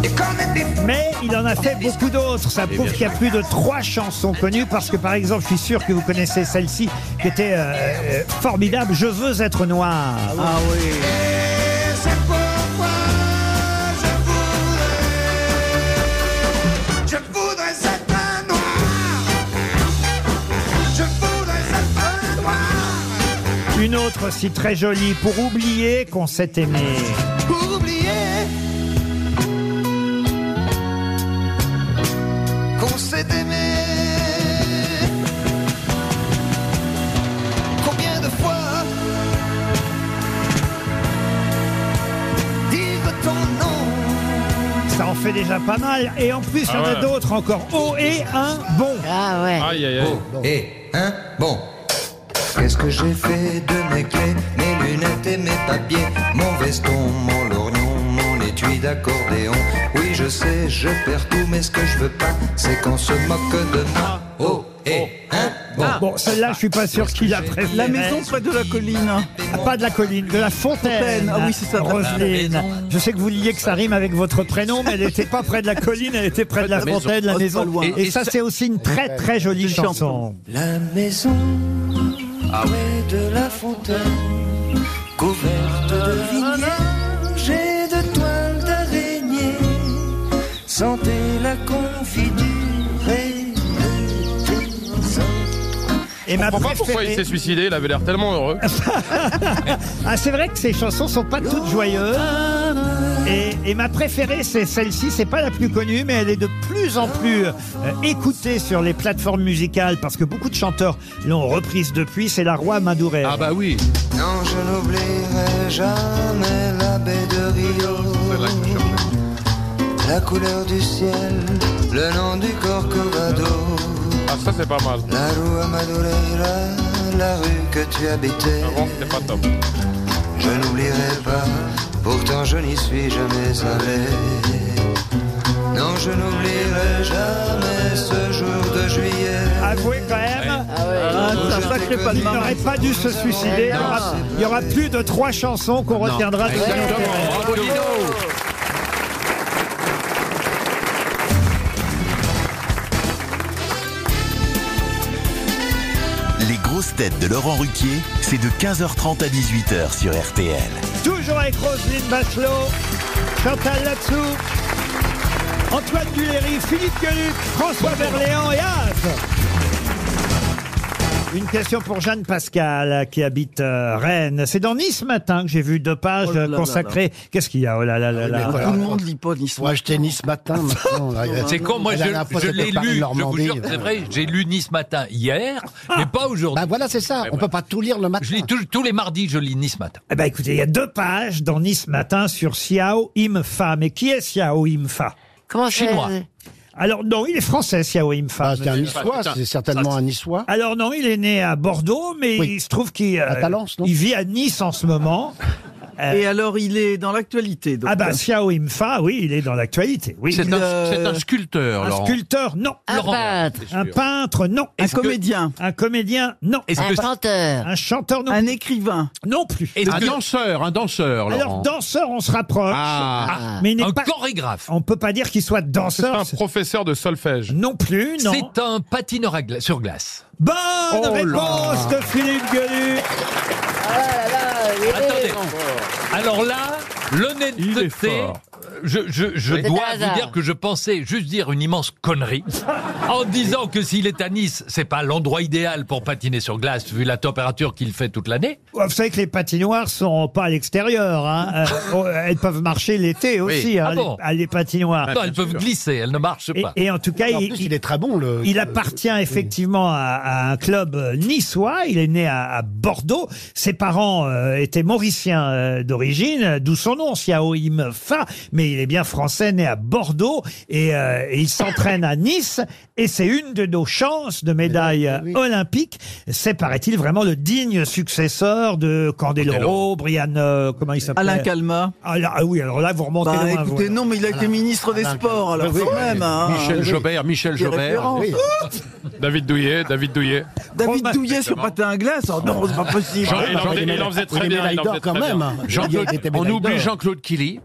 [SPEAKER 18] Eh, des Eh cornets de bif.
[SPEAKER 2] Mais il en a fait beaucoup d'autres. Ça prouve qu'il y a plus de trois chansons connues parce que, par exemple, je suis sûr que vous connaissez celle-ci qui était euh, euh, formidable. Je veux être noir. Ah oui.
[SPEAKER 18] Et c'est pourquoi je voudrais, je voudrais être un noir. Je voudrais être un noir.
[SPEAKER 2] Une autre aussi très jolie pour oublier qu'on s'est aimé.
[SPEAKER 18] Pour oublier qu'on s'est aimé. Combien de fois dire ton nom
[SPEAKER 2] Ça en fait déjà pas mal. Et en plus, il y en
[SPEAKER 18] Ah
[SPEAKER 2] a
[SPEAKER 18] ouais.
[SPEAKER 2] d'autres encore. Oh et un bon.
[SPEAKER 4] Ah ouais.
[SPEAKER 18] Aïe, aïe, aïe. et un bon. Qu'est-ce que j'ai fait de mes clés, mes lunettes et mes papiers, mon veston, mon lorgnon, mon étui d'accordéon Oui, je sais, je perds tout, mais ce que je veux pas, c'est qu'on se moque de moi. Oh, et un bon.
[SPEAKER 2] Bon, celle-là, je suis pas sûr qu'il Ah. la préféré.
[SPEAKER 18] La maison
[SPEAKER 2] près de la colline. Pas de la colline, de la fontaine.
[SPEAKER 5] Fontaine, ah oui, c'est ça.
[SPEAKER 2] Roselyne.
[SPEAKER 5] La
[SPEAKER 2] Je sais que vous liez que ça rime avec votre prénom, mais elle n'était pas près de la colline, elle était près de la
[SPEAKER 5] Près de la
[SPEAKER 2] fontaine, la
[SPEAKER 5] maison.
[SPEAKER 2] maison.
[SPEAKER 5] Pas loin.
[SPEAKER 2] Et,
[SPEAKER 5] Et
[SPEAKER 2] ça,
[SPEAKER 5] ça-
[SPEAKER 2] c'est aussi une très très jolie
[SPEAKER 5] Une chanson.
[SPEAKER 2] chanson.
[SPEAKER 18] La maison
[SPEAKER 2] Ah
[SPEAKER 18] près de la fontaine, couverte de vignes j'ai de toiles d'araignée. Sentez la confiture et le désordre.
[SPEAKER 2] Et
[SPEAKER 8] ma pas pourquoi il s'est suicidé, il avait l'air
[SPEAKER 2] [LAUGHS]
[SPEAKER 8] tellement heureux.
[SPEAKER 2] Ah, c'est vrai que ces chansons sont pas toutes joyeuses. Et, et ma préférée, c'est celle-ci. C'est pas la plus connue, mais elle est de plus en plus euh, écoutée sur les plateformes musicales parce que beaucoup de chanteurs l'ont reprise depuis. C'est la Roi Madouré. Ah bah oui.
[SPEAKER 18] Non, je n'oublierai jamais la baie de Rio. La couleur du ciel, le nom du Corcovado.
[SPEAKER 8] Ah, ça c'est pas mal.
[SPEAKER 18] La rue Madureira, la rue que tu
[SPEAKER 8] Ah
[SPEAKER 18] habitais. Je n'oublierai pas, pourtant je n'y suis jamais allé. Non, je n'oublierai jamais ce jour de juillet.
[SPEAKER 2] Avouez quand même.
[SPEAKER 18] Ah,
[SPEAKER 2] ça sacré pas Il n'aurait pas dû se suicider.
[SPEAKER 5] Eh
[SPEAKER 2] Il y aura- Il y aura plus de trois chansons qu'on retiendra de
[SPEAKER 18] Bravo, Dino.
[SPEAKER 1] Les grosses têtes de Laurent Ruquier, c'est de 15h30 à 18h sur RTL.
[SPEAKER 2] Toujours avec Roselyne Bachelot, Chantal Latsou, Antoine Duléry, Philippe Gueluc, François Berléand et Az. Une question pour Jeanne Pascal qui habite euh, Rennes. C'est dans Nice matin que j'ai vu deux pages
[SPEAKER 5] Oh là là
[SPEAKER 2] consacrées. Qu'est-ce qu'il y a Oh là là là là.
[SPEAKER 6] Tout le monde lit pas Nice. Faut acheter Nice matin
[SPEAKER 3] [LAUGHS]
[SPEAKER 6] maintenant. là.
[SPEAKER 3] C'est con, moi
[SPEAKER 6] La
[SPEAKER 3] je,
[SPEAKER 6] dernière fois,
[SPEAKER 3] je
[SPEAKER 6] c'était
[SPEAKER 3] l'ai
[SPEAKER 6] Paris,
[SPEAKER 3] lu, je vous
[SPEAKER 6] Normandie.
[SPEAKER 3] jure, c'est vrai, j'ai lu Nice matin hier, mais pas aujourd'hui.
[SPEAKER 6] Bah voilà, c'est ça, on peut pas tout lire le matin.
[SPEAKER 3] Je lis tous- tous les mardis, je lis Nice matin.
[SPEAKER 2] Eh ben écoutez, il y a deux pages dans Nice matin sur Xiao Imfa. Mais qui est Xiao Imfa
[SPEAKER 4] Comment
[SPEAKER 6] c'est- Chinois.
[SPEAKER 2] Alors non, il est français, Xiao Imfa.
[SPEAKER 6] Ah, C'est un niçois, c'est certainement un niçois.
[SPEAKER 2] Alors non, il est né à Bordeaux, mais il se trouve qu'il euh, il vit à Nice en ce moment.
[SPEAKER 5] Et alors, il est dans l'actualité. donc.
[SPEAKER 2] Ah bah Xiao Imfa, oui, il est dans l'actualité. Oui.
[SPEAKER 5] C'est un- Euh, c'est un
[SPEAKER 3] sculpteur,
[SPEAKER 2] Un
[SPEAKER 3] Laurent.
[SPEAKER 2] sculpteur, non.
[SPEAKER 4] Un Laurent, peintre. c'est sûr.
[SPEAKER 2] Un peintre, non.
[SPEAKER 4] Un Est-ce que- comédien.
[SPEAKER 2] Un comédien, non.
[SPEAKER 4] Est-ce Un que- chanteur.
[SPEAKER 2] Un chanteur, non.
[SPEAKER 5] Un écrivain.
[SPEAKER 2] Non plus.
[SPEAKER 10] Un danseur, un
[SPEAKER 3] Oh,
[SPEAKER 10] danseur, Laurent.
[SPEAKER 2] Alors danseur, on se rapproche.
[SPEAKER 10] Ah.
[SPEAKER 2] mais il n'est
[SPEAKER 10] Un
[SPEAKER 2] pas
[SPEAKER 3] chorégraphe.
[SPEAKER 2] On peut pas dire qu'il soit
[SPEAKER 8] C'est
[SPEAKER 2] danseur.
[SPEAKER 8] un professeur de solfège.
[SPEAKER 2] Non plus, non.
[SPEAKER 3] C'est un patineur à gla- sur glace.
[SPEAKER 2] Bonne
[SPEAKER 3] Oh là.
[SPEAKER 2] réponse de Philippe Gueluc.
[SPEAKER 3] Attendez. Alors là, l'honnêteté,
[SPEAKER 18] fort.
[SPEAKER 3] euh, je, je, je
[SPEAKER 18] C'est
[SPEAKER 3] dois
[SPEAKER 18] un
[SPEAKER 3] vous
[SPEAKER 18] hasard.
[SPEAKER 3] dire que je pensais juste dire une immense connerie en disant que s'il est à Nice, c'est pas l'endroit idéal pour patiner sur glace vu la température qu'il fait toute l'année.
[SPEAKER 2] Vous savez que les patinoires sont pas à l'extérieur.
[SPEAKER 3] [LAUGHS]
[SPEAKER 2] hein. Euh, elles peuvent marcher l'été aussi, hein,
[SPEAKER 3] Ah bon
[SPEAKER 2] les, à les patinoires.
[SPEAKER 3] Non, elles peuvent glisser, elles ne marchent
[SPEAKER 2] Et,
[SPEAKER 3] pas.
[SPEAKER 2] et en tout cas, il, il-
[SPEAKER 6] est très bon. Le,
[SPEAKER 2] il appartient effectivement à, à un club euh, niçois. Il est né à, à Bordeaux. Ses parents euh, étaient mauriciens euh, d'origine, euh, d'où son nom, Xiao Im Fa. Mais il est bien français, né à Bordeaux, et, euh, et il s'entraîne à Nice, et c'est une de nos chances de médaille
[SPEAKER 6] Eh
[SPEAKER 2] euh, olympique. C'est, paraît-il, vraiment le digne successeur de Candeloro, Brian, euh, comment il s'appelle
[SPEAKER 5] Alain Calma.
[SPEAKER 2] Ah, là, ah oui, alors là, vous remontez
[SPEAKER 5] Bah,
[SPEAKER 2] loin, vous,
[SPEAKER 5] écoutez,
[SPEAKER 2] là.
[SPEAKER 5] non, mais il a été
[SPEAKER 2] Alain-
[SPEAKER 5] ministre des
[SPEAKER 2] Alain
[SPEAKER 5] Sports, alors quand même. hein.
[SPEAKER 10] Michel
[SPEAKER 5] Oui.
[SPEAKER 10] Jobert, Michel
[SPEAKER 5] Des
[SPEAKER 10] Jobert.
[SPEAKER 5] références.
[SPEAKER 8] David Douillet, David Douillet.
[SPEAKER 5] David Douillet sur patin à glace, oh non, c'est pas possible.
[SPEAKER 8] Jean- il en faisait- il en faisait très bien, il en faisait très bien. Hein Jean-Claude- on oublie Jean-Claude
[SPEAKER 10] Killy.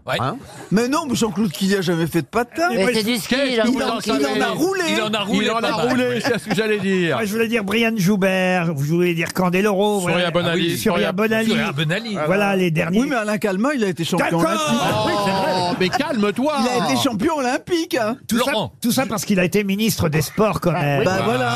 [SPEAKER 5] mais non, mais Jean-Claude Killy a jamais fait de patin.
[SPEAKER 2] Mais c'est du ski,
[SPEAKER 5] il,
[SPEAKER 2] Jean-Claude.
[SPEAKER 5] en,
[SPEAKER 2] Vous en
[SPEAKER 5] il en a
[SPEAKER 2] savez.
[SPEAKER 5] roulé.
[SPEAKER 2] Il en a roulé,
[SPEAKER 10] Il en a
[SPEAKER 2] pas mal.
[SPEAKER 8] [LAUGHS]
[SPEAKER 10] roulé, c'est ce que j'allais dire.
[SPEAKER 2] Moi, je voulais dire Brian Joubert, vous voulez dire Candeloro,
[SPEAKER 10] Soria
[SPEAKER 2] voilà.
[SPEAKER 10] Bonali.
[SPEAKER 2] Ah oui, Soria
[SPEAKER 10] Soria-
[SPEAKER 2] Bonali.
[SPEAKER 10] Soria Bonali.
[SPEAKER 2] Voilà les derniers.
[SPEAKER 5] Oui, mais Alain Calma, il a été champion
[SPEAKER 2] D'accord.
[SPEAKER 5] olympique.
[SPEAKER 2] Oh,
[SPEAKER 5] Oui, c'est vrai.
[SPEAKER 10] mais calme-toi.
[SPEAKER 5] Il a été champion olympique. hein.
[SPEAKER 2] Tout ça, tout ça parce qu'il a été ministre des Sports quand même.
[SPEAKER 5] Bah, voilà.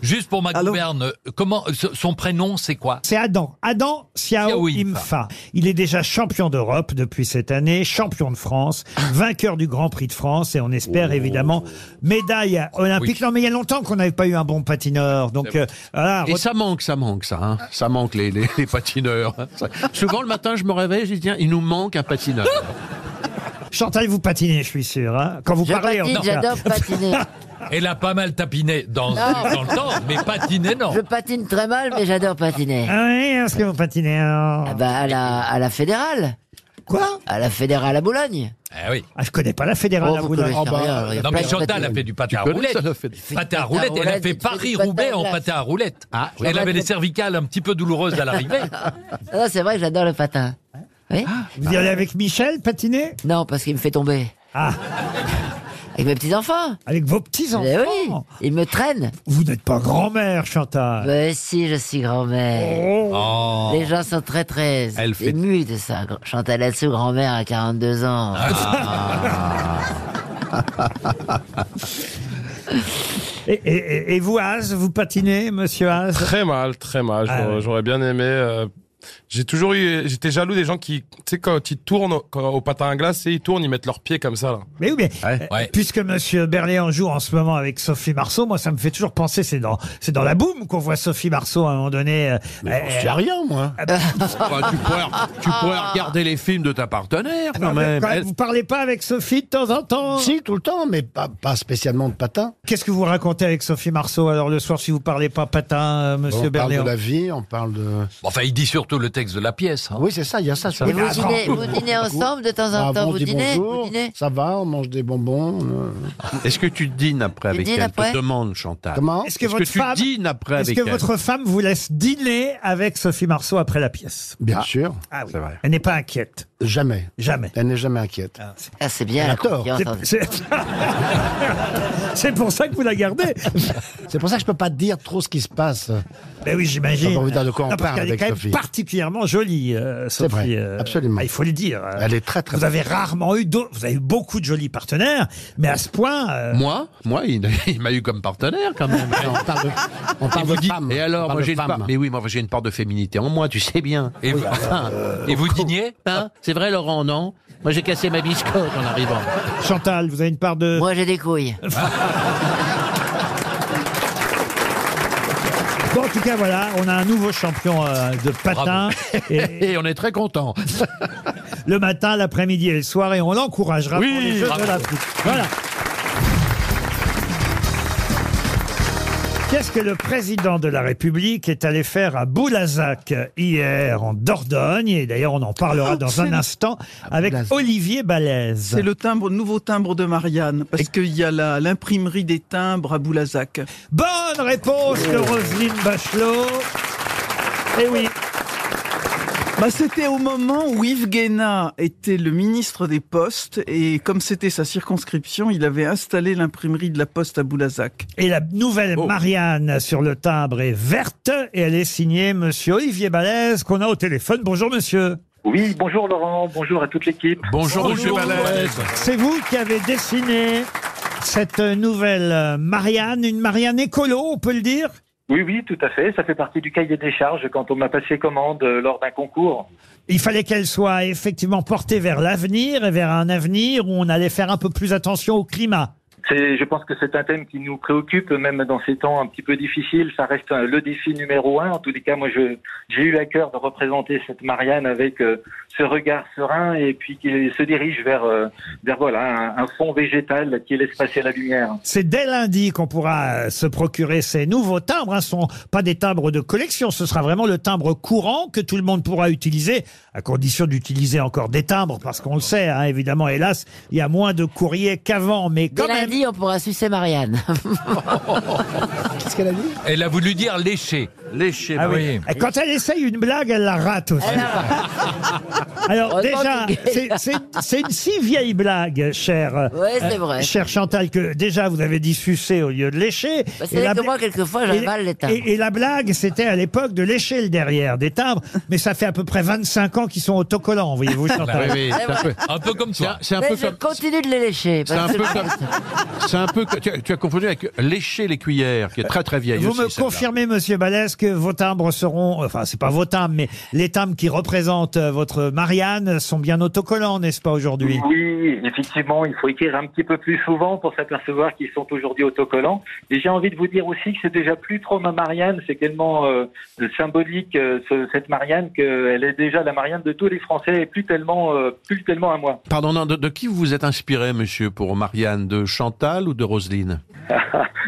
[SPEAKER 3] Juste, juste pour ma gouverne, euh, comment euh, ce- son prénom c'est quoi
[SPEAKER 2] C'est Adam. Adam Siao Imfa. Il est déjà champion d'Europe depuis cette année, champion de France, vainqueur du Grand Prix de France et on espère évidemment médaille olympique. Non mais il y a longtemps qu'on n'avait pas eu un bon patineur. Donc euh, voilà,
[SPEAKER 10] Et ça manque, ça manque, ça. hein. Ça manque les, les- les patineurs. Ça- Souvent le matin, je me réveille, je dis tiens, il nous manque un [LAUGHS] patineur.
[SPEAKER 2] Chantal, vous patinez, je suis sûr. hein. Quand vous parlez, en tout cas.
[SPEAKER 4] patiner.
[SPEAKER 3] [LAUGHS] Elle a pas mal tapiné dans,
[SPEAKER 4] Non.
[SPEAKER 3] [LAUGHS] dans le temps, mais patiné non.
[SPEAKER 4] Je patine très mal, mais j'adore patiner.
[SPEAKER 2] Ah oui, est-ce que vous patinez Ah
[SPEAKER 4] bah à la, à la fédérale.
[SPEAKER 2] Quoi
[SPEAKER 4] À la fédérale à Boulogne.
[SPEAKER 3] Ah oui.
[SPEAKER 2] Ah, je connais pas la bah. fédérale
[SPEAKER 4] Oh,
[SPEAKER 2] à
[SPEAKER 4] vous
[SPEAKER 2] Boulogne.
[SPEAKER 4] connaissez rien, alors, il y a
[SPEAKER 3] Non,
[SPEAKER 4] plein
[SPEAKER 3] mais
[SPEAKER 4] de
[SPEAKER 3] Chantal a
[SPEAKER 4] patineurs.
[SPEAKER 3] fait du patin à
[SPEAKER 4] Tu connais,
[SPEAKER 3] roulette.
[SPEAKER 4] ça, elle a fait du
[SPEAKER 3] Patin à
[SPEAKER 4] patin
[SPEAKER 3] roulette, elle a
[SPEAKER 4] roulette,
[SPEAKER 3] fait
[SPEAKER 4] tu fais du
[SPEAKER 3] Paris-Roubaix
[SPEAKER 4] patin
[SPEAKER 3] en
[SPEAKER 4] à
[SPEAKER 3] patin à roulette. Ah,
[SPEAKER 4] j'en
[SPEAKER 3] elle avait
[SPEAKER 4] ai-
[SPEAKER 3] les cervicales un petit peu douloureuses à l'arrivée.
[SPEAKER 4] Non, Ah, c'est vrai que j'adore le patin. Oui
[SPEAKER 2] Hein Ah, Vous y allez avec Michel patiner
[SPEAKER 4] Non, parce qu'il me fait tomber.
[SPEAKER 2] Ah
[SPEAKER 4] [LAUGHS] Avec mes petits-enfants. Ben
[SPEAKER 2] Avec vos petits-enfants
[SPEAKER 4] oui, ils me traînent.
[SPEAKER 2] Vous n'êtes pas grand-mère, Chantal.
[SPEAKER 4] Ben si, je suis grand-mère.
[SPEAKER 10] Oh.
[SPEAKER 4] Les gens sont très, très
[SPEAKER 10] Elle fait-
[SPEAKER 4] émus de ça. Chantal Latsou, grand-mère à 42 ans.
[SPEAKER 10] Ah.
[SPEAKER 2] [LAUGHS]
[SPEAKER 4] Ah.
[SPEAKER 2] Et, et- et- et vous, Az, vous patinez, monsieur Az
[SPEAKER 8] Très mal, très mal.
[SPEAKER 2] Ah
[SPEAKER 8] J'aurais-
[SPEAKER 2] ouais.
[SPEAKER 8] J'aurais bien aimé. euh, J'ai toujours eu, j'étais jaloux des gens qui, tu sais, quand ils tournent au- quand- au patin à glace, et ils tournent, ils mettent leurs pieds comme ça. Là.
[SPEAKER 2] Mais oui, mais euh, puisque Monsieur Berléand joue en ce moment avec Sophie Marceau, moi ça me fait toujours penser, c'est dans, c'est dans la boum qu'on voit Sophie Marceau à un moment donné. euh, Mais
[SPEAKER 10] j'en sais rien,
[SPEAKER 2] moi.
[SPEAKER 10] Enfin, tu, pourrais, tu pourrais regarder les films de ta partenaire quand même. Elle-
[SPEAKER 2] Vous parlez pas avec Sophie de temps en temps
[SPEAKER 6] Si, tout le temps, mais pas, pas spécialement de patin.
[SPEAKER 2] Qu'est-ce que vous racontez avec Sophie Marceau alors le soir si vous parlez pas patin, euh, [LAUGHS] Monsieur
[SPEAKER 6] on parle de
[SPEAKER 2] Berléand
[SPEAKER 6] la vie, on parle de...
[SPEAKER 3] Enfin, il dit surtout le texte de la pièce. hein.
[SPEAKER 6] Oui, c'est ça, il y a ça. ça.
[SPEAKER 4] Et vous dînez, vous dînez ensemble de temps en
[SPEAKER 6] Ah,
[SPEAKER 4] temps
[SPEAKER 6] bon, on
[SPEAKER 4] Vous
[SPEAKER 6] dit
[SPEAKER 4] dînez
[SPEAKER 6] bonjour,
[SPEAKER 4] Vous dînez
[SPEAKER 6] Ça va, on mange des bonbons. euh.
[SPEAKER 10] Est-ce que tu dînes après avec
[SPEAKER 6] dînes
[SPEAKER 10] elle
[SPEAKER 6] après
[SPEAKER 10] Te demande Chantal.
[SPEAKER 6] Comment
[SPEAKER 2] Est-ce que votre
[SPEAKER 10] tu
[SPEAKER 2] femme,
[SPEAKER 10] dînes après
[SPEAKER 2] est-ce
[SPEAKER 10] avec
[SPEAKER 2] que
[SPEAKER 10] elle
[SPEAKER 2] votre femme vous laisse dîner avec Sophie Marceau après la pièce
[SPEAKER 6] Bien sûr.
[SPEAKER 2] Ah oui.
[SPEAKER 6] C'est vrai.
[SPEAKER 2] Elle n'est pas inquiète.
[SPEAKER 6] Jamais.
[SPEAKER 2] Jamais.
[SPEAKER 6] Elle n'est jamais inquiète.
[SPEAKER 4] Ah, c'est bien.
[SPEAKER 6] Elle a
[SPEAKER 4] la
[SPEAKER 6] tort.
[SPEAKER 4] confiance hein. en-
[SPEAKER 2] C'est- c'est- C'est pour ça que vous la gardez.
[SPEAKER 6] C'est pour ça que je peux pas te dire trop ce qui se passe.
[SPEAKER 2] Ben oui, j'imagine.
[SPEAKER 6] J'ai pas envie de dire de quoi on
[SPEAKER 2] Non, parce
[SPEAKER 6] parle
[SPEAKER 2] qu'elle est
[SPEAKER 6] avec
[SPEAKER 2] quand même
[SPEAKER 6] Sophie.
[SPEAKER 2] particulièrement jolie, euh,
[SPEAKER 6] C'est
[SPEAKER 2] Sophie.
[SPEAKER 6] vrai,
[SPEAKER 2] euh,
[SPEAKER 6] absolument.
[SPEAKER 2] ah, il faut le dire.
[SPEAKER 6] Elle est très, très
[SPEAKER 2] Vous avez
[SPEAKER 6] belle.
[SPEAKER 2] rarement eu d'autres. Vous avez eu beaucoup de jolis partenaires, mais à ce point. euh,
[SPEAKER 10] Moi, moi, il, [LAUGHS] il m'a eu comme partenaire quand même.
[SPEAKER 6] on parle de,
[SPEAKER 10] et vous dites- Et
[SPEAKER 6] On
[SPEAKER 10] alors,
[SPEAKER 6] parle
[SPEAKER 10] moi
[SPEAKER 6] de
[SPEAKER 10] j'ai une
[SPEAKER 6] femme.
[SPEAKER 10] part. Mais oui, moi j'ai une part de féminité en moi, tu sais bien. Et, vous- enfin, et vous dîniez hein C'est vrai, Laurent, non Moi j'ai cassé ma biscotte en arrivant.
[SPEAKER 2] Chantal, vous avez une part de.
[SPEAKER 4] Moi, j'ai des couilles.
[SPEAKER 2] [LAUGHS] Bon, en tout cas, voilà, on a un nouveau champion euh, de patin.
[SPEAKER 10] Bravo.
[SPEAKER 2] Et
[SPEAKER 10] [LAUGHS] Et on est très contents.
[SPEAKER 2] [LAUGHS] le matin, l'après-midi et le soir, et on l'encouragera
[SPEAKER 10] Oui,
[SPEAKER 2] pour les Jeux
[SPEAKER 10] bravo.
[SPEAKER 2] Olympiques. Voilà. Qu'est-ce que le président de la République est allé faire à Boulazac hier en Dordogne Et d'ailleurs, on en parlera
[SPEAKER 4] Oh,
[SPEAKER 5] Ah,
[SPEAKER 2] dans
[SPEAKER 5] c'est
[SPEAKER 2] un
[SPEAKER 5] le-
[SPEAKER 2] instant avec Olivier Balèze.
[SPEAKER 5] C'est le timbre, nouveau timbre de Marianne, parce qu'il y a la- l'imprimerie des timbres à Boulazac.
[SPEAKER 2] Bonne réponse de Roselyne Bachelot. Eh oui.
[SPEAKER 5] Bah, c'était au moment où Yves Guéna était le ministre des Postes, et comme c'était sa circonscription, il avait installé l'imprimerie de la Poste à Boulazac.
[SPEAKER 2] Et la nouvelle Marianne sur le timbre est verte et elle est signée Monsieur Olivier Balèze qu'on a au téléphone. Bonjour Monsieur.
[SPEAKER 14] Oui, bonjour Laurent, bonjour à toute l'équipe.
[SPEAKER 2] Bonjour. C'est vous qui avez dessiné cette nouvelle euh, Marianne, une Marianne écolo, on peut le dire
[SPEAKER 14] Oui, oui, tout à fait. Ça fait partie du cahier des charges quand on m'a passé commande euh, lors d'un concours.
[SPEAKER 2] il fallait qu'elle soit effectivement portée vers l'avenir et vers un avenir où on allait faire un peu plus attention au climat.
[SPEAKER 17] C'est, je pense que c'est un thème qui nous préoccupe, même dans ces temps un petit peu difficiles. Ça reste euh, le défi numéro un. En tous les cas, moi, je, j'ai eu à cœur de représenter cette Marianne avec euh, ce regard serein et puis qui se dirige vers, euh, vers voilà, un, un fond végétal qui laisse passer la lumière.
[SPEAKER 2] C'est dès lundi qu'on pourra euh, se procurer ces nouveaux timbres. hein. Ce ne sont pas des timbres de collection, ce sera vraiment le timbre courant que tout le monde pourra utiliser, à condition d'utiliser encore des timbres, parce qu'on le sait, hein, évidemment, hélas, il y a moins de courriers qu'avant, mais
[SPEAKER 4] Dès
[SPEAKER 2] quand même...
[SPEAKER 4] lundi, on pourra sucer Marianne.
[SPEAKER 2] [LAUGHS] Qu'est-ce qu'elle a dit
[SPEAKER 3] Elle a voulu dire lécher. Lécher,
[SPEAKER 2] Ah oui. Et Quand elle essaye une blague, elle la rate aussi. Alors déjà,
[SPEAKER 4] Heureusement qu'il
[SPEAKER 2] c'est- c'est c'est une si vieille blague, chère,
[SPEAKER 4] Ouais, c'est
[SPEAKER 2] euh,
[SPEAKER 4] vrai.
[SPEAKER 2] chère Chantal, que déjà vous avez dit sucer au lieu de lécher.
[SPEAKER 4] Bah, c'est
[SPEAKER 2] Et
[SPEAKER 4] vrai
[SPEAKER 2] la
[SPEAKER 4] que
[SPEAKER 2] bla-
[SPEAKER 4] moi, quelquefois,
[SPEAKER 2] et-
[SPEAKER 4] j'avale les timbres.
[SPEAKER 2] Et, et la blague, c'était à l'époque de lécher le derrière des
[SPEAKER 4] [LAUGHS]
[SPEAKER 2] timbres, mais ça fait à peu près 25 ans qu'ils sont autocollants, voyez-vous, Chantal.
[SPEAKER 19] Bah oui, oui, c'est un peu- Un peu comme toi.
[SPEAKER 10] C'est un
[SPEAKER 4] Mais
[SPEAKER 10] peu
[SPEAKER 4] je
[SPEAKER 10] comme-
[SPEAKER 4] continue de les lécher.
[SPEAKER 10] C'est un
[SPEAKER 4] parce
[SPEAKER 10] peu
[SPEAKER 4] que-
[SPEAKER 10] comme. C'est un peu. que- Tu as, tu as confondu avec lécher les cuillères, qui est très très vieille
[SPEAKER 2] Vous
[SPEAKER 10] aussi,
[SPEAKER 2] me
[SPEAKER 10] celle-là.
[SPEAKER 2] confirmez, monsieur Balès, que vos timbres seront, enfin, c'est pas vos timbres, mais les timbres qui représentent euh, votre Marianne sont bien autocollants, n'est-ce pas, aujourd'hui
[SPEAKER 17] Oui, effectivement, il faut écrire un petit peu plus souvent pour s'apercevoir qu'ils sont aujourd'hui autocollants. Et j'ai envie de vous dire aussi que c'est déjà plus trop ma Marianne, c'est tellement euh, symbolique euh, ce- cette Marianne qu'elle est déjà la Marianne de tous les Français et plus tellement, euh, plus tellement à moi. [LAUGHS]
[SPEAKER 10] Pardon, non, de, de qui vous vous êtes inspiré, monsieur, pour Marianne De Chantal ou de Roselyne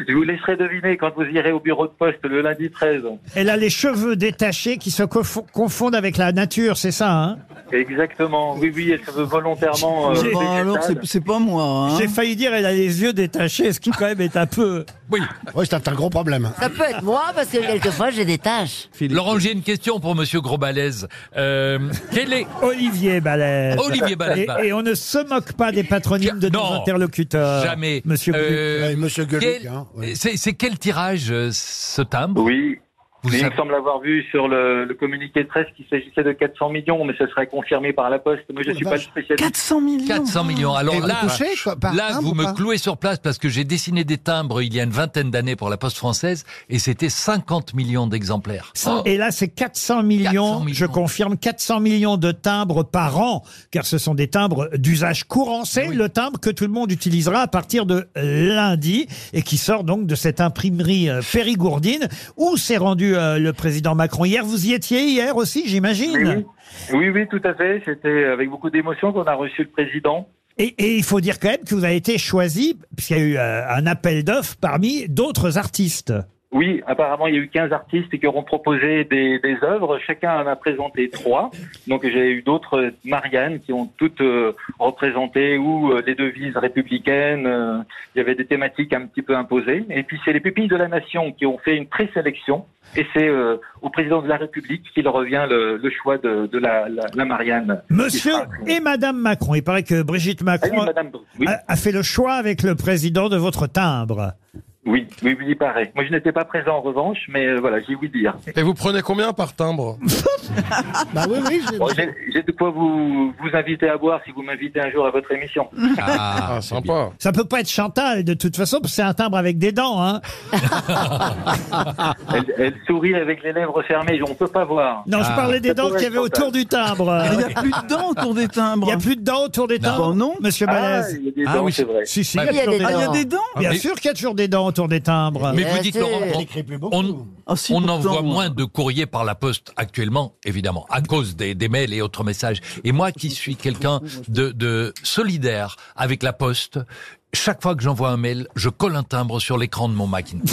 [SPEAKER 17] Je vous laisserai deviner quand vous irez au bureau de poste le lundi 13.
[SPEAKER 2] Elle a les cheveux détachés qui se confo- confondent avec la nature, c'est ça, hein
[SPEAKER 17] Exactement, oui, oui, elle se veut volontairement. euh,
[SPEAKER 2] Bon,
[SPEAKER 17] végétale.
[SPEAKER 2] alors, c'est-
[SPEAKER 5] C'est pas moi. hein.
[SPEAKER 2] J'ai failli dire, elle a les yeux détachés, ce qui quand même est un peu.
[SPEAKER 3] Oui.
[SPEAKER 6] c'est un, un gros problème.
[SPEAKER 4] Ça peut être moi,
[SPEAKER 10] [LAUGHS]
[SPEAKER 4] parce que quelquefois, j'ai des tâches.
[SPEAKER 3] Laurent, j'ai une question pour Monsieur Gros Balèze. Euh, quel est
[SPEAKER 2] [LAUGHS] Olivier Balèze.
[SPEAKER 3] Olivier Balèze.
[SPEAKER 2] Euh, bah, Et, et on ne se moque pas des patronymes de nos interlocuteurs.
[SPEAKER 3] Jamais.
[SPEAKER 2] Monsieur
[SPEAKER 3] Euh,
[SPEAKER 2] Gueluc.
[SPEAKER 3] quel-
[SPEAKER 6] hein.
[SPEAKER 17] hein,
[SPEAKER 3] C'est c'est quel tirage euh, ce timbre
[SPEAKER 17] Oui.
[SPEAKER 3] Vous
[SPEAKER 17] il
[SPEAKER 3] savez-
[SPEAKER 17] me semble avoir vu sur le, le communiqué de presse qu'il s'agissait de 400 millions, mais ce serait confirmé par la Poste. Moi, je ne suis pas le spécialiste.
[SPEAKER 5] 400 millions
[SPEAKER 3] 400 millions. Alors
[SPEAKER 17] Et vous
[SPEAKER 3] là,
[SPEAKER 17] touchez, quoi, par
[SPEAKER 3] là
[SPEAKER 17] timbre
[SPEAKER 3] vous
[SPEAKER 17] ou
[SPEAKER 3] me
[SPEAKER 17] pas
[SPEAKER 3] clouez sur place parce que j'ai dessiné des timbres il y a une vingtaine d'années pour la Poste française et c'était 50 millions d'exemplaires.
[SPEAKER 2] Et là, c'est 400 millions, je confirme, 400 millions de timbres par an, car ce sont des timbres d'usage courant. C'est le timbre que tout le monde utilisera à partir de lundi et qui sort donc de cette imprimerie euh, Périgourdine où s'est rendu euh, le président Macron hier. Vous y étiez hier aussi, j'imagine
[SPEAKER 17] Oui, oui. Oui, oui, tout à fait. C'était avec beaucoup d'émotion qu'on a reçu le président.
[SPEAKER 2] Et, et il faut dire quand même que vous avez été choisi, puisqu'il y a eu euh, un appel d'offres parmi d'autres artistes.
[SPEAKER 17] Oui, apparemment, il y a eu 15 artistes qui auront proposé des, des œuvres. Chacun en a présenté trois. Donc, j'ai eu d'autres Marianne qui ont toutes euh, représenté ou euh, les devises républicaines. euh, il y avait des thématiques un petit peu imposées. Et puis, c'est les pupilles de la nation qui ont fait une présélection. Et c'est euh, au président de la République qu'il revient le, le choix de, de la, la, la Marianne.
[SPEAKER 2] Monsieur et Madame Macron. Il paraît que Brigitte Macron
[SPEAKER 17] Ah oui, Madame, oui.
[SPEAKER 2] a, a fait le choix avec le président de votre timbre.
[SPEAKER 17] Oui, oui, oui, pareil. Moi, je n'étais pas présent en revanche, mais euh, voilà, j'ai ouï dire.
[SPEAKER 8] Et vous prenez combien par timbre
[SPEAKER 6] Bah oui, oui.
[SPEAKER 17] Bon, j'ai j'ai de quoi vous, vous inviter à boire si vous m'invitez un jour à votre émission.
[SPEAKER 8] Ah, sympa.
[SPEAKER 2] Ça peut pas être Chantal de toute façon, parce que c'est un timbre avec des dents. Hein.
[SPEAKER 17] elle, elle sourit avec les lèvres fermées, on peut pas voir.
[SPEAKER 2] Non,
[SPEAKER 5] Ah.
[SPEAKER 2] je parlais des
[SPEAKER 17] Ça
[SPEAKER 2] dents
[SPEAKER 17] pourrait
[SPEAKER 2] qu'il y
[SPEAKER 17] être
[SPEAKER 2] avait autour
[SPEAKER 17] Chantal.
[SPEAKER 2] du timbre.
[SPEAKER 5] Il n'y a plus de dents autour des timbres.
[SPEAKER 2] Il n'y a plus de dents autour des timbres.
[SPEAKER 5] Bon, non.
[SPEAKER 2] Monsieur
[SPEAKER 5] Ah,
[SPEAKER 2] Balèze.
[SPEAKER 5] il y a des dents, c'est vrai.
[SPEAKER 2] Si, si,
[SPEAKER 5] Ah, il y a
[SPEAKER 2] toujours
[SPEAKER 5] des dents. Ah,
[SPEAKER 2] Bien
[SPEAKER 5] mais-
[SPEAKER 2] sûr qu'il y a toujours des dents autour des timbres.
[SPEAKER 3] Mais vous dites, Laurent, on, on-
[SPEAKER 5] Ah, si,
[SPEAKER 3] on
[SPEAKER 5] pourtant, euh,
[SPEAKER 3] envoie
[SPEAKER 5] moi.
[SPEAKER 3] moins de courriers par la poste actuellement, évidemment, à cause des, des mails et autres messages. Et moi qui suis quelqu'un de, de solidaire avec la poste, chaque fois que j'envoie un mail, je colle un timbre sur l'écran de mon Macintosh.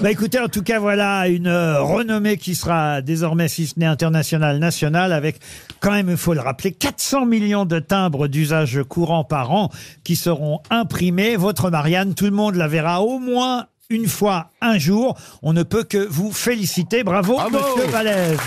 [SPEAKER 2] Bah écoutez, en tout cas, voilà une euh, renommée qui sera désormais, si ce n'est internationale, nationale, avec quand même, il faut le rappeler, 400 millions de timbres d'usage courant par an qui seront imprimés. Votre Marianne, tout le monde la verra au moins une fois, un jour. On ne peut que vous féliciter. Bravo,
[SPEAKER 1] Bravo.
[SPEAKER 2] monsieur Valèze.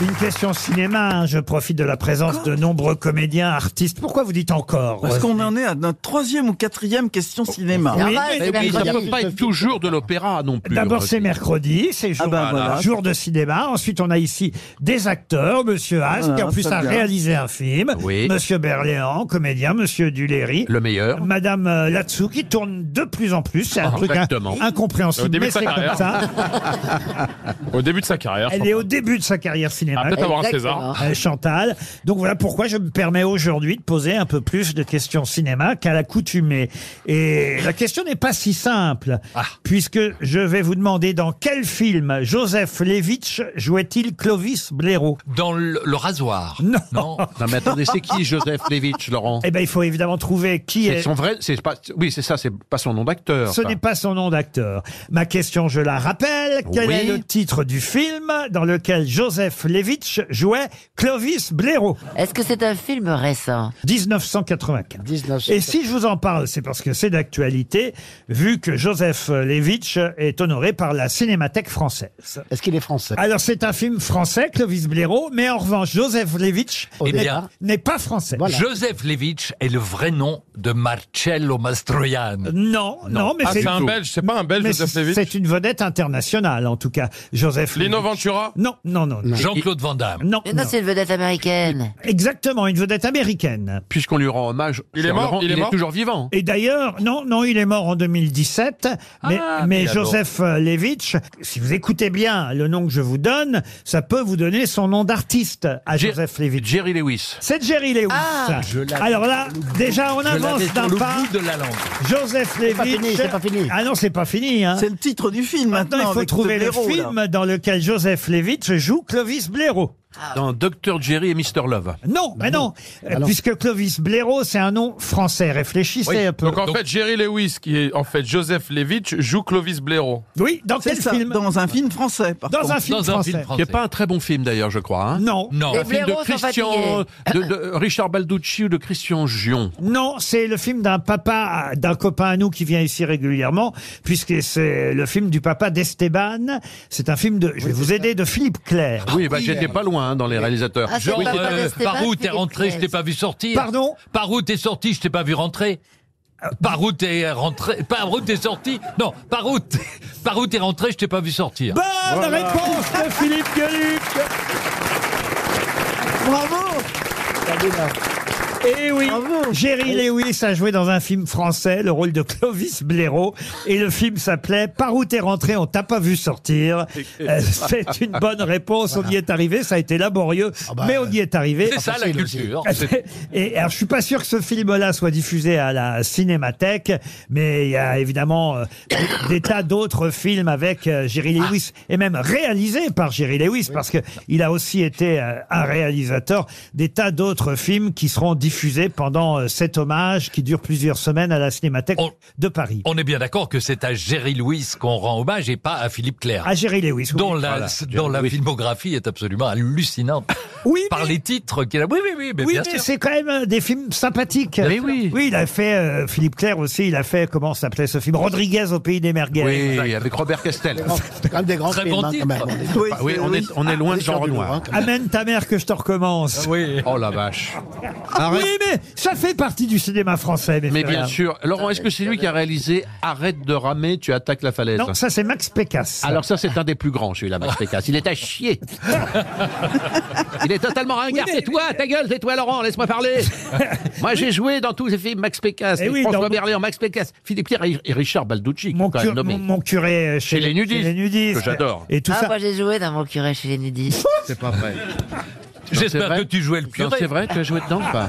[SPEAKER 2] Une question cinéma, hein. je profite de la présence de nombreux comédiens, artistes. Pourquoi vous dites encore
[SPEAKER 5] Parce qu'on en est à notre troisième ou quatrième question cinéma.
[SPEAKER 2] Oui, Ah, mais-
[SPEAKER 10] Oh, Eh oui, ça peut pas être toujours de l'opéra non plus.
[SPEAKER 2] D'abord,
[SPEAKER 10] Roselyne.
[SPEAKER 2] c'est mercredi, c'est jour,
[SPEAKER 10] Ah ben voilà.
[SPEAKER 2] jour de cinéma. Ensuite, on a ici des acteurs, Monsieur Haas, qui en
[SPEAKER 10] Ah,
[SPEAKER 2] plus
[SPEAKER 10] ça
[SPEAKER 2] a
[SPEAKER 10] vient.
[SPEAKER 2] réalisé un film,
[SPEAKER 10] Oui.
[SPEAKER 2] Monsieur Berléand, comédien, Monsieur Duléry,
[SPEAKER 10] Le meilleur.
[SPEAKER 2] Madame euh, Latsou, qui tourne de plus en plus. [LAUGHS] C'est un
[SPEAKER 8] Ah,
[SPEAKER 2] truc in-
[SPEAKER 8] exactement.
[SPEAKER 2] incompréhensible,
[SPEAKER 8] Au début
[SPEAKER 2] mais
[SPEAKER 8] de sa
[SPEAKER 2] c'est comme
[SPEAKER 8] carrière.
[SPEAKER 2] ça.
[SPEAKER 8] [LAUGHS] Au début de sa carrière.
[SPEAKER 2] Elle est au début de sa carrière cinéma.
[SPEAKER 8] Ah, peut-être avoir un Exactement. César.
[SPEAKER 2] Euh, Chantal. Donc voilà pourquoi je me permets aujourd'hui de poser un peu plus de questions cinéma qu'à l'accoutumée. Et la question n'est pas si simple,
[SPEAKER 8] Ah.
[SPEAKER 2] puisque je vais vous demander dans quel film Joseph Levitch jouait-il Clovis Blaireau
[SPEAKER 3] Dans le, le rasoir. Non. non.
[SPEAKER 10] mais attendez, c'est qui Joseph Levitch, Laurent
[SPEAKER 2] Eh ben, il faut évidemment trouver qui
[SPEAKER 10] C'est
[SPEAKER 2] est.
[SPEAKER 10] son vrai. C'est pas. Oui, c'est ça. C'est pas son nom d'acteur.
[SPEAKER 2] Ce
[SPEAKER 10] ça.
[SPEAKER 2] n'est pas son nom d'acteur. Ma question, je la rappelle. Quel
[SPEAKER 10] Oui.
[SPEAKER 2] est le titre du film dans lequel Joseph Levitch jouait Clovis Blaireau Est-ce que c'est un film récent 1995. Et si je vous en parle, c'est parce que c'est d'actualité, vu que Joseph Levitch est honoré par la Cinémathèque française. Est-ce qu'il est français Alors c'est un film français, Clovis Blaireau, mais en revanche, Joseph Levitch
[SPEAKER 3] Eh
[SPEAKER 2] n'est-
[SPEAKER 3] bien.
[SPEAKER 2] n'est pas français.
[SPEAKER 3] Joseph Levitch est le vrai nom de Marcello Mastroianni.
[SPEAKER 2] Non, non, mais
[SPEAKER 3] Ah,
[SPEAKER 2] c'est
[SPEAKER 3] c'est un Belge, c'est pas un Belge,
[SPEAKER 2] mais
[SPEAKER 3] Joseph
[SPEAKER 2] c'est-
[SPEAKER 3] Levitch
[SPEAKER 2] C'est une vedette internationale, en tout cas. Joseph
[SPEAKER 3] Lino
[SPEAKER 2] Levitch.
[SPEAKER 8] Ventura
[SPEAKER 2] Non, non, non. non.
[SPEAKER 3] Jean-Claude Van Damme.
[SPEAKER 2] Non,
[SPEAKER 4] Mais non, c'est une vedette américaine.
[SPEAKER 2] Exactement, une vedette américaine.
[SPEAKER 10] Puisqu'on lui rend hommage. cher Laurent, il est toujours vivant.
[SPEAKER 2] Et d'ailleurs, non, non, il est mort en 2017. Mais,
[SPEAKER 10] Ah,
[SPEAKER 2] mais
[SPEAKER 10] puis alors.
[SPEAKER 2] Joseph euh, Levitch, si vous écoutez bien le nom que je vous donne, ça peut vous donner son nom d'artiste à Joseph Levitch.
[SPEAKER 10] Jerry Lewis.
[SPEAKER 2] C'est Jerry Lewis.
[SPEAKER 10] Ah, je l'avais
[SPEAKER 2] alors là,
[SPEAKER 10] sur le bout-
[SPEAKER 2] déjà, on
[SPEAKER 10] je
[SPEAKER 2] avance
[SPEAKER 10] l'avais
[SPEAKER 2] d'un
[SPEAKER 10] sur le
[SPEAKER 2] pas.
[SPEAKER 10] bout de la langue.
[SPEAKER 2] Joseph
[SPEAKER 5] C'est
[SPEAKER 2] Levitch.
[SPEAKER 5] pas fini, c'est pas fini.
[SPEAKER 2] Ah non, c'est pas fini. hein.
[SPEAKER 5] C'est le titre du film maintenant.
[SPEAKER 2] Maintenant, il faut
[SPEAKER 5] avec
[SPEAKER 2] trouver
[SPEAKER 5] De
[SPEAKER 2] le
[SPEAKER 5] Niro, là.
[SPEAKER 2] film dans lequel Joseph Levitch joue Clovis Blaireau.
[SPEAKER 10] Dans Dr. Jerry et Mr. Love.
[SPEAKER 2] Non,
[SPEAKER 5] Bah
[SPEAKER 2] mais non, euh, puisque Clovis Blaireau, c'est un nom français. Réfléchissez
[SPEAKER 8] Oui.
[SPEAKER 2] un peu.
[SPEAKER 8] Donc en fait, Jerry Lewis, qui est en fait Joseph Levitch, joue Clovis Blaireau.
[SPEAKER 2] Oui, dans
[SPEAKER 5] quel film Dans un film français, par
[SPEAKER 2] Dans
[SPEAKER 5] contre.
[SPEAKER 2] un film Dans un français. film français.
[SPEAKER 10] Qui n'est pas un très bon film d'ailleurs, je crois. hein.
[SPEAKER 2] Non.
[SPEAKER 3] Non.
[SPEAKER 10] Un
[SPEAKER 2] Les
[SPEAKER 10] film de
[SPEAKER 2] blaireaux sont
[SPEAKER 10] Christian, de, de Richard Balducci ou de Christian Gion.
[SPEAKER 2] Non, c'est le film d'un papa, d'un copain à nous qui vient ici régulièrement, puisque c'est le film du papa d'Esteban. C'est un film de, je vais vous aider, de Philippe Clair.
[SPEAKER 10] oui, bah, j'étais pas loin hein, dans les réalisateurs.
[SPEAKER 2] Ah, c'est
[SPEAKER 3] Genre,
[SPEAKER 2] pas
[SPEAKER 3] euh,
[SPEAKER 2] Esteban,
[SPEAKER 3] par où t'es
[SPEAKER 2] Philippe
[SPEAKER 3] rentré, je
[SPEAKER 2] Claes.
[SPEAKER 3] t'ai pas vu sortir.
[SPEAKER 2] Pardon Ah.
[SPEAKER 3] Par où t'es sorti, je t'ai pas vu rentrer. Par où t'es rentré, par où t'es sorti. Non, par où t'es, [LAUGHS] par où t'es rentré, je t'ai pas vu sortir.
[SPEAKER 2] Bonne réponse de Philippe Gueluc Bravo et Eh oui, Jerry Lewis a joué dans un film français le rôle de Clovis Blaireau et le film s'appelait Par où t'es rentré, on t'a pas vu sortir. Euh, C'est une bonne réponse, on y est arrivé, ça a été laborieux, mais on y est arrivé. Ah,
[SPEAKER 3] C'est ça, la culture. C'est-
[SPEAKER 2] [LAUGHS] Et alors, je suis pas sûr que ce film-là soit diffusé à la Cinémathèque, mais il y a évidemment euh, des- des tas d'autres films avec euh, Jerry Lewis et même réalisés par Jerry Lewis parce que il a aussi été euh, un réalisateur des tas d'autres films qui seront diffusés pendant euh, cet hommage qui dure plusieurs semaines à la Cinémathèque
[SPEAKER 3] Oh.
[SPEAKER 2] de Paris.
[SPEAKER 3] On est bien d'accord que c'est à Jerry Lewis qu'on rend hommage et pas à Philippe Clair.
[SPEAKER 2] À Jerry Lewis. oui.
[SPEAKER 3] Dont la, dont la filmographie est absolument hallucinante.
[SPEAKER 2] Oui.
[SPEAKER 3] Par les titres qu'il a. Oui, oui, oui, mais
[SPEAKER 2] oui,
[SPEAKER 3] bien
[SPEAKER 2] mais
[SPEAKER 3] sûr.
[SPEAKER 2] c'est quand même euh, des films sympathiques.
[SPEAKER 3] Mais oui.
[SPEAKER 2] il a fait euh, Philippe Clair aussi. Il a fait comment s'appelait ce film Rodriguez au pays des merguez.
[SPEAKER 10] Oui, avec Robert Castel.
[SPEAKER 6] C'est quand même des grands
[SPEAKER 10] Très
[SPEAKER 6] films.
[SPEAKER 10] bon
[SPEAKER 6] hein,
[SPEAKER 10] titre.
[SPEAKER 6] quand même. On est-
[SPEAKER 10] [LAUGHS] Oui, Oui, on est- on est loin de
[SPEAKER 6] sur
[SPEAKER 10] Jean
[SPEAKER 6] du
[SPEAKER 10] Renoir.
[SPEAKER 6] lourd, hein, quand même.
[SPEAKER 2] Amène ta mère que je te recommence.
[SPEAKER 10] Oui. Oh la vache.
[SPEAKER 2] Ah oui, mais ça fait partie du cinéma français. mes
[SPEAKER 10] Mais
[SPEAKER 2] frères.
[SPEAKER 10] Eh bien sûr. Laurent, est-ce que c'est lui qui a réalisé Arrête de ramer, tu attaques la falaise
[SPEAKER 2] Non, ça c'est Max Pécasse.
[SPEAKER 10] Alors ça, c'est un des plus grands,
[SPEAKER 2] [LAUGHS]
[SPEAKER 10] celui-là, Max Pécasse. Il est à chier. Il est totalement ringard.
[SPEAKER 2] Oui, mais-
[SPEAKER 10] C'est toi, ta gueule, c'est toi, Laurent,
[SPEAKER 2] [LAUGHS]
[SPEAKER 10] laisse-moi parler. Moi, j'ai joué dans tous les films Max Pécasse,
[SPEAKER 2] Eh oui,
[SPEAKER 10] François
[SPEAKER 2] dans-
[SPEAKER 10] Berléand, Max Pécasse, Philippe Pierre et et Richard Balducci. Mon,
[SPEAKER 2] Cur- mon, mon curé euh, chez,
[SPEAKER 10] Chez les nudistes,
[SPEAKER 2] chez les nudistes.
[SPEAKER 10] que j'adore.
[SPEAKER 2] Et tout
[SPEAKER 4] ah,
[SPEAKER 2] ça.
[SPEAKER 4] moi j'ai joué dans mon curé chez les nudistes.
[SPEAKER 10] C'est pas vrai.
[SPEAKER 3] J'espère que tu jouais le
[SPEAKER 10] Non,
[SPEAKER 3] curé.
[SPEAKER 10] c'est vrai, tu as joué dedans ou pas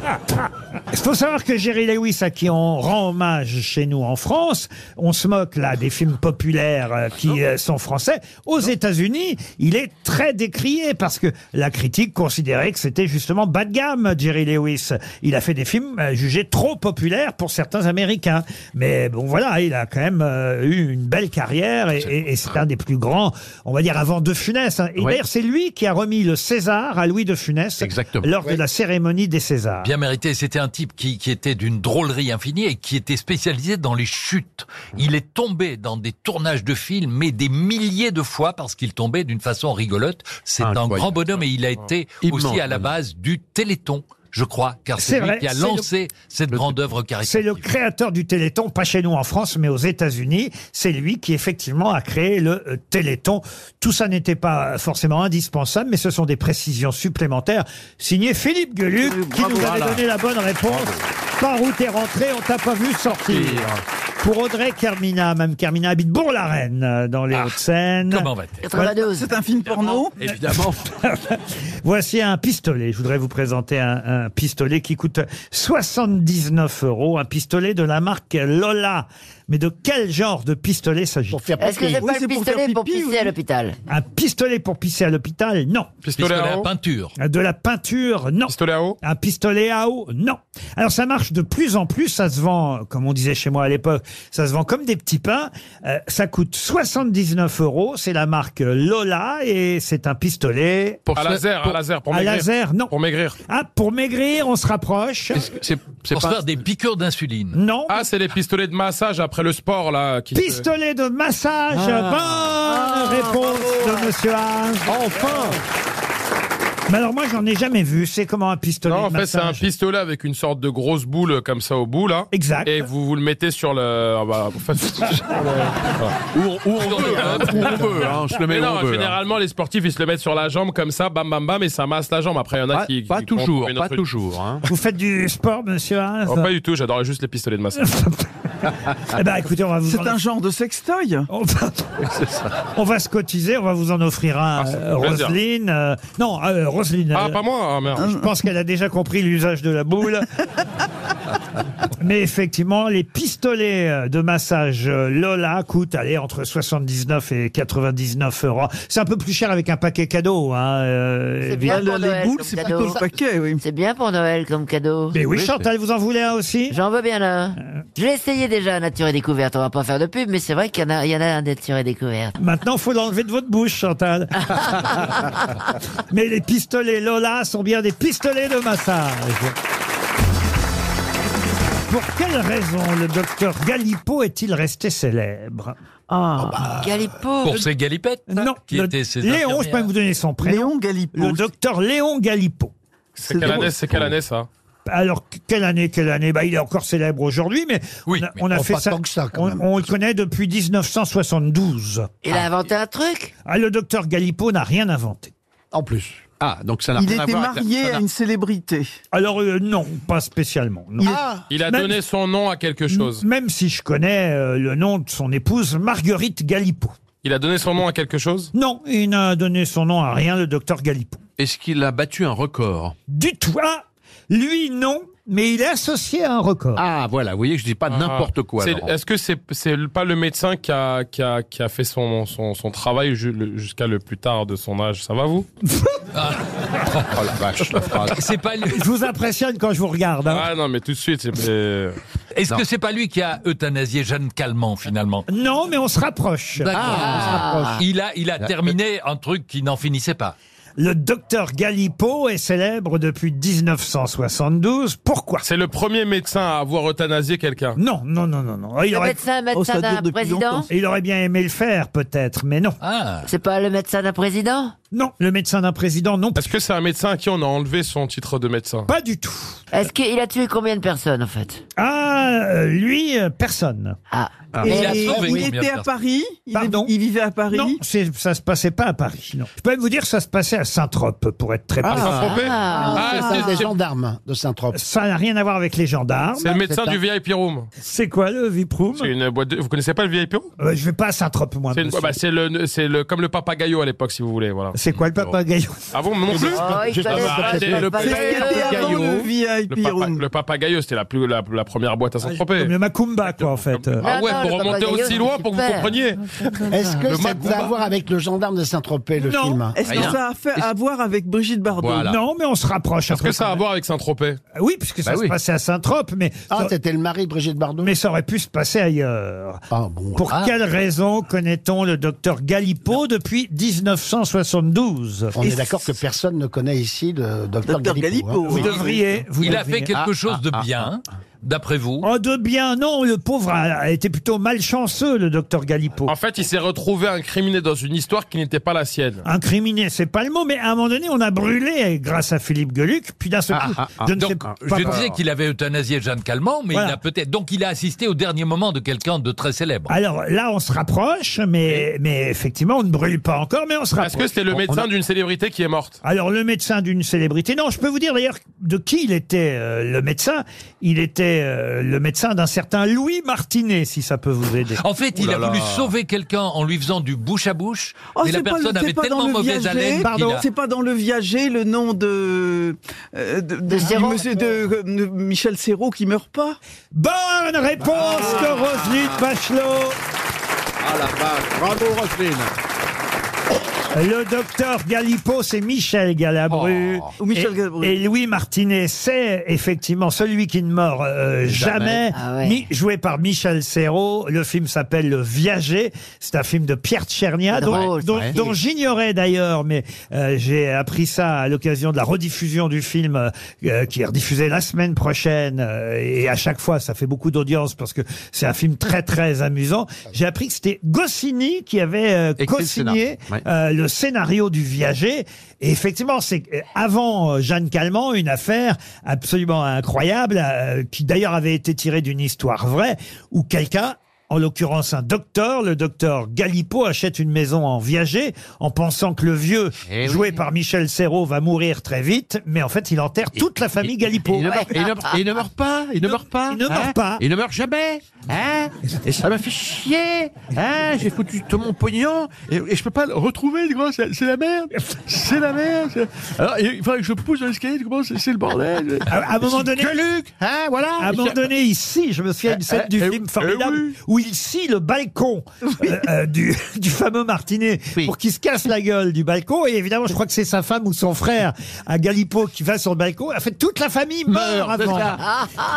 [SPEAKER 2] Il faut savoir que Jerry Lewis, à qui on rend hommage chez nous en France, on se moque là des films populaires euh, qui euh, sont français. Aux États-Unis, il est très décrié parce que la critique considérait que c'était justement bas de gamme, Jerry Lewis. Il a fait des films euh, jugés trop populaires pour certains Américains. Mais bon, voilà, il a quand même euh, eu une belle carrière et, et- et c'est un des plus grands, on va dire, avant De Funès. hein. Et
[SPEAKER 3] Ouais.
[SPEAKER 2] d'ailleurs, c'est lui qui a remis le César à Louis De Funès lors de la cérémonie des Césars.
[SPEAKER 3] Bien mérité. C'était un type qui, qui était d'une drôlerie infinie et qui était spécialisé dans les chutes. Il est tombé dans des tournages de films, mais des milliers de fois parce qu'il tombait d'une façon rigolote. C'est un
[SPEAKER 10] Incroyable.
[SPEAKER 3] grand bonhomme et il a été
[SPEAKER 10] Immense
[SPEAKER 3] aussi à la
[SPEAKER 10] bonhomme.
[SPEAKER 3] base du Téléthon, je crois, car
[SPEAKER 2] C'est
[SPEAKER 3] c'est lui
[SPEAKER 2] vrai,
[SPEAKER 3] qui a
[SPEAKER 2] c'est
[SPEAKER 3] lancé cette grande œuvre
[SPEAKER 2] C'est
[SPEAKER 3] caritative.
[SPEAKER 2] le créateur du Téléthon, pas chez nous en France, mais aux États-Unis. C'est lui qui effectivement a créé le euh, Téléthon. Tout ça n'était pas forcément indispensable, mais ce sont des précisions supplémentaires. Signé Philippe Gueluc, qui
[SPEAKER 10] bravo,
[SPEAKER 2] nous avait
[SPEAKER 10] voilà.
[SPEAKER 2] donné la bonne réponse. Par où t'es rentré, on t'a pas vu sortir. Pour Audrey Carmina, Mme Carmina habite Bourg-la-Reine, euh, dans les Hauts-de-Seine.
[SPEAKER 3] comment va-t-elle
[SPEAKER 2] Voilà.
[SPEAKER 5] Bah, C'est un film porno
[SPEAKER 3] Évidemment.
[SPEAKER 2] [LAUGHS] Voici un pistolet. Je voudrais vous présenter un, un pistolet qui coûte 79 euros. Un pistolet de la marque Lola. Mais de quel genre de pistolet s'agit-il
[SPEAKER 4] Est-ce que c'est pas le pistolet pour pisser à l'hôpital
[SPEAKER 2] Un pistolet pour pisser à l'hôpital Non.
[SPEAKER 3] Pistolet à Pistolet à eau peinture.
[SPEAKER 2] Ah, De la peinture Non. Pistolet à eau Un pistolet à eau Non. Alors ça marche de plus en plus, ça se vend, comme on disait chez moi à l'époque, ça se vend comme des petits pains. Euh, ça coûte 79 euros, c'est la marque Lola et c'est un pistolet...
[SPEAKER 8] Pour À se- laser, à laser, pour
[SPEAKER 2] à
[SPEAKER 8] maigrir.
[SPEAKER 2] laser, non. Pour
[SPEAKER 8] maigrir.
[SPEAKER 2] Ah, pour maigrir, on se rapproche.
[SPEAKER 3] Pour se faire des piqûres d'insuline.
[SPEAKER 2] Non.
[SPEAKER 8] Ah, c'est les pistolets de massage après le sport, là. Qui
[SPEAKER 2] Pistolet de massage,
[SPEAKER 8] Ah.
[SPEAKER 2] bonne réponse de Monsieur Haas. Enfin Mais alors moi j'en ai jamais vu, c'est comment un pistolet
[SPEAKER 8] Non,
[SPEAKER 2] de
[SPEAKER 8] en fait, c'est un
[SPEAKER 2] massage
[SPEAKER 8] pistolet avec une sorte de grosse boule comme ça au bout, là.
[SPEAKER 2] Exact.
[SPEAKER 8] Et vous vous le mettez sur le. ah bah, [LAUGHS] enfin, sur le- voilà. Où, où on veut, hein, où on veut, hein, je le mets
[SPEAKER 10] Mais
[SPEAKER 8] où
[SPEAKER 10] non,
[SPEAKER 8] on
[SPEAKER 10] généralement,
[SPEAKER 8] veut, Généralement, les sportifs, ils se le mettent sur la jambe comme ça, bam, bam, bam, et ça masse la jambe. Après, il y en a
[SPEAKER 10] Pas-
[SPEAKER 8] qui.
[SPEAKER 10] pas toujours, pas toujours,
[SPEAKER 2] Vous faites du sport, monsieur Haas
[SPEAKER 8] Oh, pas du tout, j'adorais juste les pistolets
[SPEAKER 2] [LAUGHS]
[SPEAKER 8] de massage.
[SPEAKER 2] Eh ben, écoutez, on va vous
[SPEAKER 5] C'est
[SPEAKER 2] en-
[SPEAKER 5] un genre de sextoy
[SPEAKER 2] On va... On va se cotiser, on va vous en offrir un.
[SPEAKER 5] ça fait
[SPEAKER 2] euh,
[SPEAKER 5] plaisir.
[SPEAKER 2] Roselyne. euh, non, euh, Roselyne.
[SPEAKER 8] Ah,
[SPEAKER 2] euh,
[SPEAKER 8] pas moi Ah, merde.
[SPEAKER 2] Je pense qu'elle a déjà compris l'usage de la
[SPEAKER 8] [LAUGHS]
[SPEAKER 2] boule. Mais effectivement, les pistolets euh, de massage euh, Lola coûtent allez, entre 79 et 99 euros. C'est un peu plus cher avec un paquet cadeau. Hein, euh,
[SPEAKER 4] C'est bien
[SPEAKER 2] évidemment.
[SPEAKER 4] pour Noël comme cadeau. C'est bien pour Noël comme cadeau.
[SPEAKER 2] Mais oui, Oui, Chantal, vous en voulez un aussi Euh.
[SPEAKER 4] J'en veux bien un. Je l'ai essayé déjà, Nature et Découverte. On va pas faire de pub, mais c'est vrai qu'il y en a, il y en a un Nature et Découverte.
[SPEAKER 2] Maintenant, faut l'enlever de votre bouche, Chantal. Mais les pistolets Lola sont bien des pistolets de massage. Pour quelle raison le docteur Galipo est-il resté célèbre Ah,
[SPEAKER 4] Galipo.
[SPEAKER 3] Pour ses galipettes hein,
[SPEAKER 2] Non,
[SPEAKER 3] qui
[SPEAKER 2] le-
[SPEAKER 3] étaient ses
[SPEAKER 2] Léon,
[SPEAKER 3] infirmières.
[SPEAKER 2] je peux même vous donner son prénom.
[SPEAKER 5] Léon Galipo.
[SPEAKER 2] Le docteur Léon Galipo.
[SPEAKER 8] C'est quelle année, c'est hein. quelle année, ça
[SPEAKER 2] Alors, que- quelle année, quelle année bah, Il est encore célèbre aujourd'hui, mais on a, on a
[SPEAKER 6] Oh,
[SPEAKER 2] fait
[SPEAKER 6] pas
[SPEAKER 2] ça.
[SPEAKER 6] tant que ça, quand
[SPEAKER 2] on,
[SPEAKER 6] même.
[SPEAKER 2] on le connaît depuis 1972.
[SPEAKER 4] Il a inventé un truc
[SPEAKER 2] Ah, le docteur Galipo n'a rien inventé.
[SPEAKER 6] En plus.
[SPEAKER 10] Ah, donc ça n'a
[SPEAKER 5] Il
[SPEAKER 10] rien à
[SPEAKER 5] était
[SPEAKER 10] voir avec la-
[SPEAKER 5] marié
[SPEAKER 10] ça
[SPEAKER 5] à
[SPEAKER 10] n'a-
[SPEAKER 5] une célébrité.
[SPEAKER 2] Alors, euh, non, pas spécialement. non.
[SPEAKER 10] Ah,
[SPEAKER 8] Il a
[SPEAKER 2] Même-
[SPEAKER 8] donné son nom à quelque chose.
[SPEAKER 2] Même si je connais euh, le nom de son épouse, Marguerite Galipo.
[SPEAKER 8] Il a donné son nom à quelque chose
[SPEAKER 2] Non, il n'a donné son nom à rien, le docteur Galipo.
[SPEAKER 10] Est-ce qu'il a battu un record
[SPEAKER 2] Du tout. Ah, lui, non, mais il est associé à un record.
[SPEAKER 10] Ah, voilà, vous voyez que je dis pas n'importe quoi.
[SPEAKER 8] ah. C'est-
[SPEAKER 10] Laurent.
[SPEAKER 8] Est-ce que c'est c'est pas le médecin qui a, qui a, qui a fait son, son, son travail ju- le- jusqu'à le plus tard de son âge Ça va, vous Oh la vache,
[SPEAKER 3] [LAUGHS]
[SPEAKER 8] la phrase.
[SPEAKER 3] Ah, C'est pas lui.
[SPEAKER 2] Je vous impressionne quand je vous regarde. hein.
[SPEAKER 8] Ah non, mais tout de suite, c'est. euh,
[SPEAKER 3] Est-ce
[SPEAKER 8] non.
[SPEAKER 3] que c'est pas lui qui a euthanasié Jeanne Calment finalement
[SPEAKER 2] Non, mais on se rapproche. On se rapproche.
[SPEAKER 3] Il a,
[SPEAKER 6] Ah.
[SPEAKER 3] il a terminé un truc qui n'en finissait pas.
[SPEAKER 2] Le docteur Galipo est célèbre depuis 1972. Pourquoi
[SPEAKER 8] C'est le premier médecin à avoir euthanasié quelqu'un.
[SPEAKER 2] Non, non, non, non, non.
[SPEAKER 4] Le
[SPEAKER 2] Oh,
[SPEAKER 4] médecin,
[SPEAKER 5] Oh,
[SPEAKER 4] médecin d'un président
[SPEAKER 2] Il aurait bien aimé le faire, peut-être, mais non.
[SPEAKER 4] C'est pas le médecin d'un président
[SPEAKER 2] Non, le médecin d'un président, non.
[SPEAKER 8] Est-ce que c'est un médecin à qui on a enlevé son titre de médecin
[SPEAKER 2] Pas du tout.
[SPEAKER 4] Est-ce qu'il a tué combien de personnes en fait
[SPEAKER 2] Ah, euh, lui, euh, personne.
[SPEAKER 4] Ah.
[SPEAKER 5] Et il était à Paris il, est- il vivait à Paris
[SPEAKER 2] Non, c'est- ça se passait pas à Paris. Non. Je peux même vous dire que ça se passait à Saint-Trope, pour être très
[SPEAKER 6] Ah,
[SPEAKER 2] précis.
[SPEAKER 6] Saint-Tropez
[SPEAKER 4] Ah.
[SPEAKER 6] Ah,
[SPEAKER 2] Ah,
[SPEAKER 6] c'est
[SPEAKER 2] c'est-
[SPEAKER 6] des gendarmes de Saint-Trope.
[SPEAKER 2] Ça n'a rien à voir avec les gendarmes.
[SPEAKER 8] C'est le médecin du VIP Room.
[SPEAKER 2] C'est quoi le VIP Room
[SPEAKER 8] C'est une boîte de- Vous connaissez pas le VIP Room
[SPEAKER 2] Euh, Je vais pas à Saint-Trope, moi.
[SPEAKER 8] C'est une-
[SPEAKER 2] monsieur.
[SPEAKER 8] bah, c'est le, c'est le, comme le papagayo à l'époque, si vous voulez. Voilà.
[SPEAKER 2] C'est quoi le papagayo
[SPEAKER 8] Ah bon, non plus
[SPEAKER 4] Oh, il
[SPEAKER 8] Ah
[SPEAKER 4] connaît
[SPEAKER 8] bah,
[SPEAKER 4] pas
[SPEAKER 8] c'est
[SPEAKER 4] le
[SPEAKER 8] le
[SPEAKER 4] papagayo.
[SPEAKER 8] papagayo.
[SPEAKER 5] Le
[SPEAKER 8] Le, papa- le papagayo, c'était la, plus- la, la première boîte
[SPEAKER 2] Ah,
[SPEAKER 8] à s'entroper.
[SPEAKER 2] Comme le Macumba, quoi, en fait.
[SPEAKER 8] Ah ouais,
[SPEAKER 4] Non, non,
[SPEAKER 8] pour
[SPEAKER 4] le
[SPEAKER 8] remonter
[SPEAKER 4] papagayo,
[SPEAKER 8] aussi loin
[SPEAKER 4] c'est
[SPEAKER 8] pour que vous
[SPEAKER 4] super.
[SPEAKER 8] compreniez.
[SPEAKER 6] Est-ce que
[SPEAKER 8] Le
[SPEAKER 6] ça
[SPEAKER 8] Macumba.
[SPEAKER 6] a à voir avec le gendarme de Saint-Tropez, le
[SPEAKER 2] Non.
[SPEAKER 6] film
[SPEAKER 5] Est-ce que
[SPEAKER 8] Rien.
[SPEAKER 5] ça a fait à voir avec Brigitte Bardot
[SPEAKER 8] Voilà.
[SPEAKER 2] hein. Non, mais on se rapproche. un
[SPEAKER 8] Est-ce
[SPEAKER 2] peu
[SPEAKER 8] que ça a à voir avec Saint-Tropez
[SPEAKER 2] quand même. Ah Oui, puisque ça
[SPEAKER 8] Bah
[SPEAKER 2] se
[SPEAKER 8] oui.
[SPEAKER 2] passait à Saint-Trope, mais.
[SPEAKER 6] Ah,
[SPEAKER 2] ça-
[SPEAKER 6] t'étais le mari de Brigitte Bardot
[SPEAKER 2] mais ça aurait pu se passer ailleurs. Pour
[SPEAKER 6] Ah.
[SPEAKER 2] quelle raison connaît-on le docteur Galipo depuis 1972
[SPEAKER 6] On est d'accord que personne ne connaît ici le docteur
[SPEAKER 5] Dr.
[SPEAKER 6] Galipo.
[SPEAKER 5] Galipo.
[SPEAKER 6] hein.
[SPEAKER 2] Vous devriez. Vous
[SPEAKER 3] Il
[SPEAKER 2] devriez.
[SPEAKER 3] a
[SPEAKER 2] Ah,
[SPEAKER 3] fait
[SPEAKER 5] Ah,
[SPEAKER 3] quelque chose de bien, d'après vous.
[SPEAKER 2] Oh, de bien, non, le pauvre a, a été plutôt malchanceux, le docteur Galipo.
[SPEAKER 8] En fait, il s'est retrouvé incriminé dans une histoire qui n'était pas la sienne.
[SPEAKER 2] Ah. Incriminé, c'est pas le mot, mais à un moment donné, on a brûlé grâce à Philippe Geluc, puis d'un seul coup, je ne sais
[SPEAKER 3] Ah, Donc,
[SPEAKER 2] pas.
[SPEAKER 3] je disais qu'il avait euthanasié Jeanne Calment, mais
[SPEAKER 2] Voilà.
[SPEAKER 3] il a peut-être. Donc, il a assisté au dernier moment de quelqu'un de très célèbre.
[SPEAKER 2] Alors là, on se rapproche, mais, mais effectivement, on ne brûle pas encore, mais on se rapproche.
[SPEAKER 8] Est-ce que c'était le médecin d'une célébrité qui est morte
[SPEAKER 2] Alors le médecin d'une célébrité, non, je peux vous dire d'ailleurs de qui il était euh, le médecin. Il était était euh, le médecin d'un certain Louis Martinet, si ça peut vous aider.
[SPEAKER 3] En fait, il a voulu sauver quelqu'un en lui faisant du bouche à bouche,
[SPEAKER 5] Oh,
[SPEAKER 3] mais la
[SPEAKER 5] c'est pas le-
[SPEAKER 3] personne
[SPEAKER 5] c'est
[SPEAKER 3] avait
[SPEAKER 5] pas dans
[SPEAKER 3] tellement
[SPEAKER 5] le
[SPEAKER 3] mauvaise
[SPEAKER 5] viager.
[SPEAKER 3] haleine. qu'il
[SPEAKER 5] Pardon,
[SPEAKER 3] a-
[SPEAKER 5] c'est pas dans le viager le nom de euh, de, de- du monsieur- de- de Michel Serrault qui meurt pas.
[SPEAKER 2] Bonne réponse de Roselyne Bachelot.
[SPEAKER 10] Ah la vache, bravo Roselyne
[SPEAKER 2] Le docteur Galipo, c'est Michel Galabru.
[SPEAKER 5] Oh. Michel
[SPEAKER 2] Et-
[SPEAKER 5] Galabru.
[SPEAKER 2] Et, Louis Martinet, c'est effectivement celui qui ne meurt euh, jamais,
[SPEAKER 5] Jamais. Ah ouais.
[SPEAKER 2] Mi- joué par Michel Serrault. Le film s'appelle Le Viager. C'est un film de Pierre Tchernia,
[SPEAKER 5] C'est
[SPEAKER 2] dont,
[SPEAKER 5] drôle,
[SPEAKER 2] dont-
[SPEAKER 5] ouais.
[SPEAKER 2] dont j'ignorais d'ailleurs, mais euh, j'ai appris ça à l'occasion de la rediffusion du film euh, euh, qui est rediffusé la semaine prochaine. euh, et à chaque fois, ça fait beaucoup d'audience parce que c'est un film très, très amusant. J'ai appris que c'était Goscinny qui avait euh,
[SPEAKER 10] Écrit le
[SPEAKER 2] co-signé
[SPEAKER 10] scénario. Ouais.
[SPEAKER 2] euh, le scénario du Viager. Et effectivement, c'est euh, avant euh, Jeanne Calment une affaire absolument incroyable, euh, qui d'ailleurs avait été tirée d'une histoire vraie, où quelqu'un en l'occurrence, un docteur, le docteur Galipo achète une maison en Viager en pensant que le vieux,
[SPEAKER 10] Eh
[SPEAKER 2] joué par Michel Serrault, va mourir très vite, mais en fait, il enterre toute la famille Galipo.
[SPEAKER 10] il ne meurt- il ne meurt- il ne meurt pas, il ne meurt pas.
[SPEAKER 2] Il ne meurt
[SPEAKER 10] hein.
[SPEAKER 2] pas.
[SPEAKER 10] Il ne meurt jamais. Hein et ça m'a fait chier. Hein J'ai foutu tout mon pognon et, et je peux pas le retrouver, le gros. C'est c'est la merde. C'est la merde. C'est- Alors, il faudrait que je pousse dans l'escalier. comment C'est c'est le bordel.
[SPEAKER 2] À, à un moment donné,
[SPEAKER 10] Que Luc, hein, voilà.
[SPEAKER 2] À un moment donné, il scie, je me souviens d'une scène
[SPEAKER 10] Eh,
[SPEAKER 2] du
[SPEAKER 10] eh,
[SPEAKER 2] film
[SPEAKER 10] eh
[SPEAKER 2] formidable où il scie le balcon euh, euh, du, [LAUGHS] du fameux Martinet pour qu'il se casse la gueule du balcon. Et évidemment, je crois que c'est sa femme ou son frère à Galipo qui va sur le balcon. En fait, toute la famille meurt
[SPEAKER 10] c'est
[SPEAKER 2] avant.
[SPEAKER 10] ça.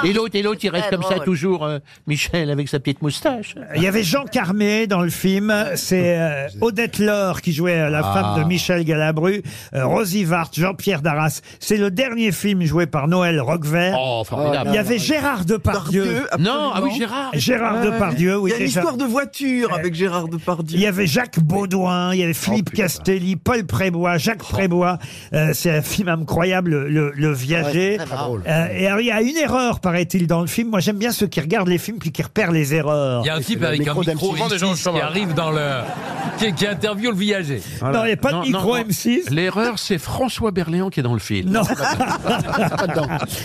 [SPEAKER 10] Et l'autre, et l'autre, il reste
[SPEAKER 2] Très
[SPEAKER 10] comme ça
[SPEAKER 2] drôle.
[SPEAKER 10] toujours, euh, Michel, avec sa petite moustache.
[SPEAKER 2] Il y avait Jean Carmé dans le film, c'est euh, Odette Laure qui jouait euh, la
[SPEAKER 10] Ah.
[SPEAKER 2] femme de Michel Galabru, euh, Rosie Vart, Jean-Pierre Darras. C'est le dernier film joué par Noël Roquevert.
[SPEAKER 10] Oh, formidable.
[SPEAKER 2] Il y avait Gérard Depardieu.
[SPEAKER 10] Non, ah oui, Gérard.
[SPEAKER 2] Gérard
[SPEAKER 5] Ouais.
[SPEAKER 2] Depardieu,
[SPEAKER 5] Il
[SPEAKER 2] oui.
[SPEAKER 5] y a une
[SPEAKER 2] déjà.
[SPEAKER 5] histoire de voiture avec Gérard Depardieu.
[SPEAKER 2] Il y avait Jacques Baudouin, il y avait
[SPEAKER 5] Oh,
[SPEAKER 2] Philippe Castelli, Paul Prébois, Jacques Prébois. Euh, c'est un film incroyable, le- le, le Viager.
[SPEAKER 5] Ouais, c'est très drôle.
[SPEAKER 2] Euh, et alors, il y a une erreur, paraît-il, dans le film. Moi, j'aime bien ceux qui regardent les films puis qui repèrent les erreurs.
[SPEAKER 3] Il y
[SPEAKER 5] Ah,
[SPEAKER 3] a un type avec un micro
[SPEAKER 2] d'M6.
[SPEAKER 3] M6 qui arrive dans le. [LAUGHS] qui, qui interviewe le viager.
[SPEAKER 2] Non, il n'y a pas de micro M6.
[SPEAKER 10] L'erreur, c'est François Berléand qui est dans le film.
[SPEAKER 2] Non.
[SPEAKER 10] [LAUGHS]
[SPEAKER 2] [LAUGHS]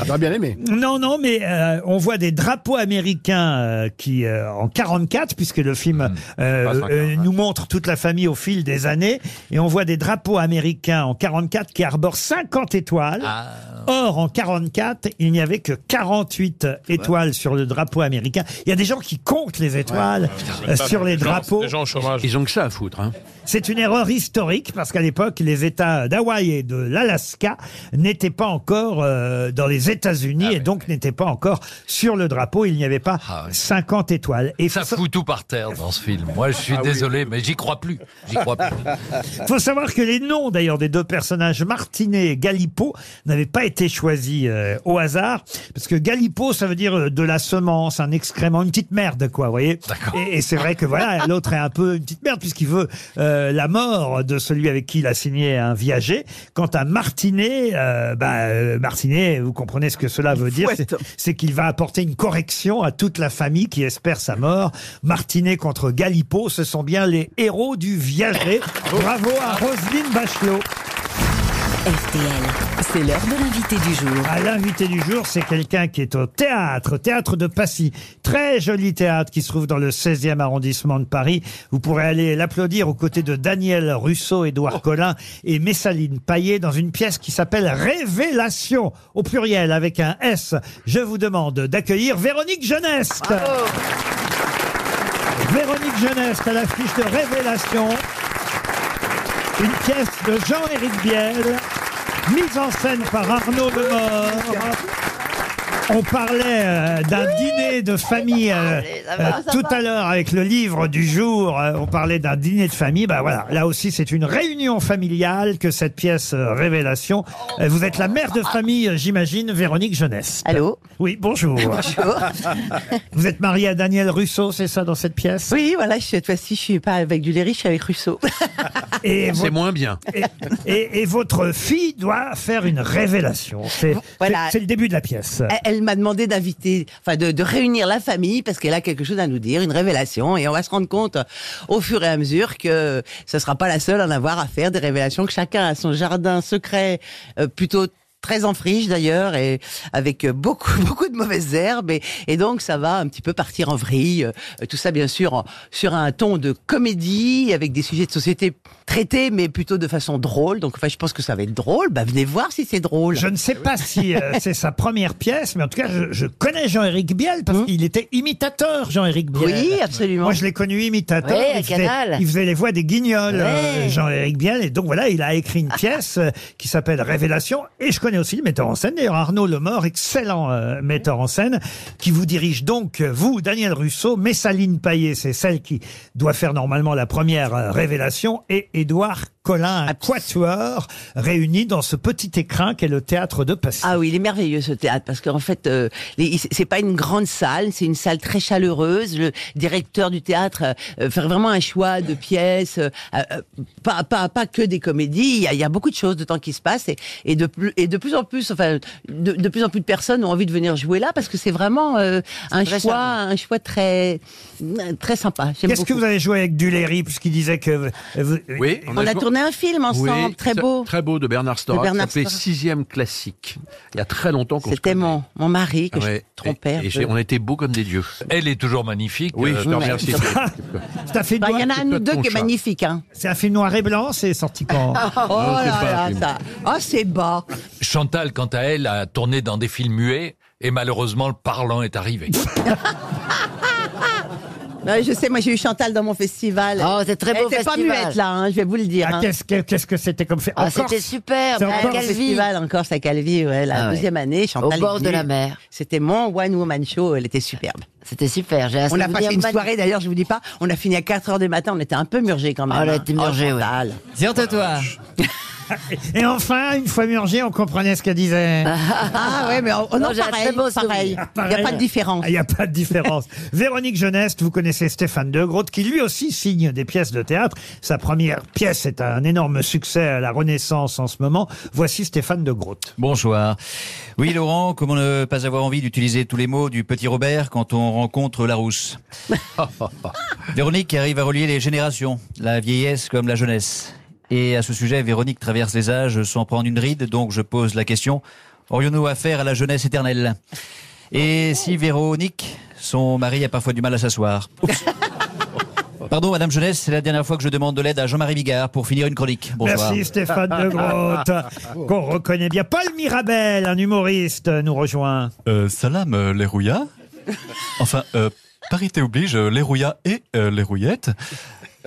[SPEAKER 10] J'aurais bien aimé.
[SPEAKER 2] Non, non, mais euh, on voit des drapeaux américains euh, qui, euh, en 44, puisque le film euh,
[SPEAKER 10] Hmm. Pas hein. 50,
[SPEAKER 2] euh, nous montre toute la famille au fil des années, et on voit des drapeaux américains en 44 qui arborent 50 étoiles.
[SPEAKER 10] Ah.
[SPEAKER 2] Or, en 44, il n'y avait que 48 étoiles sur le drapeau américain. Il y a des gens qui comptent les étoiles euh, sur les drapeaux.
[SPEAKER 10] gens au chômage. Ils ont que ça à foutre. Hein.
[SPEAKER 2] C'est une erreur historique parce qu'à l'époque, les États d'Hawaï et de l'Alaska n'étaient pas encore euh, dans les États-Unis et donc n'étaient pas encore sur le drapeau. Il n'y avait pas 50 étoiles. Et
[SPEAKER 3] Ça fout tout par terre dans ce film. Moi, je suis désolé, mais j'y crois plus. J'y crois plus. Ah.
[SPEAKER 2] [LAUGHS] faut savoir que les noms d'ailleurs des deux personnages, Martinet et Galipo, n'avaient pas été choisis euh, au hasard, parce que Galipo, ça veut dire euh, de la semence, un excrément, une petite merde, quoi, vous voyez. Et, et c'est vrai que voilà, l'autre est un peu une petite merde puisqu'il veut euh, la mort de celui avec qui il a signé un viager. Quant à Martinet, euh, bah, euh, Martinet, vous comprenez ce que cela veut dire, c'est- c'est qu'il va apporter une correction à toute la famille qui espère sa mort. Martinet contre Galipo, ce sont bien les héros du viager. Bravo à Roselyne Bachelot.
[SPEAKER 16] RTL, c'est l'heure de l'invité du jour.
[SPEAKER 2] Ah, L'invité du jour, c'est quelqu'un qui est au théâtre, théâtre de Passy. Très joli théâtre qui se trouve dans le 16e arrondissement de Paris. Vous pourrez aller l'applaudir aux côtés de Daniel Russo, Édouard Collin et Messaline Paillet dans une pièce qui s'appelle Révélation, au pluriel avec un S. Je vous demande d'accueillir Véronique Jeunesse. Véronique Jeunesse à l'affiche de Révélation. Une pièce de Jean-Éric Biel, mise en scène par Arnaud Lemort. On parlait euh, d'un dîner de famille euh,
[SPEAKER 4] ça va,
[SPEAKER 2] euh,
[SPEAKER 4] ça
[SPEAKER 2] tout
[SPEAKER 4] va.
[SPEAKER 2] à l'heure avec le livre du jour. euh, on parlait d'un dîner de famille. Bah voilà, là aussi c'est une réunion familiale que cette pièce euh, Révélation. Euh, vous êtes la mère de famille, euh, j'imagine, Véronique Jeunesse.
[SPEAKER 20] Allô.
[SPEAKER 2] Oui, bonjour. [LAUGHS]
[SPEAKER 20] Bonjour.
[SPEAKER 2] Vous êtes mariée à Daniel Russo, c'est ça, dans cette pièce
[SPEAKER 20] Oui, voilà, cette fois-ci, je suis pas avec du riche, je suis avec [LAUGHS] Rousseau.
[SPEAKER 2] Et
[SPEAKER 10] C'est
[SPEAKER 2] votre-
[SPEAKER 10] moins bien.
[SPEAKER 2] Et, et- et votre fille doit faire une révélation. C'est
[SPEAKER 20] Voilà.
[SPEAKER 2] c'est- c'est le début de la pièce.
[SPEAKER 20] Elle- Elle m'a demandé d'inviter, enfin de, de réunir la famille parce qu'elle a quelque chose à nous dire, une révélation, et on va se rendre compte euh, au fur et à mesure que ce sera pas la seule à en avoir à faire des révélations, que chacun a son jardin secret euh, plutôt très en friche d'ailleurs et avec euh, beaucoup [LAUGHS] beaucoup de mauvaises herbes et, et donc ça va un petit peu partir en vrille. Euh, Tout ça bien sûr en- sur un ton de comédie avec des sujets de société traités mais plutôt de façon drôle. Donc enfin je pense que ça va être drôle. Bah venez voir si c'est drôle.
[SPEAKER 2] Je ne sais pas si euh, c'est sa première pièce, mais en tout cas, je, je connais Jean-Éric Biel parce qu'il était imitateur, Jean-Éric Biel.
[SPEAKER 20] Mmh. Oui, absolument.
[SPEAKER 2] Moi, je l'ai connu imitateur.
[SPEAKER 20] Ouais, à
[SPEAKER 2] il, faisait,
[SPEAKER 20] Canal.
[SPEAKER 2] il faisait les voix des guignols, euh,
[SPEAKER 20] Ouais.
[SPEAKER 2] Jean-Éric Biel. Et donc, voilà, il a écrit
[SPEAKER 20] [LAUGHS]
[SPEAKER 2] une pièce euh, qui s'appelle Révélation. Et je connais aussi le metteur en scène, d'ailleurs, Arnaud Lemort, excellent euh, metteur en scène, qui vous dirige donc, euh, vous, Daniel Russo, Messaline Paillet, c'est celle qui doit faire normalement la première euh, révélation, et Édouard Collin, un quatuor, réuni dans ce petit écrin qu'est le théâtre de Passy.
[SPEAKER 20] Ah oui, il est merveilleux ce théâtre parce qu'en fait, euh, les- c'est pas une grande salle, c'est une salle très chaleureuse. Le directeur du théâtre euh, fait vraiment un choix de pièces, euh, euh, pas, pas pas que des comédies. Il y a, il y a beaucoup de choses de temps qui se passent et, et de plus et de plus en plus, enfin, de, de plus en plus de personnes ont envie de venir jouer là parce que c'est vraiment euh, un
[SPEAKER 2] très
[SPEAKER 20] choix, un choix très très sympa. J'aime
[SPEAKER 2] Qu'est-ce que
[SPEAKER 20] beaucoup.
[SPEAKER 2] vous avez joué avec Duléry, puisqu'il disait que...
[SPEAKER 10] Oui,
[SPEAKER 20] On a
[SPEAKER 10] jou-
[SPEAKER 20] tourné un film ensemble,
[SPEAKER 10] Oui,
[SPEAKER 20] très beau.
[SPEAKER 10] Très beau de Bernard
[SPEAKER 20] De
[SPEAKER 10] Storac. Ça
[SPEAKER 20] Bernard
[SPEAKER 10] s'appelait
[SPEAKER 20] Storac.
[SPEAKER 10] Sixième classique. Il y a très longtemps qu'on se
[SPEAKER 20] C'était mon, mon mari que
[SPEAKER 10] Ouais.
[SPEAKER 20] je euh, trompais. un
[SPEAKER 10] Et
[SPEAKER 20] peu.
[SPEAKER 10] j'ai- on était beaux comme des dieux.
[SPEAKER 3] Elle est toujours magnifique. euh,
[SPEAKER 10] Oui, je te remercie.
[SPEAKER 2] Ça fait
[SPEAKER 20] Bah, Il y en
[SPEAKER 2] noir-
[SPEAKER 20] a un ou deux
[SPEAKER 2] Ton
[SPEAKER 20] qui est
[SPEAKER 2] chat.
[SPEAKER 20] magnifique. Hein.
[SPEAKER 2] C'est un film noir et blanc, c'est sorti quand
[SPEAKER 4] Ah,
[SPEAKER 20] Oh là là, ça. Ah, c'est bas.
[SPEAKER 3] Chantal, quant à elle, a tourné dans des films muets et malheureusement, le parlant est arrivé.
[SPEAKER 20] Ouais, Ben, je sais, moi j'ai eu Chantal dans mon festival.
[SPEAKER 4] Oh, c'est très beau
[SPEAKER 20] Elle était pas
[SPEAKER 4] festival.
[SPEAKER 20] muette là, hein, je vais vous le dire.
[SPEAKER 4] Ah,
[SPEAKER 20] hein.
[SPEAKER 4] qu'est-ce
[SPEAKER 2] que- qu'est-ce que c'était comme fait
[SPEAKER 4] Ah, c'était superbe,
[SPEAKER 20] C'est
[SPEAKER 4] à
[SPEAKER 20] encore un
[SPEAKER 4] Calvi.
[SPEAKER 20] festival en Corse à Calvi, ouais, la
[SPEAKER 4] Ah ouais.
[SPEAKER 20] deuxième année. Chantal
[SPEAKER 4] Au
[SPEAKER 20] est
[SPEAKER 4] bord de
[SPEAKER 20] venue.
[SPEAKER 4] la mer.
[SPEAKER 20] C'était mon one woman show, elle était superbe.
[SPEAKER 4] C'était super, j'ai un
[SPEAKER 20] On a
[SPEAKER 4] souvenir
[SPEAKER 20] passé une
[SPEAKER 4] magnifique.
[SPEAKER 20] soirée d'ailleurs, je vous dis pas, on a fini à 4 heures du matin, on était un peu murgés quand même.
[SPEAKER 4] Ah, on a
[SPEAKER 20] hein.
[SPEAKER 4] été murgés, ouais.
[SPEAKER 20] Chantal.
[SPEAKER 4] Tiens, toi
[SPEAKER 2] Et enfin, une fois murgé, on comprenait ce qu'elle
[SPEAKER 4] [LAUGHS]
[SPEAKER 2] disait.
[SPEAKER 20] Ah ouais, mais on, non,
[SPEAKER 4] Non, j'ai un
[SPEAKER 20] pareil,
[SPEAKER 4] très beau
[SPEAKER 20] pareil.
[SPEAKER 4] souvenir.
[SPEAKER 20] Il n'y a pas de différence.
[SPEAKER 2] Ah, Il n'y a pas de
[SPEAKER 20] [LAUGHS]
[SPEAKER 2] différence. Véronique Jeuneste, vous connaissez Stéphane De Groot, qui lui aussi signe des pièces de théâtre. Sa première pièce est un énorme succès à la Renaissance en ce moment. Voici Stéphane [LAUGHS] De Groot.
[SPEAKER 21] Bonsoir. Oui, Laurent, comment ne pas avoir envie d'utiliser tous les mots du petit Robert quand on rencontre la rousse Véronique arrive à relier les générations, la vieillesse comme la jeunesse. Et à ce sujet, Véronique traverse les âges sans prendre une ride, donc je pose la question, aurions-nous affaire à la jeunesse éternelle Et si Véronique, son mari a parfois du mal à s'asseoir Pardon, Madame Jeunesse, c'est la dernière fois que je demande de l'aide à Jean-Marie Bigard pour finir une chronique. Bonsoir.
[SPEAKER 2] Merci Stéphane De
[SPEAKER 21] [LAUGHS]
[SPEAKER 2] Groot, qu'on reconnaît bien. Paul Mirabel, un humoriste, nous rejoint.
[SPEAKER 22] Euh, salam, euh, les rouillas. Enfin, euh, parité oblige, euh, les rouillas et euh, les rouillettes.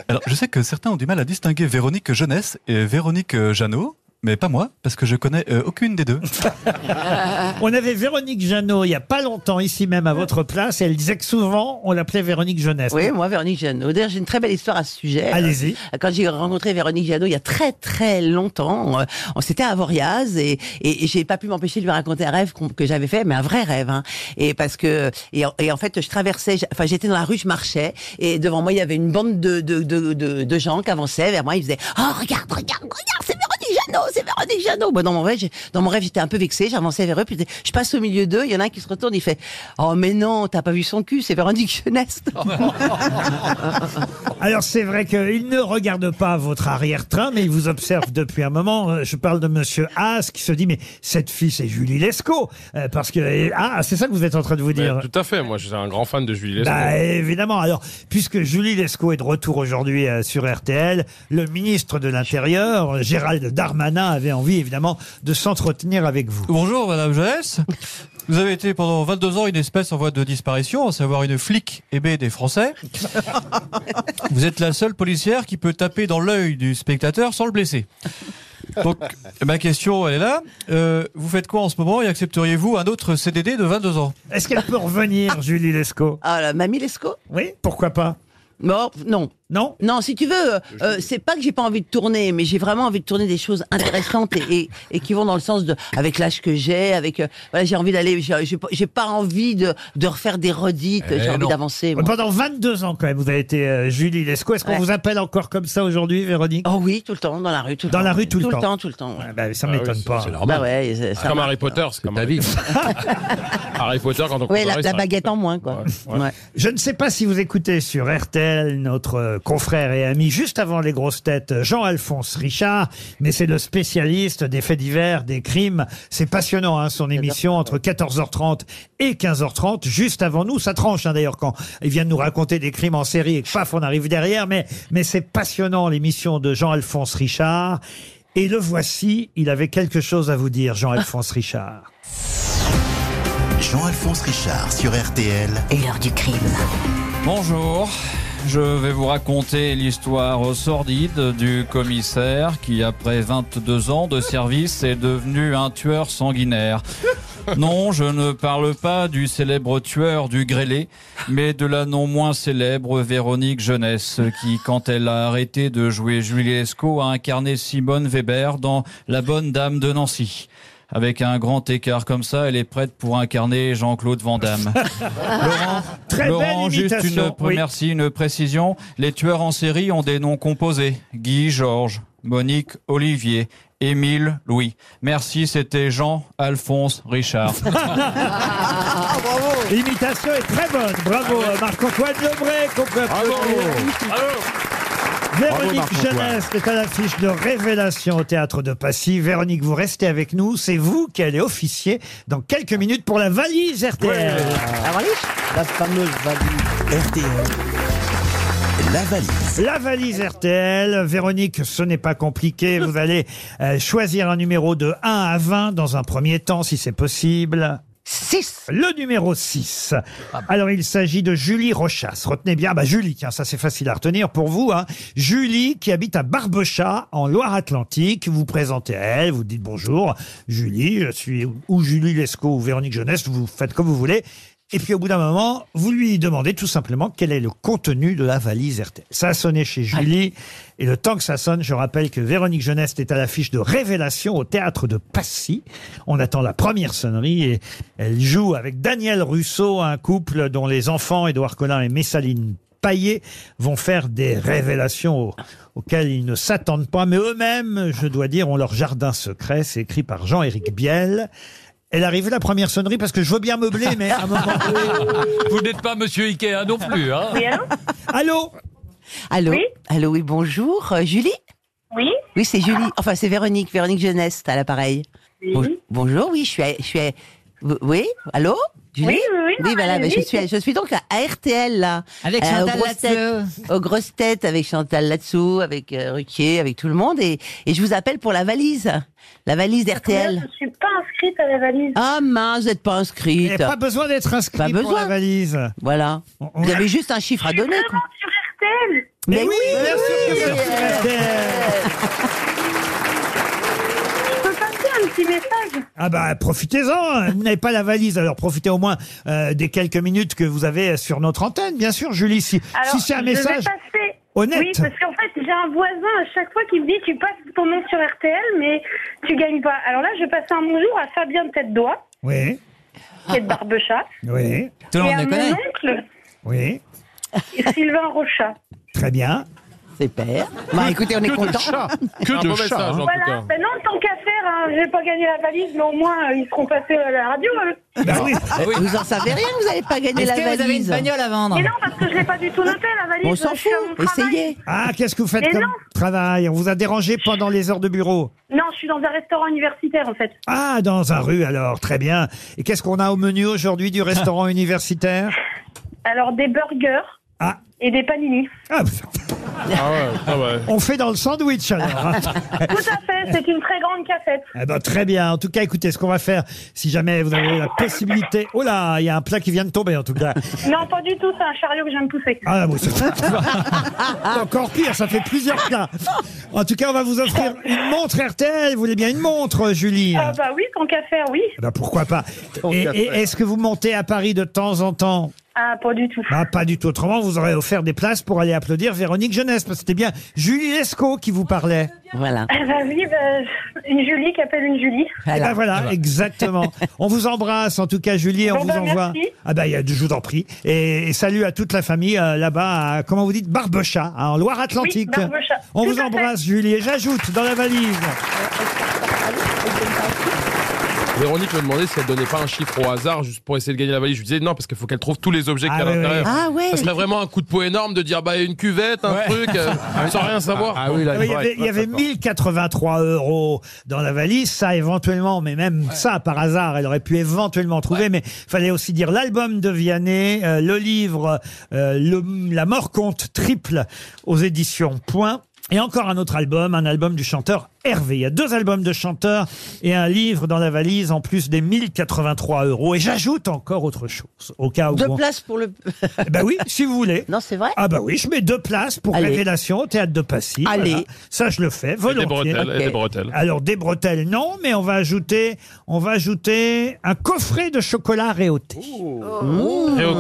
[SPEAKER 22] Alors, je sais que certains ont du mal à distinguer Véronique Jeunesse et Véronique euh, Jeannot, mais pas moi, parce que je connais euh, aucune des deux.
[SPEAKER 2] On avait Véronique Jeannot il n'y a pas longtemps ici même à votre place et elle disait que souvent on l'appelait Véronique Jeunesse.
[SPEAKER 20] Oui, moi, Véronique Jeannot. D'ailleurs, j'ai une très belle histoire à ce sujet.
[SPEAKER 2] Allez-y.
[SPEAKER 20] Euh, Quand j'ai rencontré Véronique Jeannot il y a très, très longtemps, euh, on s'était à Voriaz et, et, et j'ai pas pu m'empêcher de lui raconter un rêve qu'on- que j'avais fait, mais un vrai rêve. hein. Et parce que, et, en- et en fait, je traversais, j'a- enfin, j'étais dans la rue, je marchais et devant moi, il y avait une bande de, de, de, de, de gens qui avançaient vers moi. Ils faisaient Oh, regarde, regarde, regarde, c'est Véronique Jeannot, c'est Véronique Jeannot. Bon, dans mon rêve, j'ai- dans mon rêve, j'étais un peu vexée, j'avançais vers eux, puis je passe au milieu d'eux, il y en a un qui se retourne, il fait Oh, mais non, t'as pas vu son cul, c'est Véronique Jeunesse.
[SPEAKER 2] Alors c'est vrai qu'il ne regarde pas votre arrière-train, mais il vous observe depuis un moment. Euh, Je parle de Monsieur Haas qui se dit mais cette fille c'est Julie Lescaut Euh, parce que euh, ah c'est ça que vous êtes en train de vous dire.
[SPEAKER 8] Mais Bah, Tout à fait, moi j'étais un grand fan de Julie Lescaut.
[SPEAKER 2] Bah, évidemment. Alors, puisque Julie Lescaut est de retour aujourd'hui euh, sur RTL, le ministre de l'Intérieur, euh, Gérald Darmanin, avait envie évidemment de s'entretenir avec vous.
[SPEAKER 22] Bonjour, Madame Jeunesse. Vous avez été pendant 22 ans une espèce en voie de disparition, à savoir une flic aimée des Français. Vous êtes la seule policière qui peut taper dans l'œil du spectateur sans le blesser. Donc, ma question, elle est là. Euh, vous faites quoi en ce moment et accepteriez-vous un autre CDD de 22 ans
[SPEAKER 19] [LAUGHS]
[SPEAKER 2] Est-ce qu'elle peut revenir, Julie Lescaut
[SPEAKER 20] Ah, la mamie Lescaut
[SPEAKER 2] Oui, pourquoi pas
[SPEAKER 20] Non, non.
[SPEAKER 2] Non
[SPEAKER 20] Non, si tu veux, euh, euh, c'est pas que j'ai pas envie de tourner, mais j'ai vraiment envie de tourner des choses intéressantes et, et, et qui vont dans le sens de, avec l'âge que j'ai, avec, euh, voilà, j'ai envie d'aller, j'ai j'ai pas- j'ai pas envie de, de refaire des redites,
[SPEAKER 2] Eh
[SPEAKER 20] j'ai envie
[SPEAKER 2] non.
[SPEAKER 20] d'avancer. moi.
[SPEAKER 2] Pendant 22 ans quand même, vous avez été euh, Julie Lescaut. Est-ce qu'on
[SPEAKER 20] Ouais.
[SPEAKER 2] vous appelle encore comme ça aujourd'hui, Véronique
[SPEAKER 20] Oh oui, tout le temps, dans la rue, tout le
[SPEAKER 2] dans
[SPEAKER 20] temps.
[SPEAKER 2] la rue tout,
[SPEAKER 20] Tout
[SPEAKER 2] le
[SPEAKER 20] le temps,
[SPEAKER 2] temps.
[SPEAKER 20] tout le temps, ouais.
[SPEAKER 2] Ah bah, ça
[SPEAKER 20] Ah oui,
[SPEAKER 2] m'étonne
[SPEAKER 20] c'est-
[SPEAKER 2] pas.
[SPEAKER 20] c'est normal. Bah ouais, c'est- ça
[SPEAKER 8] comme
[SPEAKER 20] marche.
[SPEAKER 8] Harry Potter, c'est comme ta vie.
[SPEAKER 2] [LAUGHS]
[SPEAKER 8] Harry Potter, quand on
[SPEAKER 20] Ouais, la,
[SPEAKER 8] comparait,
[SPEAKER 20] la
[SPEAKER 8] ça-
[SPEAKER 20] baguette en moins, quoi. Ouais.
[SPEAKER 2] Je ne sais pas si vous écoutez sur RTL notre euh, confrère et ami juste avant les grosses têtes, euh, Jean-Alphonse Richard, mais c'est le spécialiste des faits divers, des crimes. C'est passionnant, hein, son émission entre 14h30 et 15h30, juste avant nous. Ça tranche hein, d'ailleurs quand il vient de nous raconter des crimes en série et que paf, on arrive derrière, mais, mais c'est passionnant l'émission de Jean-Alphonse Richard. Et le voici, il avait quelque chose à vous dire, Jean-Alphonse Richard.
[SPEAKER 1] Jean-Alphonse Richard sur RTL. L'heure du crime.
[SPEAKER 19] Bonjour, je vais vous raconter l'histoire sordide du commissaire qui, après 22 ans de service, est devenu un tueur sanguinaire. Non, je ne parle pas du célèbre tueur du grêlé, mais de la non moins célèbre Véronique Jeunesse, qui, quand elle a arrêté de jouer Julie Lescaut, a incarné Simone Weber dans La Bonne Dame de Nancy. Avec un grand écart comme ça, elle est prête pour incarner Jean-Claude Van Damme. Laurent,
[SPEAKER 2] Très
[SPEAKER 19] Laurent,
[SPEAKER 2] belle
[SPEAKER 19] juste une,
[SPEAKER 2] imitation. oui.
[SPEAKER 19] merci, une précision. Les tueurs en série ont des noms composés. Guy, Georges, Monique, Olivier, Émile, Louis. Merci, c'était Jean, Alphonse, Richard.
[SPEAKER 2] [LAUGHS] L'imitation est très bonne. Bravo
[SPEAKER 9] Ah
[SPEAKER 2] à Marc-Antoine Lebré qu'on peut applaudir.
[SPEAKER 9] Bravo,
[SPEAKER 2] Véronique
[SPEAKER 9] Marc-Antoine.
[SPEAKER 2] Jeunesse est à l'affiche de Révélation au Théâtre de Passy. Véronique, vous restez avec nous. C'est vous qui allez officier dans quelques minutes pour la valise RTL.
[SPEAKER 6] La fameuse valise.
[SPEAKER 2] La valise. La valise RTL. Véronique, ce n'est pas compliqué. Vous allez euh, choisir un numéro de 1 à 20 dans un premier temps, si c'est possible. 6. Le numéro 6. Alors, il s'agit de Julie Rochasse. Retenez bien, bah, Julie, tiens, ça c'est facile à retenir pour vous. hein. Julie qui habite à Barbechat, en Loire-Atlantique. Vous vous présentez à elle, vous dites bonjour. Julie, je suis ou Julie Lescaut ou Véronique Jeunesse, vous faites comme vous voulez. Et puis au bout d'un moment, vous lui demandez tout simplement quel est le contenu de la valise RTL. Ça a sonné chez Julie. Et le temps que ça sonne, je rappelle que Véronique Jeunesse est à l'affiche de Révélation au théâtre de Passy. On attend la première sonnerie et elle joue avec Daniel Russo, un couple dont les enfants, Édouard Collin et Messaline Paillet, vont faire des révélations au- auxquelles ils ne s'attendent pas. Mais eux-mêmes, je dois dire, ont leur jardin secret. C'est écrit par Jean-Éric Biel. Elle arrive la première sonnerie parce que je veux bien meubler, mais à un moment
[SPEAKER 3] Vous n'êtes pas Monsieur Ikea non plus, hein
[SPEAKER 2] Allô
[SPEAKER 20] Allô Allô, oui, bonjour. Euh, Julie
[SPEAKER 11] Oui
[SPEAKER 20] Oui, c'est Julie. Enfin, c'est Véronique, Véronique Jeunesse, t'as l'appareil.
[SPEAKER 11] Oui.
[SPEAKER 20] Bon- bonjour, oui, je suis... à- je suis à- vous- oui Allô Julie
[SPEAKER 11] Oui, oui, oui, non,
[SPEAKER 20] voilà,
[SPEAKER 11] mais
[SPEAKER 20] bah, je,
[SPEAKER 11] oui,
[SPEAKER 20] suis, à-
[SPEAKER 11] c'est-
[SPEAKER 20] je suis donc à à RTL, là. Euh,
[SPEAKER 11] Avec Chantal
[SPEAKER 20] aux, grosses têtes, aux grosses têtes, avec Chantal Latsou, avec euh, Ruquier, avec tout le monde. Et, et je vous appelle pour la valise. La valise d'RTL.
[SPEAKER 11] Ah, Je ne suis pas inscrite à la valise.
[SPEAKER 20] Ah mince, vous n'êtes pas inscrite.
[SPEAKER 11] Il n'y a pas
[SPEAKER 2] besoin d'être inscrit
[SPEAKER 20] pas
[SPEAKER 11] pour
[SPEAKER 20] besoin.
[SPEAKER 11] la
[SPEAKER 2] valise.
[SPEAKER 20] Voilà. Vous avez juste un chiffre à donner. quoi.
[SPEAKER 11] RTL
[SPEAKER 20] Mais, oui,
[SPEAKER 11] bien sûr que
[SPEAKER 20] oui.
[SPEAKER 11] c'est sur Je peux passer un petit message
[SPEAKER 2] Ah bah profitez-en, vous n'avez pas la valise, alors profitez au moins euh, des quelques minutes que vous avez sur notre antenne, bien sûr Julie, si,
[SPEAKER 11] Alors,
[SPEAKER 2] si c'est un message
[SPEAKER 11] je vais passer...
[SPEAKER 2] honnête.
[SPEAKER 11] Oui, parce qu'en fait, j'ai un voisin à chaque fois qui me dit tu passes ton nom sur RTL, mais tu gagnes pas. Alors là, je passe un bonjour à Fabien de Tête d'Oie,
[SPEAKER 2] Oui, [LAUGHS]
[SPEAKER 11] qui est de Barbechat.
[SPEAKER 2] oui,
[SPEAKER 11] et à mon oncle,
[SPEAKER 2] oui,
[SPEAKER 11] Sylvain Rochat.
[SPEAKER 2] très bien.
[SPEAKER 20] Super. Bah écoutez, on est
[SPEAKER 11] Que de
[SPEAKER 20] content.
[SPEAKER 11] chats.
[SPEAKER 2] Que de chats, hein. En tout
[SPEAKER 11] Voilà,
[SPEAKER 2] cas.
[SPEAKER 11] ben non, tant qu'à faire, hein, j'ai pas gagné la valise, mais au moins, euh, ils seront passés à la radio.
[SPEAKER 20] Bah
[SPEAKER 11] eux.
[SPEAKER 2] Ah
[SPEAKER 20] Ah Vous en savez rien, vous n'avez pas gagné
[SPEAKER 11] Est-ce
[SPEAKER 20] la
[SPEAKER 11] que vous
[SPEAKER 20] valise.
[SPEAKER 11] avez une bagnole
[SPEAKER 20] à vendre
[SPEAKER 11] Mais non, parce que je l'ai pas du tout noté, la valise.
[SPEAKER 20] On s'en
[SPEAKER 11] je suis à
[SPEAKER 20] fout,
[SPEAKER 11] mon travail.
[SPEAKER 20] essayez.
[SPEAKER 2] Ah, qu'est-ce que vous faites
[SPEAKER 11] Mais
[SPEAKER 2] comme
[SPEAKER 11] non.
[SPEAKER 2] travail On vous a dérangé pendant les heures de bureau
[SPEAKER 11] Non, je suis dans un restaurant universitaire, en fait.
[SPEAKER 2] Ah, dans un rue alors, très bien. Et qu'est-ce qu'on a au menu aujourd'hui du restaurant universitaire
[SPEAKER 11] Alors, des burgers et des paninis.
[SPEAKER 2] Ah,
[SPEAKER 20] bah,
[SPEAKER 2] On fait dans le sandwich alors. hein.
[SPEAKER 11] [LAUGHS] Tout à fait, c'est une très grande cafette.
[SPEAKER 2] [LAUGHS] Eh ben, très bien. En tout cas, écoutez, ce qu'on va faire, si jamais vous avez la possibilité. Oh là, il y a un plat qui vient de tomber en tout cas.
[SPEAKER 11] Non, pas du tout, c'est un chariot que je viens de pousser.
[SPEAKER 2] Ah
[SPEAKER 20] bah,
[SPEAKER 2] bon,
[SPEAKER 11] [LAUGHS]
[SPEAKER 2] c'est c'est encore pire, ça fait plusieurs plats. En tout cas, on va vous offrir une montre RTL. Vous voulez bien une montre, Julie
[SPEAKER 11] Ah bah oui, tant qu'à faire, oui.
[SPEAKER 2] Eh ben, pourquoi [LAUGHS] pas Et, et est-ce que vous montez à Paris de temps en temps
[SPEAKER 11] Ah, pas du tout.
[SPEAKER 2] Ah, pas du tout. Autrement, vous aurez offert des places pour aller applaudir Véronique Jeunesse, parce que c'était bien Julie Lescaut qui vous parlait. ben,
[SPEAKER 20] Voilà.
[SPEAKER 11] Ah bah oui, bah, une Julie qui appelle une Julie.
[SPEAKER 2] Eh ben voilà, [LAUGHS] exactement. On vous embrasse en tout cas, Julie. On
[SPEAKER 11] Bon,
[SPEAKER 2] vous
[SPEAKER 11] ben,
[SPEAKER 2] envoie.
[SPEAKER 11] merci.
[SPEAKER 2] Ah ben, il y a- je vous en prie. Et, et salut à toute la famille euh, là-bas, à, comment vous dites, Barbechat, hein, en Loire-Atlantique.
[SPEAKER 11] Oui, Barbechat.
[SPEAKER 2] On
[SPEAKER 11] Tout
[SPEAKER 2] vous
[SPEAKER 11] à
[SPEAKER 2] embrasse, Julie. Et j'ajoute dans la valise
[SPEAKER 8] Véronique me demandait si elle donnait pas un chiffre au hasard juste pour essayer de gagner la valise. Je lui disais non parce qu'il faut qu'elle trouve tous les objets qu'il y a
[SPEAKER 6] Ah
[SPEAKER 8] à
[SPEAKER 6] oui, oui.
[SPEAKER 8] l'intérieur.
[SPEAKER 6] Ah ouais.
[SPEAKER 8] Ça serait vraiment un coup de poing énorme de dire bah une cuvette, un
[SPEAKER 2] Ouais. Ah,
[SPEAKER 8] truc,
[SPEAKER 2] [LAUGHS]
[SPEAKER 8] euh, sans rien savoir.
[SPEAKER 2] Oui, il y avait, il y avait 1083 euros dans la valise, ça éventuellement, mais même ça par hasard, elle aurait pu éventuellement trouver, mais fallait aussi dire l'album de Vianney, euh, le livre euh, le- La mort compte triple aux éditions Point. Et encore un autre album, un album du chanteur Hervé. Il y a deux albums de chanteurs et un livre dans la valise en plus des 1083 euros. Et j'ajoute encore autre chose, au cas où...
[SPEAKER 20] Deux
[SPEAKER 2] on-
[SPEAKER 20] places pour le.
[SPEAKER 2] ben oui, si vous voulez.
[SPEAKER 20] Non, c'est vrai.
[SPEAKER 2] Ah bah oui, je mets deux places pour
[SPEAKER 20] Allez.
[SPEAKER 2] Révélation au théâtre de Passy.
[SPEAKER 20] Allez.
[SPEAKER 2] Voilà. Ça, je le fais volontiers.
[SPEAKER 8] Et des bretelles, et des bretelles.
[SPEAKER 2] Alors des bretelles, non, mais on va ajouter, on va ajouter un coffret de chocolat Réauté.
[SPEAKER 20] Mmh.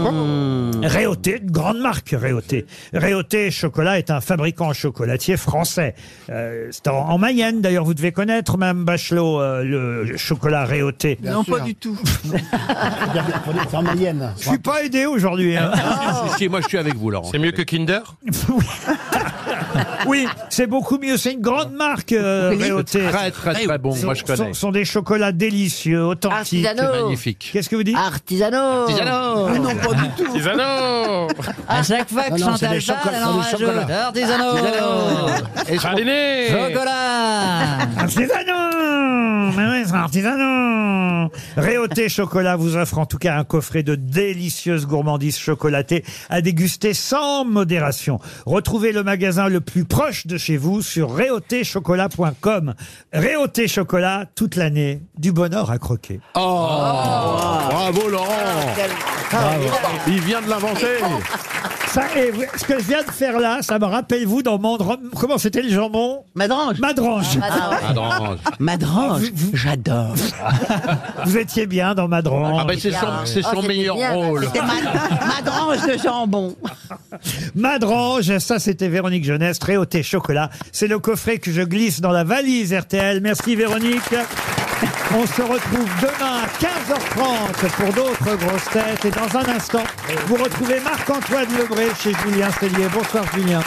[SPEAKER 2] Réauté, une grande marque Réauté. Réauté Chocolat est un fabricant chocolatier français. Euh, c'est en, en Mayenne d'ailleurs, vous devez connaître, Madame Bachelot, euh, le chocolat Réauté.
[SPEAKER 6] Non, pas du
[SPEAKER 5] tout.
[SPEAKER 6] C'est en Mayenne.
[SPEAKER 2] Je suis pas aidé aujourd'hui. hein.
[SPEAKER 10] [LAUGHS] Si, si, moi je suis avec vous, Laurent.
[SPEAKER 8] C'est mieux que Kinder
[SPEAKER 2] Oui, c'est beaucoup mieux. C'est une grande marque. Euh,
[SPEAKER 10] Oui, c'est
[SPEAKER 2] Réauté.
[SPEAKER 10] très, très,
[SPEAKER 4] Eh,
[SPEAKER 10] très bon.
[SPEAKER 2] Sont-
[SPEAKER 10] Moi, je connais.
[SPEAKER 2] Sont, sont des chocolats délicieux, authentiques.
[SPEAKER 4] Artisanaux. C'est
[SPEAKER 10] magnifique.
[SPEAKER 2] Qu'est-ce que vous dites
[SPEAKER 4] Artisanaux. Artisanaux.
[SPEAKER 2] Ah non, pas du tout.
[SPEAKER 20] [LAUGHS]
[SPEAKER 8] Artisanaux.
[SPEAKER 4] À chaque fois que
[SPEAKER 2] Ah Non, non, c'est des
[SPEAKER 4] Chantal parle,
[SPEAKER 2] chocolats,
[SPEAKER 4] elle en
[SPEAKER 2] c'est des
[SPEAKER 4] rajoute.
[SPEAKER 2] chocolats.
[SPEAKER 4] Artisanaux.
[SPEAKER 8] Praliné
[SPEAKER 4] Chocolat.
[SPEAKER 2] Artisanaux Mais oui, c'est un artisanaux Réauté Chocolat vous offre en tout cas un coffret de délicieuses gourmandises chocolatées à déguster sans modération. Retrouvez le magasin le plus proche de chez vous sur réautéchocolat.com. Réauté Chocolat, toute l'année, du bonheur à croquer.
[SPEAKER 10] Oh, Bravo, Laurent
[SPEAKER 20] Ah,
[SPEAKER 10] Bravo. Il vient de l'inventer
[SPEAKER 2] Ça, et vous- ce que je viens de faire là, ça me rappelle vous dans Mandran... Comment c'était le jambon
[SPEAKER 20] Madrange. Ah,
[SPEAKER 2] Madrange. Ah
[SPEAKER 10] Madrange.
[SPEAKER 20] Madrange. J'adore.
[SPEAKER 2] [LAUGHS] Vous étiez bien dans Madrange.
[SPEAKER 20] Ah ben, c'est son- Ah, c'est son c'était meilleur bien. rôle. C'était Mad- Madrange de jambon.
[SPEAKER 2] [LAUGHS] Madrange, ça c'était Véronique Jeunesse, très thé chocolat. C'est le coffret que je glisse dans la valise RTL. Merci Véronique. [LAUGHS] On se retrouve demain à 15h30 pour d'autres grosses têtes. Et dans un instant, vous retrouvez Marc-Antoine Lebré chez Julien Cellier. Bonsoir Julien.